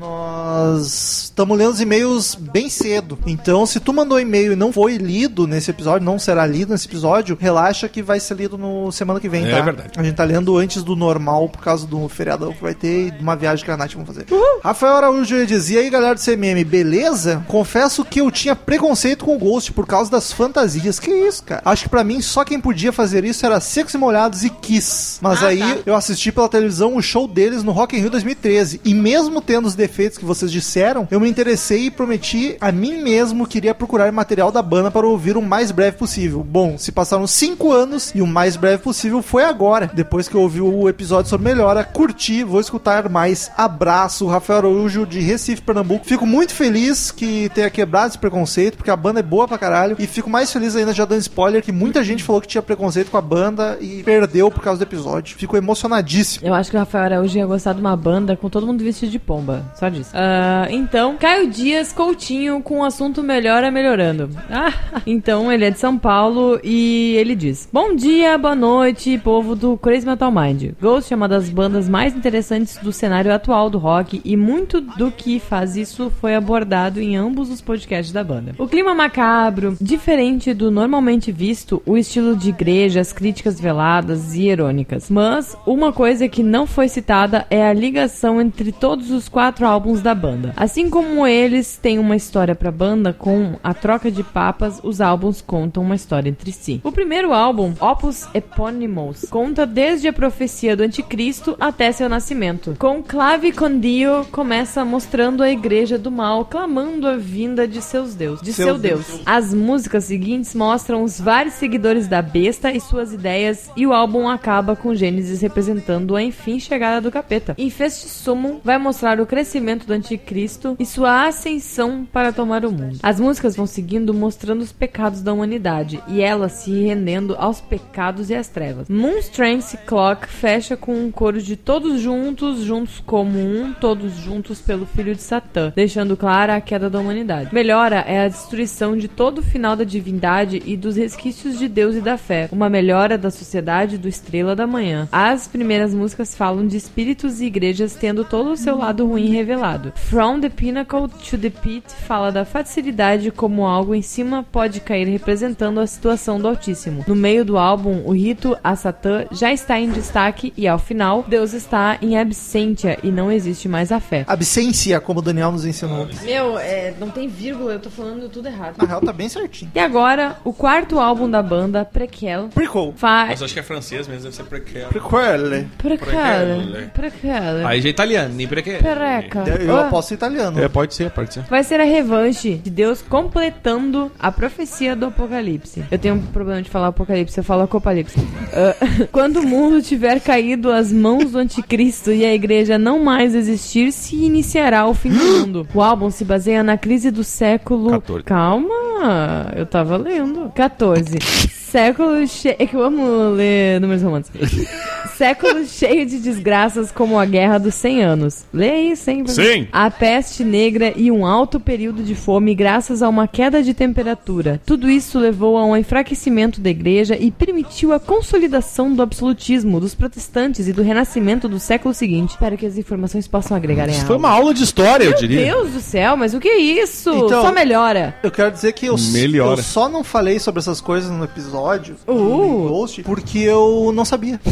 Speaker 2: nós estamos lendo os e-mails bem cedo. Então, se tu mandou e-mail e não foi lido nesse episódio, não será lido nesse episódio, relaxa que vai ser lido no semana que vem,
Speaker 3: É
Speaker 2: tá?
Speaker 3: verdade.
Speaker 2: A gente tá lendo antes do normal por causa do feriadão que vai ter e de uma viagem que a Nath vão fazer. Rafael Araújo ele diz, e aí galera do CMM, beleza? Confesso que eu tinha preconceito com o Ghost por causa das fantasias. Que isso, cara? Acho que pra mim só quem podia fazer isso era Secos e Molhados e Kiss. Mas
Speaker 7: Ah,
Speaker 2: aí
Speaker 7: tá.
Speaker 2: eu assisti pela televisão o show deles no Rock in Rio 2013 e mesmo tendo os defeitos que vocês disseram, eu me interessei e prometi a mim mesmo que iria procurar material da banda para ouvir o mais breve possível. Bom, se passaram cinco anos e o mais breve possível foi agora. Depois que eu ouvi o episódio sobre melhora, curti, vou escutar mais. Abraço, Rafael Araújo de Recife, Pernambuco. Fico muito feliz que tenha quebrado esse preconceito, porque a banda é boa pra caralho e fico mais feliz ainda já dando spoiler que muita gente falou que tinha preconceito com a banda e perdeu por causa do episódio. Fico emocionadíssimo.
Speaker 7: Eu acho que o Rafael Araújo ia gostar de uma banda com todo mundo vestido de pomba. Só disso. Ah, então, Caio Dias Coutinho com o assunto Melhora Melhorando. Ah, então, ele é de São Paulo e ele diz: Bom dia, boa noite, povo do Crazy Metal Mind. Ghost é uma das bandas mais interessantes do cenário atual do rock e muito do que faz isso foi abordado em ambos os podcasts da banda. O clima macabro, diferente do normalmente visto, o estilo de igreja, as críticas veladas e irônicas. Mas uma coisa que não foi citada é a ligação entre todos os quatro álbuns da banda. Assim como eles têm uma história pra banda com a troca de papas, os álbuns contam uma história entre si. O primeiro álbum, Opus Eponymous, conta desde a profecia do anticristo até seu nascimento. Com Clave Condio começa mostrando a igreja do mal clamando a vinda de seus deuses, de
Speaker 2: Seu
Speaker 7: seu, deus. As músicas seguintes mostram os vários seguidores da besta e suas ideias, e o álbum acaba Alibaba com Gênesis representando a enfim chegada do capeta. Em Festisumum vai mostrar o crescimento do anticristo e sua ascensão para tomar o mundo. As músicas vão seguindo mostrando os pecados da humanidade e ela se rendendo aos pecados e às trevas. Moon's Trance Clock fecha com um coro de todos juntos, juntos como um, todos juntos pelo filho de Satã, deixando clara a queda da humanidade. Melhora é a destruição de todo o final da divindade e dos resquícios de Deus e da fé, uma melhora da sociedade do Estrela da Manhã. As primeiras músicas falam de espíritos e igrejas tendo todo o seu lado ruim revelado. From the Pinnacle to the Pit fala da facilidade como algo em cima pode cair representando a situação do Altíssimo. No meio do álbum, o rito a Satã já está em destaque e ao final, Deus está em absentia e não existe mais a fé.
Speaker 2: Absência, como o Daniel nos ensinou.
Speaker 7: Meu, é, não tem vírgula, eu tô falando tudo errado.
Speaker 2: Na real, tá bem certinho.
Speaker 7: E agora, o quarto álbum da banda, Prequel,
Speaker 2: Prequel.
Speaker 7: faz...
Speaker 3: Mas acho que é francês mesmo, deve ser prequel.
Speaker 2: Prequel.
Speaker 7: Prequel,
Speaker 3: Prequel. né?
Speaker 7: prequel,
Speaker 3: Aí já é italiano, nem prequel.
Speaker 7: pereca.
Speaker 2: Eu
Speaker 7: Ah.
Speaker 2: aposto italiano.
Speaker 3: É, pode ser, pode ser.
Speaker 7: Vai ser a revanche de Deus completando a profecia do Apocalipse. Eu tenho um problema de falar Apocalipse, eu falo Acopalipse. Ah, quando o mundo tiver caído às mãos do anticristo e a igreja não mais existir, se iniciará o fim do mundo. O álbum se baseia na crise do século...
Speaker 3: 14.
Speaker 7: Calma, eu tava lendo. 14. Século cheio... É que eu amo ler números romanos. Século cheio de desgraças como a Guerra dos 100 Anos. Lê aí, sempre.
Speaker 3: Sim.
Speaker 7: A peste negra e um alto período de fome graças a uma queda de temperatura. Tudo isso levou a um enfraquecimento da igreja e permitiu a consolidação do absolutismo, dos protestantes e do renascimento do século seguinte. Espero que as informações possam agregar em
Speaker 3: Isso foi
Speaker 7: algo.
Speaker 3: uma aula de história, eu
Speaker 7: Meu
Speaker 3: diria.
Speaker 7: Deus do céu, mas o que é isso?
Speaker 2: Então-
Speaker 7: Só melhora.
Speaker 2: Eu quero dizer que eu,
Speaker 3: Melhora.
Speaker 2: eu só não falei sobre essas coisas no episódio
Speaker 7: Uh.
Speaker 2: no Ghost porque eu não sabia.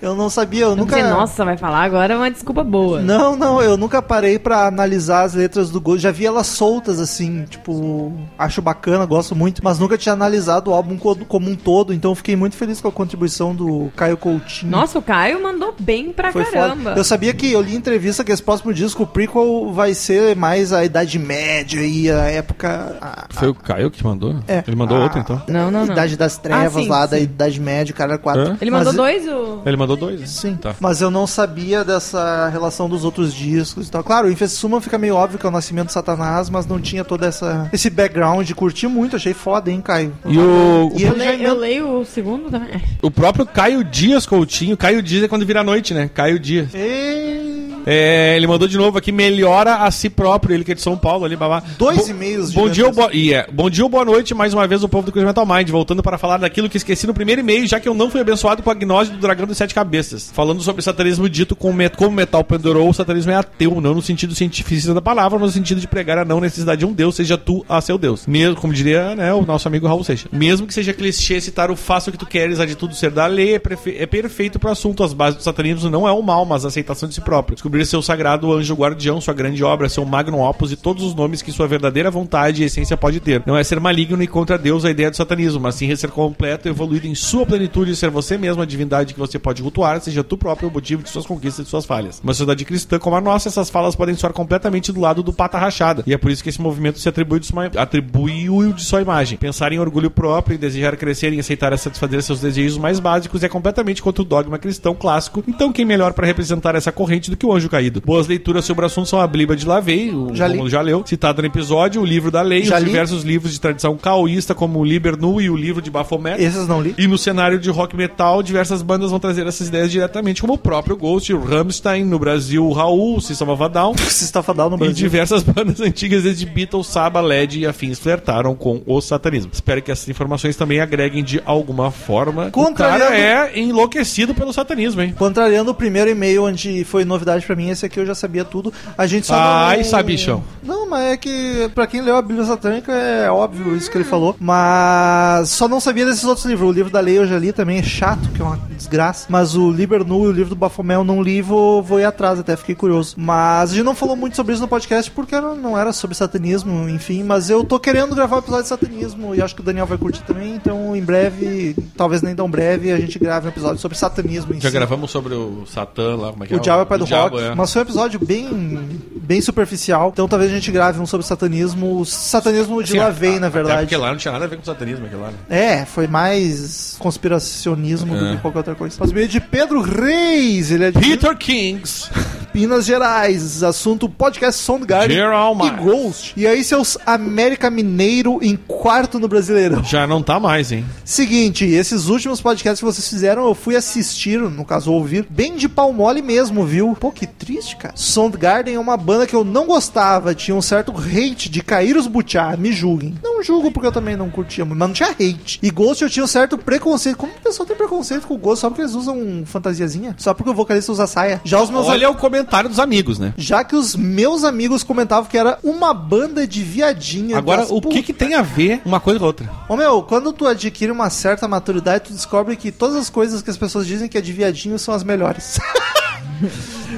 Speaker 2: eu não sabia, eu nunca.
Speaker 7: Você, nossa, vai falar agora é uma desculpa boa.
Speaker 2: Não, não, eu nunca parei pra analisar as letras do Ghost. Já vi elas soltas assim, tipo, acho bacana, gosto muito, mas nunca tinha analisado o álbum co- como um todo, então fiquei muito feliz com a contribuição do Caio Coutinho.
Speaker 7: Nossa, o Caio mandou bem pra
Speaker 2: Foi
Speaker 7: caramba.
Speaker 2: foda. Eu sabia que eu li em entrevista que esse próximo disco, o prequel, vai ser mais a Idade Média e a época. a-
Speaker 3: Foi o Caio que mandou?
Speaker 2: É.
Speaker 3: Ele mandou
Speaker 2: Ah.
Speaker 3: outro, então.
Speaker 7: Não, não, não.
Speaker 2: Idade das Trevas
Speaker 7: Ah, sim,
Speaker 2: lá, da
Speaker 7: sim.
Speaker 2: Idade Média, o cara quatro.
Speaker 3: Hã?
Speaker 7: Ele mandou
Speaker 2: Mas-
Speaker 7: dois o...
Speaker 3: Ele mandou dois. né?
Speaker 2: Sim,
Speaker 3: Tá.
Speaker 2: mas eu não sabia dessa relação dos outros discos e tal. Claro, o Infestisuma fica meio óbvio que é o nascimento de Satanás, mas não tinha todo essa, esse background. Curti muito, achei foda, hein, Caio?
Speaker 3: E o, o,
Speaker 2: E
Speaker 7: Eu,
Speaker 2: ele já
Speaker 7: le- eu
Speaker 2: emenda-
Speaker 7: leio o segundo também.
Speaker 3: o próprio Caio Dias Coutinho, Caio Dias é quando vira noite, né? Caio Dias.
Speaker 2: E-
Speaker 3: É, ele mandou de novo aqui, melhora a si próprio, ele que é de São Paulo ali, babá.
Speaker 2: Dois
Speaker 3: Bo-
Speaker 2: e-mails
Speaker 3: Bom
Speaker 2: gigantes.
Speaker 3: dia, ou boa... e é, bom dia ou boa noite, mais uma vez o povo do Crazy Metal Mind, voltando para falar daquilo que esqueci no primeiro e-mail, já que eu não fui abençoado com a gnose do dragão das sete cabeças. Falando sobre satanismo dito com met... como metal pendurou, o satanismo é ateu, não no sentido cientificista da palavra, mas no sentido de pregar a não necessidade de um Deus, seja tu a seu Deus. Mesmo, como diria né, o nosso amigo Raul Seixas. Mesmo que seja clichê citar o faça o que tu queres, a de tudo ser da lei, é, prefe- é perfeito para o assunto. As bases do satanismo não é o mal, mas a aceitação de si próprio. Descobrir seu sagrado anjo guardião, sua grande obra, seu magnum opus e todos os nomes que sua verdadeira vontade e essência pode ter. Não é ser maligno e contra Deus a ideia do satanismo, mas sim é ser completo, evoluído em sua plenitude, ser você mesmo a divindade que você pode cultuar, seja tu próprio o motivo de suas conquistas e de suas falhas. Uma sociedade cristã como a nossa, essas falas podem soar completamente do lado do pata rachada. E é por isso que esse movimento se atribui de sua, atribuiu de sua imagem. Pensar em orgulho próprio e desejar crescer em aceitar e satisfazer seus desejos mais básicos é completamente contra o dogma cristão clássico. Então, quem melhor para representar essa corrente do que o anjo caído? Boas leituras sobre o assunto são a Bliba de Lavei, o
Speaker 2: Já li.
Speaker 3: Romulo já leu, citado no episódio, o livro da lei,
Speaker 2: Já
Speaker 3: os
Speaker 2: li.
Speaker 3: diversos livros de tradição caoísta, como o Liber Nu e o livro de Baphomet.
Speaker 2: Esses não li.
Speaker 3: E no cenário de rock metal, diversas bandas vão trazer essas ideias diretamente, como o próprio Ghost, o Rammstein, no Brasil, o Raul, o System of a Down,
Speaker 2: Se está fadal no
Speaker 3: e
Speaker 2: Brasil.
Speaker 3: diversas bandas antigas, desde Beatles, Saba, LED e afins, flertaram com o satanismo. Espero que essas informações também agreguem de alguma forma.
Speaker 2: Contrariando-
Speaker 3: O cara é enlouquecido pelo satanismo, hein?
Speaker 2: Contrariando o primeiro e-mail, onde foi novidade pra mim, esse aqui eu já sabia tudo. A gente só
Speaker 3: Ai,
Speaker 2: não...
Speaker 3: sabichão.
Speaker 2: Não, mas é que pra quem leu a Bíblia Satânica é óbvio isso que ele falou. Mas só não sabia desses outros livros. O livro da lei eu já li também, é chato, que é uma desgraça. Mas o Liber Nu e o livro do Bafomé eu não li, vou, vou ir atrás, até fiquei curioso. Mas a gente não falou muito sobre isso no podcast porque era- não era sobre satanismo, enfim. Mas eu tô querendo gravar um episódio de satanismo e acho que o Daniel vai curtir também. Então em breve, talvez nem tão breve, a gente grave um episódio sobre satanismo em
Speaker 3: Já
Speaker 2: si.
Speaker 3: gravamos sobre o Satã lá, como é que
Speaker 2: O
Speaker 3: é?
Speaker 2: Diabo é Pai do
Speaker 3: Diabo,
Speaker 2: Rock.
Speaker 3: é.
Speaker 2: Mas foi um episódio bem bem superficial. Então talvez a gente grave um sobre satanismo. Satanismo de
Speaker 3: Sim,
Speaker 2: Lavey,
Speaker 3: a-
Speaker 2: na
Speaker 3: até
Speaker 2: verdade.
Speaker 3: Porque lá não tinha nada a ver com satanismo, aquele lá. né?
Speaker 2: É, foi mais conspiracionismo do
Speaker 3: É.
Speaker 2: que qualquer outra coisa. Mas meio de Pedro Reis, ele é de
Speaker 3: Peter Kings.
Speaker 2: Minas Gerais. Assunto podcast Soundgarden
Speaker 3: Gerald
Speaker 2: e
Speaker 3: Miles.
Speaker 2: Ghost. E aí seus América Mineiro em quarto no Brasileirão.
Speaker 3: Já não tá mais, hein?
Speaker 2: Seguinte, esses últimos podcasts que vocês fizeram, eu fui assistir, no caso ouvir, bem de pau mole mesmo, viu? Pô, que triste, cara. Soundgarden é uma banda que eu não gostava, tinha um certo hate de cair os butiá, me julguem. Não julgo porque eu também não curtia, muito, mas não tinha hate. E Ghost eu tinha um certo preconceito. Como o pessoal tem preconceito com o Ghost só porque eles usam fantasiazinha? Só porque o vocalista usa saia? Já os meus
Speaker 3: Olha o comentário dos amigos, né?
Speaker 2: já que os meus amigos comentavam que era uma banda de viadinha.
Speaker 3: Agora,
Speaker 2: das-
Speaker 3: o que, que tem a ver uma coisa com a outra?
Speaker 2: Ô meu, quando tu adquire uma certa maturidade, tu descobre que todas as coisas que as pessoas dizem que é de viadinho são as melhores.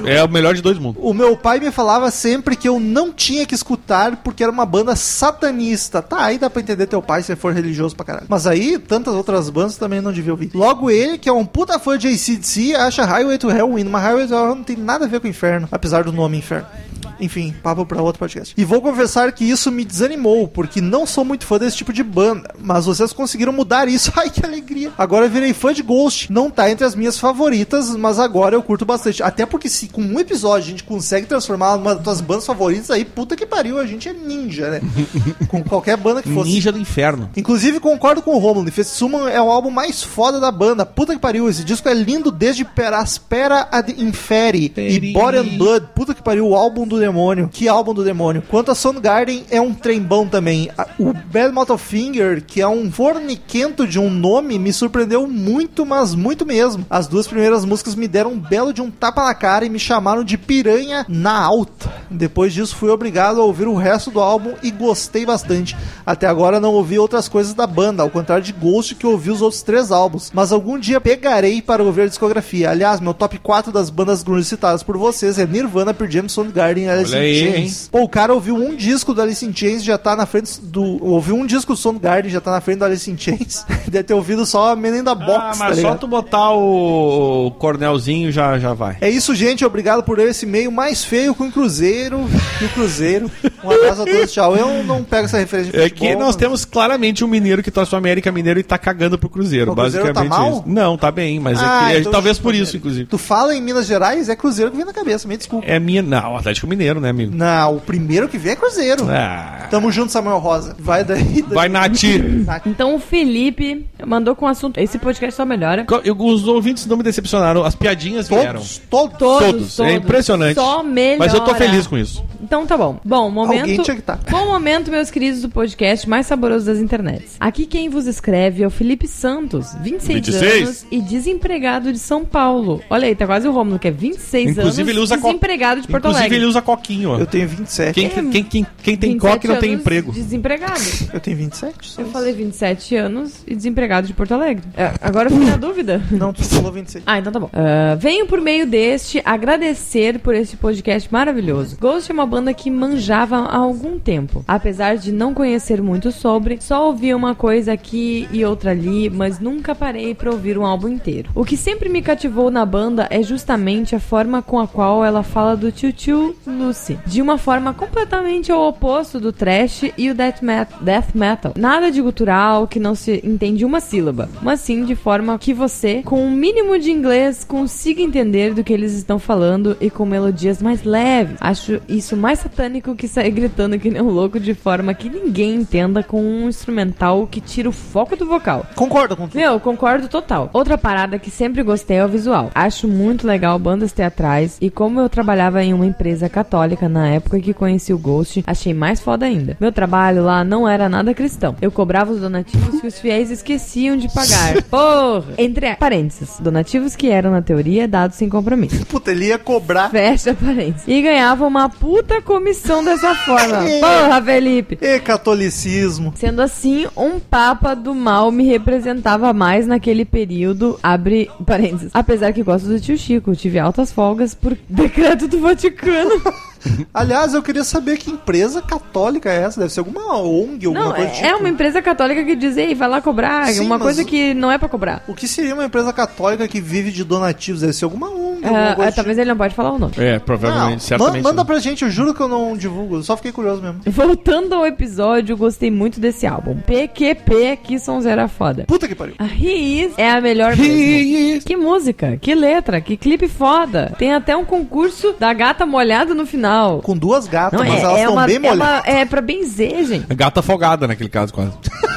Speaker 3: É o melhor de dois mundos.
Speaker 2: o meu pai me falava sempre que eu não tinha que escutar porque era uma banda satanista. Tá, aí dá pra entender teu pai se ele for religioso pra caralho. Mas aí, tantas outras bandas também não devia ouvir. Logo ele, que é um puta fã de ACDC, acha Highway to Hell Wind, mas Highway to Hell não tem nada a ver com o inferno, apesar do nome inferno. Enfim, papo pra outro podcast. E vou confessar que isso me desanimou, porque não sou muito fã desse tipo de banda. Mas vocês conseguiram mudar isso. Ai, que alegria. Agora eu virei fã de Ghost. Não tá entre as minhas favoritas, mas agora eu curto bastante. Até porque se com um episódio a gente consegue transformar numa das tuas bandas favoritas, aí puta que pariu, a gente é ninja, né? com qualquer banda que fosse.
Speaker 3: Ninja do Inferno.
Speaker 2: Inclusive, concordo com o Romulo. Infestsuman é o álbum mais foda da banda. Puta que pariu, esse disco é lindo desde Peraspera ad Inferi e
Speaker 3: Peri.
Speaker 2: Body and Blood. Puta que pariu, o álbum do demônio. Que álbum do demônio. Quanto a Soundgarden, é um trembão também. A- O Bad Metal Finger, que é um forniquento de um nome, me surpreendeu muito, mas muito mesmo. As duas primeiras músicas me deram um belo de um tapa na cara e me chamaram de piranha na alta. Depois disso, fui obrigado a ouvir o resto do álbum e gostei bastante. Até agora não ouvi outras coisas da banda, ao contrário de Ghost que ouvi os outros três álbuns. Mas algum dia pegarei para ouvir a discografia. Aliás, meu top 4 das bandas grunge citadas por vocês é Nirvana, Pearl Jam, Soundgarden e Alice
Speaker 3: Olha aí,
Speaker 2: in Chains. Pô, o cara ouviu um disco do Alice in Chains já tá na frente do... Ouviu um disco do Soundgarden já tá na frente do Alice in Chains. Deve ter ouvido só a Menina da Box,
Speaker 3: ah,
Speaker 2: tá
Speaker 3: mas só
Speaker 2: ligado?
Speaker 3: tu botar o Cornelzinho já, já vai.
Speaker 2: É isso, gente. Obrigado por esse e-mail mais feio com o Cruzeiro. Que o Cruzeiro. Um abraço a todos. Tchau. Eu não pego essa referência de
Speaker 3: É que
Speaker 2: futebol,
Speaker 3: nós
Speaker 2: mas-
Speaker 3: temos claramente um mineiro que torce o América Mineiro e tá cagando pro Cruzeiro.
Speaker 2: O Cruzeiro
Speaker 3: basicamente
Speaker 2: tá mal?
Speaker 3: isso. Não, tá bem, mas é
Speaker 2: Ah,
Speaker 3: que- é
Speaker 2: então
Speaker 3: talvez
Speaker 2: eu-
Speaker 3: por isso, inclusive.
Speaker 2: Tu fala em Minas Gerais, é Cruzeiro que vem na cabeça. Me desculpa.
Speaker 3: É minha. Não, o Atlético Mineiro, né, amigo?
Speaker 2: Não, o primeiro que vem é Cruzeiro.
Speaker 3: Ah,
Speaker 2: Tamo junto, Samuel Rosa. Vai daí. daí.
Speaker 3: vai, Nati!
Speaker 7: Então o Felipe mandou com o assunto. Esse podcast só melhora.
Speaker 3: Co- eu- Os ouvintes não me decepcionaram, as piadinhas vieram.
Speaker 2: Todos, todos.
Speaker 7: Todos,
Speaker 3: Todos, é impressionante.
Speaker 7: Só melhora.
Speaker 3: Mas eu tô feliz com isso.
Speaker 7: Então tá bom. Bom, momento.
Speaker 2: Alguém tinha que tá.
Speaker 7: Bom momento, meus queridos, do podcast mais saboroso das internets. Aqui quem vos escreve é o Felipe Santos, 26,
Speaker 6: 26.
Speaker 7: anos e desempregado de São Paulo. Olha aí, tá quase o Rômulo, que é 26 anos
Speaker 3: Inclusive, ele usa co-
Speaker 7: desempregado de Porto
Speaker 3: Inclusive, ele
Speaker 7: Alegre.
Speaker 3: usa coquinho, ó.
Speaker 2: Eu tenho 27.
Speaker 3: Quem, quem, quem, quem tem
Speaker 7: 27
Speaker 3: coque não tem
Speaker 7: anos
Speaker 3: emprego.
Speaker 7: Desempregado.
Speaker 2: Eu tenho 27? só
Speaker 7: Eu
Speaker 2: isso.
Speaker 7: falei 27 anos e desempregado de Porto Alegre. É, agora eu fiquei
Speaker 3: Uh.
Speaker 7: na dúvida.
Speaker 2: Não, tu falou 26.
Speaker 7: Ah, então tá bom. Ah, venho por meio deste agradecer por este podcast maravilhoso. Ghost é uma banda que manjava há algum tempo. Apesar de não conhecer muito sobre, só ouvia uma coisa aqui e outra ali, mas nunca parei pra ouvir um álbum inteiro. O que sempre me cativou na banda é justamente a forma com a qual ela fala do tio-tio Lucy, de uma forma completamente ao oposto do thrash e o death, met- death metal. Nada de gutural que não se entende uma sílaba, mas sim de forma que você, com o um mínimo de inglês, consiga entender do que eles estão falando e com melodias mais leves. Acho isso mais satânico que sair gritando que nem um louco de forma que ninguém entenda com um instrumental que tira o foco do vocal.
Speaker 2: Concordo com tu.
Speaker 7: Meu, concordo total. Outra parada que sempre gostei é o visual. Acho muito legal bandas teatrais e como eu trabalhava em uma empresa católica na época que conheci o Ghost, achei mais foda ainda. Meu trabalho lá não era nada cristão. Eu cobrava os donativos que os fiéis esqueciam de pagar. Porra! Entre parênteses, donativos que eram na teoria dados sem compromisso.
Speaker 2: Puta, ele ia cobrar.
Speaker 7: Fecha parênteses. E ganhava uma puta comissão dessa forma. Porra, Felipe!
Speaker 2: E catolicismo.
Speaker 7: Sendo assim, um papa do mal me representava mais naquele período, abre parênteses. Apesar que gosto do tio Chico, tive altas folgas por decreto do Vaticano.
Speaker 2: Aliás, eu queria saber que empresa católica é essa. Deve ser alguma ONG, alguma
Speaker 7: Não,
Speaker 2: coisa
Speaker 7: é,
Speaker 2: do tipo.
Speaker 7: é uma empresa católica que diz, ei, vai lá cobrar,
Speaker 2: Sim,
Speaker 7: uma
Speaker 2: mas
Speaker 7: coisa
Speaker 2: o-
Speaker 7: que não é pra cobrar.
Speaker 2: O que seria uma empresa católica que vive de donativos? Deve ser É alguma ONG. eu não
Speaker 7: Ah,
Speaker 2: gosto de- tipo
Speaker 7: talvez ele não pode falar o nome.
Speaker 3: É, provavelmente,
Speaker 2: Não,
Speaker 3: certamente.
Speaker 2: man- manda
Speaker 3: não.
Speaker 2: pra gente, eu juro que eu não divulgo, eu só fiquei curioso mesmo.
Speaker 7: Voltando ao episódio, gostei muito desse álbum. PQP, que sonzeira foda.
Speaker 2: Puta que pariu.
Speaker 7: A He Is é a melhor mesmo.
Speaker 3: He is-
Speaker 7: Que música, que letra, que clipe foda. Tem até um concurso da gata molhada no final.
Speaker 2: Com duas gatas,
Speaker 7: Não,
Speaker 2: mas
Speaker 7: é,
Speaker 2: elas
Speaker 7: é,
Speaker 2: estão
Speaker 7: uma,
Speaker 2: bem
Speaker 7: é,
Speaker 2: molhadas.
Speaker 7: uma, é pra benzer, gente.
Speaker 3: Gata afogada naquele caso, quase.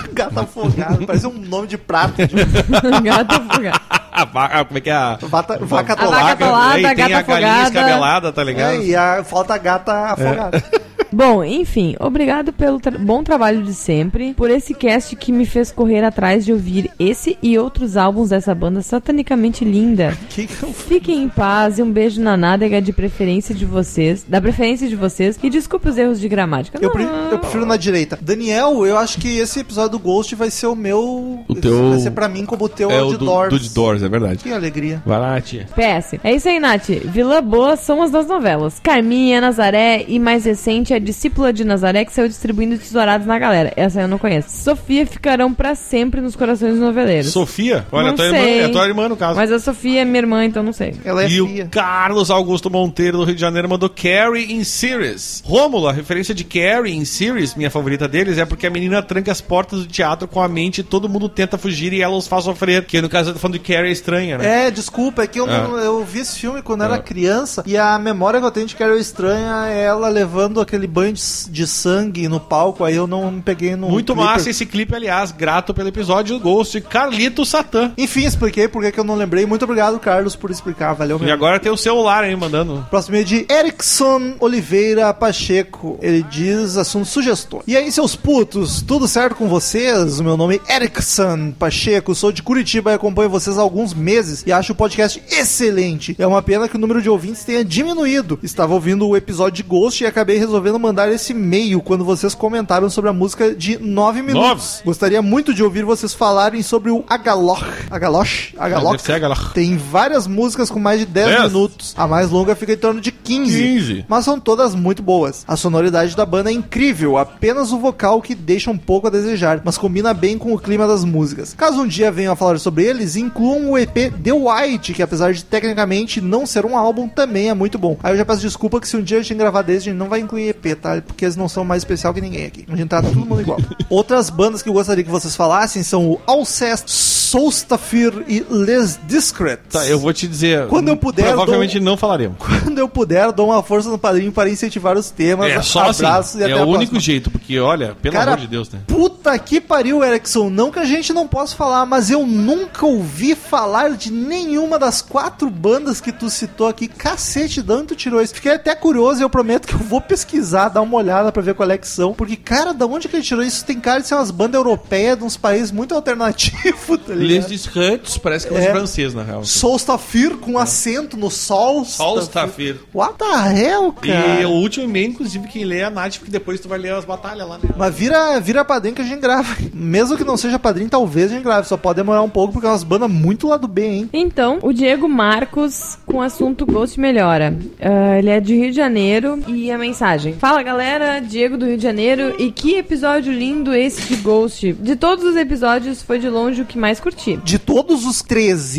Speaker 2: Gata afogada, parece um nome de prato, de
Speaker 7: gata afogada.
Speaker 3: a vaca, como é que é a.
Speaker 2: vata- vaca
Speaker 7: vaca
Speaker 2: atolada.
Speaker 7: atolada,
Speaker 3: aí tem
Speaker 7: gata
Speaker 3: a galinha
Speaker 7: afogada.
Speaker 3: escabelada, tá ligado?
Speaker 2: É, e a, falta a gata afogada.
Speaker 7: Bom, enfim, obrigado pelo tra- bom trabalho de sempre, por esse cast que me fez correr atrás de ouvir esse e outros álbuns dessa banda satanicamente linda.
Speaker 2: Que que eu-
Speaker 7: Fiquem em paz e um beijo na nádega de preferência de vocês, da preferência de vocês, e desculpe os erros de gramática.
Speaker 2: Eu,
Speaker 7: Não,
Speaker 2: pre- eu prefiro na direita. Daniel, eu acho que esse episódio do Ghost vai ser o meu.
Speaker 6: O teu-
Speaker 2: Vai ser pra mim como o teu
Speaker 6: É
Speaker 2: é
Speaker 6: o
Speaker 2: de
Speaker 6: do,
Speaker 2: Doors.
Speaker 6: do de Doors, é verdade.
Speaker 2: Que alegria.
Speaker 3: Vai lá, tia.
Speaker 7: PS. É isso aí, Nath. Vilã boa são as das novelas. Carminha, Nazaré e mais recente a discípula de Nazaré que saiu distribuindo tesourados na galera. Essa eu não conheço. Sofia ficarão pra sempre nos corações dos noveleiros.
Speaker 3: Sofia? Olha,
Speaker 7: Não
Speaker 3: é tua, irmã,
Speaker 7: sei.
Speaker 3: é tua irmã no caso.
Speaker 7: Mas a Sofia é minha irmã, então não sei.
Speaker 2: Ela é
Speaker 3: e o
Speaker 2: fria.
Speaker 3: Carlos Augusto Monteiro do Rio de Janeiro mandou Carrie in Series. Rômulo, a referência de Carrie in Series, minha favorita deles, é porque a menina tranca as portas do teatro com a mente e todo mundo tenta fugir e ela os faz sofrer. Que no caso eu tô falando de Carrie é estranha, né?
Speaker 2: É, desculpa, é que eu, não- eu vi esse filme quando
Speaker 3: Ah.
Speaker 2: era criança e a memória que eu tenho de Carol Estranha é ela levando aquele banho de, s- de sangue no palco, aí eu não peguei no.
Speaker 3: Muito
Speaker 2: clipper.
Speaker 3: massa esse clipe, aliás, grato pelo episódio Ghost Carlito Satã.
Speaker 2: Enfim, expliquei porque que eu não lembrei. Muito obrigado, Carlos, por explicar. Valeu
Speaker 3: E
Speaker 2: mesmo.
Speaker 3: agora tem o celular aí mandando.
Speaker 2: Próximo é de Erickson Oliveira Pacheco. Ele diz assunto sugestão. E aí, seus putos, tudo certo com vocês? O meu nome é Erickson Pacheco, sou de Curitiba e acompanho vocês há alguns meses e acho o podcast excelente. É uma pena que o número de ouvintes tenha diminuído. Estava ouvindo o episódio de Ghost e acabei resolvendo mandar esse e-mail quando vocês comentaram sobre a música de 9 minutos.
Speaker 3: Nove.
Speaker 2: Gostaria muito de ouvir vocês falarem sobre o Agaloch. Agaloch? Agaloch?
Speaker 3: Deve ser Agaloch.
Speaker 2: Tem várias músicas com mais de 10
Speaker 3: Dez?
Speaker 2: minutos. A mais longa fica em torno de 15.
Speaker 3: 15.
Speaker 2: Mas são todas muito boas. A sonoridade da banda é incrível, apenas o vocal que deixa um pouco a desejar, mas combina bem com o clima das músicas. Caso um dia venham a falar sobre eles, incluam o EP The White, que apesar de tecnicamente não ser um álbum, também é muito bom. Aí eu já peço desculpa que se um dia a gente gravar deles, a gente não vai incluir EP, tá? Porque eles não são mais especial que ninguém aqui. A gente trata todo mundo igual. Outras bandas que eu gostaria que vocês falassem são o Alcest, Solstafir e Les Discrets.
Speaker 3: Tá, eu vou te dizer.
Speaker 2: Quando eu um puder,
Speaker 3: Provavelmente
Speaker 2: eu
Speaker 3: não falaremos.
Speaker 2: Quando eu puder, dou uma força no padrinho para incentivar os temas.
Speaker 3: É só assim.
Speaker 2: Abraços um e
Speaker 3: É
Speaker 2: até
Speaker 3: o
Speaker 2: a
Speaker 3: único
Speaker 2: próxima.
Speaker 3: jeito, porque olha, pelo
Speaker 2: Cara,
Speaker 3: amor de Deus, né?
Speaker 2: Puta que pariu, Erickson. Não que a gente não possa falar, mas eu nunca ouvi falar de nenhuma das quatro bandas que tu citou aqui. Cacete, de onde tu tirou isso? Fiquei até curioso e eu prometo que eu vou pesquisar, dar uma olhada pra ver qual é que são. Porque, cara, da onde que ele tirou isso? Tem cara de ser umas bandas europeias de uns países muito alternativos, tá
Speaker 3: Les
Speaker 2: ligado?
Speaker 3: Discrets parece que é,
Speaker 2: É.
Speaker 3: francês, na real.
Speaker 2: Solstafir com acento no sol.
Speaker 3: Solstafir.
Speaker 2: What the hell, cara?
Speaker 3: E o último e-mail, inclusive, quem lê é a Nath, porque depois tu vai ler as batalhas lá, né?
Speaker 2: Mas vira, vira padrinho que a gente grava. Mesmo que não seja padrinho, talvez a gente grave. Só pode demorar um pouco, porque é umas bandas muito lá do bem, hein?
Speaker 7: Então, o Diego Marcos com o assunto Ghost Melhora. Ah, ele é de Rio de Janeiro e a mensagem. Fala galera, Diego do Rio de Janeiro e que episódio lindo esse de Ghost. De todos os episódios, foi de longe o que mais curti.
Speaker 2: De todos os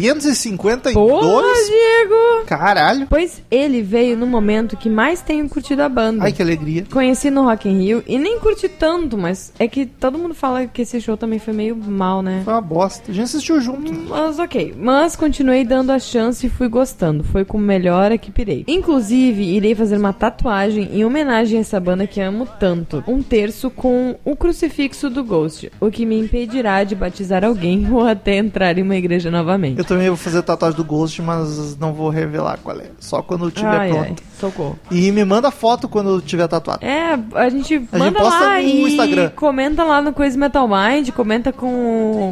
Speaker 2: 352.
Speaker 7: Porra, Diego!
Speaker 2: Caralho.
Speaker 7: Pois ele veio no momento que mais tenho curtido a banda.
Speaker 2: Ai, que alegria.
Speaker 7: Conheci no Rock in Rio e nem curti tanto, mas é que todo mundo fala que esse show também foi meio mal, né?
Speaker 2: Foi uma bosta. A gente assistiu junto.
Speaker 7: Mas ok. Mas continuei dando a chance e fui gostando. Foi com melhora que pirei. Inclusive, irei fazer uma tatuagem em homenagem a essa banda que amo tanto. Um terço com o crucifixo do Ghost, o que me impedirá de batizar alguém ou até entrar em uma igreja novamente.
Speaker 2: Eu também vou fazer tatuagem do Ghost, mas não vou revelar qual é. Só quando eu tiver
Speaker 7: Ai, ai,
Speaker 2: pronto.
Speaker 7: socorro.
Speaker 2: E me manda foto quando eu tiver tatuado.
Speaker 7: É, a gente
Speaker 2: A gente
Speaker 7: manda
Speaker 2: posta
Speaker 7: lá
Speaker 2: no
Speaker 7: e
Speaker 2: Instagram.
Speaker 7: comenta lá no Coisa Metal Mind, comenta com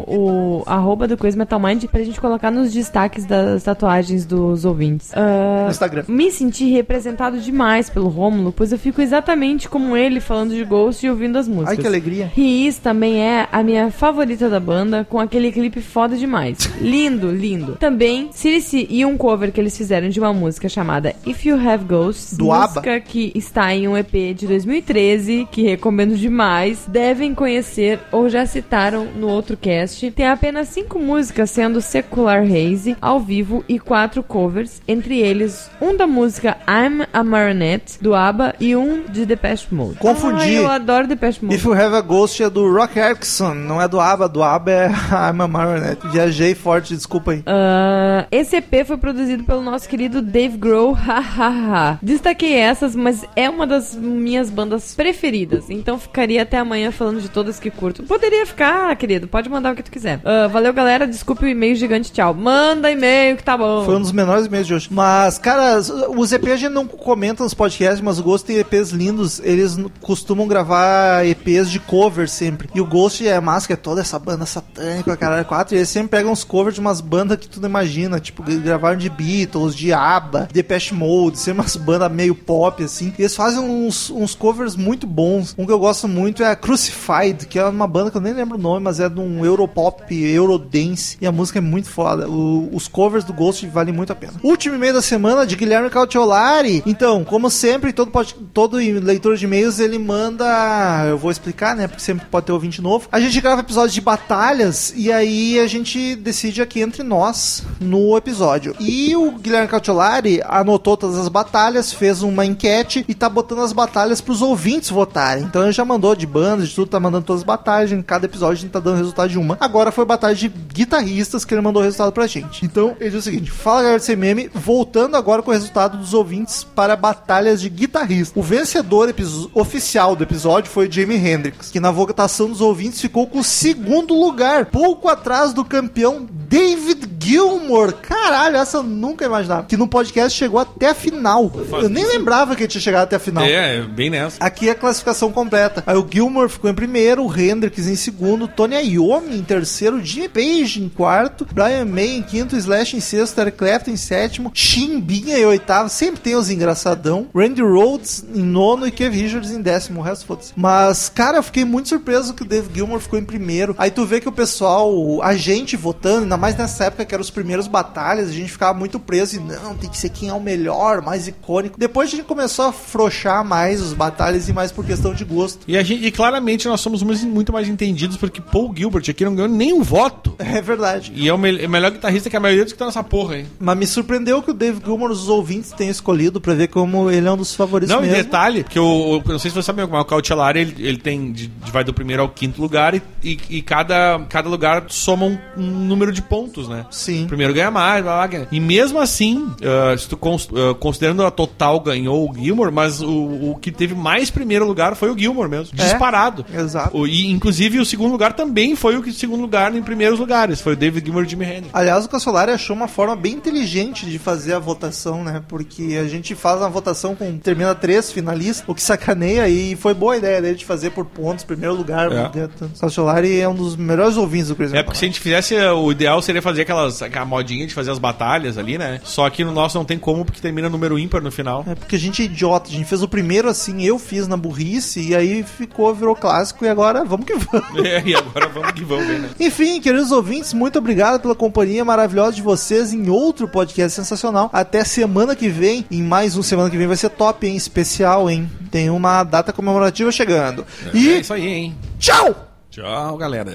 Speaker 7: o, o arroba do Coisa Metal Mind pra gente colocar nos destaques das tatuagens dos ouvintes. Ah,
Speaker 2: No Instagram.
Speaker 7: me senti representado demais pelo Rômulo, pois eu fico público exatamente como ele, falando de Ghost e ouvindo as músicas.
Speaker 2: Ai, que alegria.
Speaker 7: Riz também é a minha favorita da banda, com aquele clipe foda demais. lindo, lindo. Também, Cirici e um cover que eles fizeram de uma música chamada If You Have Ghosts,
Speaker 2: Do
Speaker 7: música que está em um EP de 2013, que recomendo demais, devem conhecer ou já citaram no outro cast. Tem apenas cinco músicas, sendo Secular Haze, ao vivo, e quatro covers, entre eles um da música I'm a Marionette, do ABBA, e um de Depeche Mode.
Speaker 2: Confundi.
Speaker 7: Ah, eu adoro Depeche Mode.
Speaker 2: If You Have a Ghost é do Rock Erickson, não é do ABBA. Do ABBA é I'm a Marionette. Viajei forte, desculpa aí.
Speaker 7: Ah, esse EP foi produzido pelo nosso querido Dave Grohl, hahaha. Destaquei essas, mas é uma das minhas bandas preferidas. Então ficaria até amanhã falando de todas que curto. Poderia ficar, querido, pode mandar o que tu quiser. Ah, valeu, galera. Desculpe o e-mail gigante, tchau. Manda e-mail que tá bom.
Speaker 2: Foi um dos menores meses de hoje. Mas, cara, os EPs a gente não comenta nos podcasts, mas o Ghost tem EPs lindos. Eles n- costumam gravar EPs de cover sempre. E o Ghost é massa, que é toda essa banda satânica, caralho, quatro. E eles sempre pegam uns covers de umas bandas que tu não imagina. Tipo, eles gravaram de Beatles, de ABBA, Depeche Mode, sempre umas bandas meio pop, assim. E eles fazem uns, uns covers muito bons. Um que eu gosto muito é a Crucified, que é uma banda que eu nem lembro o nome, mas é de um Europop, Eurodance. E a música é muito foda. O- os covers do Ghost valem muito a pena. Último e-mail da semana de Guilherme Cautiolari. Então, como sempre, todo, pod- todo e- leitor de e-mails ele manda. Eu vou explicar, né? Porque sempre pode ter ouvinte novo. A gente grava episódios de batalhas e aí a gente decide aqui entre nós no episódio. E o Guilherme Cautiolari anotou todas as batalhas, fez uma enquete e tá botando as batalhas pros ouvintes votarem. Então ele já mandou de bandas, de tudo, tá mandando todas as batalhas. Em cada episódio a gente tá dando resultado de uma. Agora foi batalha de guitarristas que ele mandou o resultado pra gente. Então ele diz o seguinte: Fala galera do CMM, voltando agora com o resultado dos ouvintes para batalhas de guitarristas. O vencedor episo- oficial do episódio foi o Jimi Hendrix, que na votação dos ouvintes ficou com o segundo lugar, pouco atrás do campeão David Gilmour. Caralho, essa eu nunca imaginava. Que no podcast chegou até a final. Eu nem lembrava que ele tinha chegado até a final.
Speaker 3: É, bem nessa.
Speaker 2: Aqui é a classificação completa. Aí o Gilmore ficou em primeiro, o Hendrix em segundo, Tony Iommi em terceiro, Jimmy Page em quarto, Brian May em quinto, Slash em sexto, Eric Clapton em sétimo, Chimbinha em oitavo, sempre tem os engraçadão, Randy Rhodes em nono e Kev Richards em décimo, o resto foda-se. Mas, cara, eu fiquei muito surpreso que o Dave Gilmore ficou em primeiro. Aí tu vê que o pessoal, a gente votando, ainda mais nessa época que eram os primeiros batalhas, a gente ficava muito preso e não, tem que ser quem é o melhor, mais icônico. Depois a gente começou a frouxar mais os batalhas e mais por questão de gosto.
Speaker 3: E, a gente, e claramente nós somos mu- muito mais entendidos porque Paul Gilbert aqui não ganhou nem um voto.
Speaker 2: É verdade.
Speaker 3: E é o, mel- é o melhor guitarrista que a maioria dos que tá nessa porra, hein?
Speaker 2: Mas me surpreendeu que o Dave Gilmore os ouvintes tenham escolhido pra ver como ele é um dos favoritos
Speaker 3: não,
Speaker 2: mesmo.
Speaker 3: em detalhe, que eu, eu não sei se você sabe, mas o Cautelar ele, ele tem de, de- vai do primeiro ao quinto lugar e, e, e cada, cada lugar soma um, um número de pontos, né?
Speaker 2: Sim.
Speaker 3: O primeiro ganha mais, blá, blá, ganha. E mesmo assim, ah, se tu cons- ah, considerando a total ganhou o Gilmore, mas o, o que teve mais primeiro lugar foi o Gilmore mesmo,
Speaker 2: É,
Speaker 3: disparado.
Speaker 2: exato.
Speaker 3: O- e inclusive o segundo lugar também foi o que segundo lugar em primeiros lugares, foi o David Gilmore e Jimmy Hendrix.
Speaker 2: Aliás, o Cassolari achou uma forma bem inteligente de fazer a votação, né? Porque a gente faz uma votação com termina três finalistas, o que sacaneia e foi boa a ideia dele de fazer por pontos, primeiro lugar.
Speaker 3: É.
Speaker 2: O Cassolari é um dos melhores ouvintes do Crazy
Speaker 3: É porque se a gente fizesse, o ideal seria fazer aquelas aquela modinha de fazer as batalhas ali, né? Só que no nosso não tem como porque termina número ímpar no final.
Speaker 2: É porque a gente é idiota, a gente fez o primeiro assim, eu fiz na burrice, e aí ficou, virou clássico, e agora vamos que vamos.
Speaker 3: É, e agora vamos que vamos ver, né?
Speaker 2: Enfim, queridos ouvintes, muito obrigado pela companhia maravilhosa de vocês em outro podcast sensacional. Até semana que vem, em mais um semana que vem vai ser top, hein? Especial, hein? Tem uma data comemorativa chegando.
Speaker 3: É
Speaker 2: E
Speaker 3: isso aí, hein?
Speaker 2: tchau!
Speaker 3: Tchau, galera.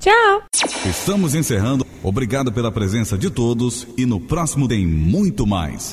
Speaker 7: Tchau!
Speaker 8: Estamos encerrando. Obrigado pela presença de todos e no próximo tem muito mais.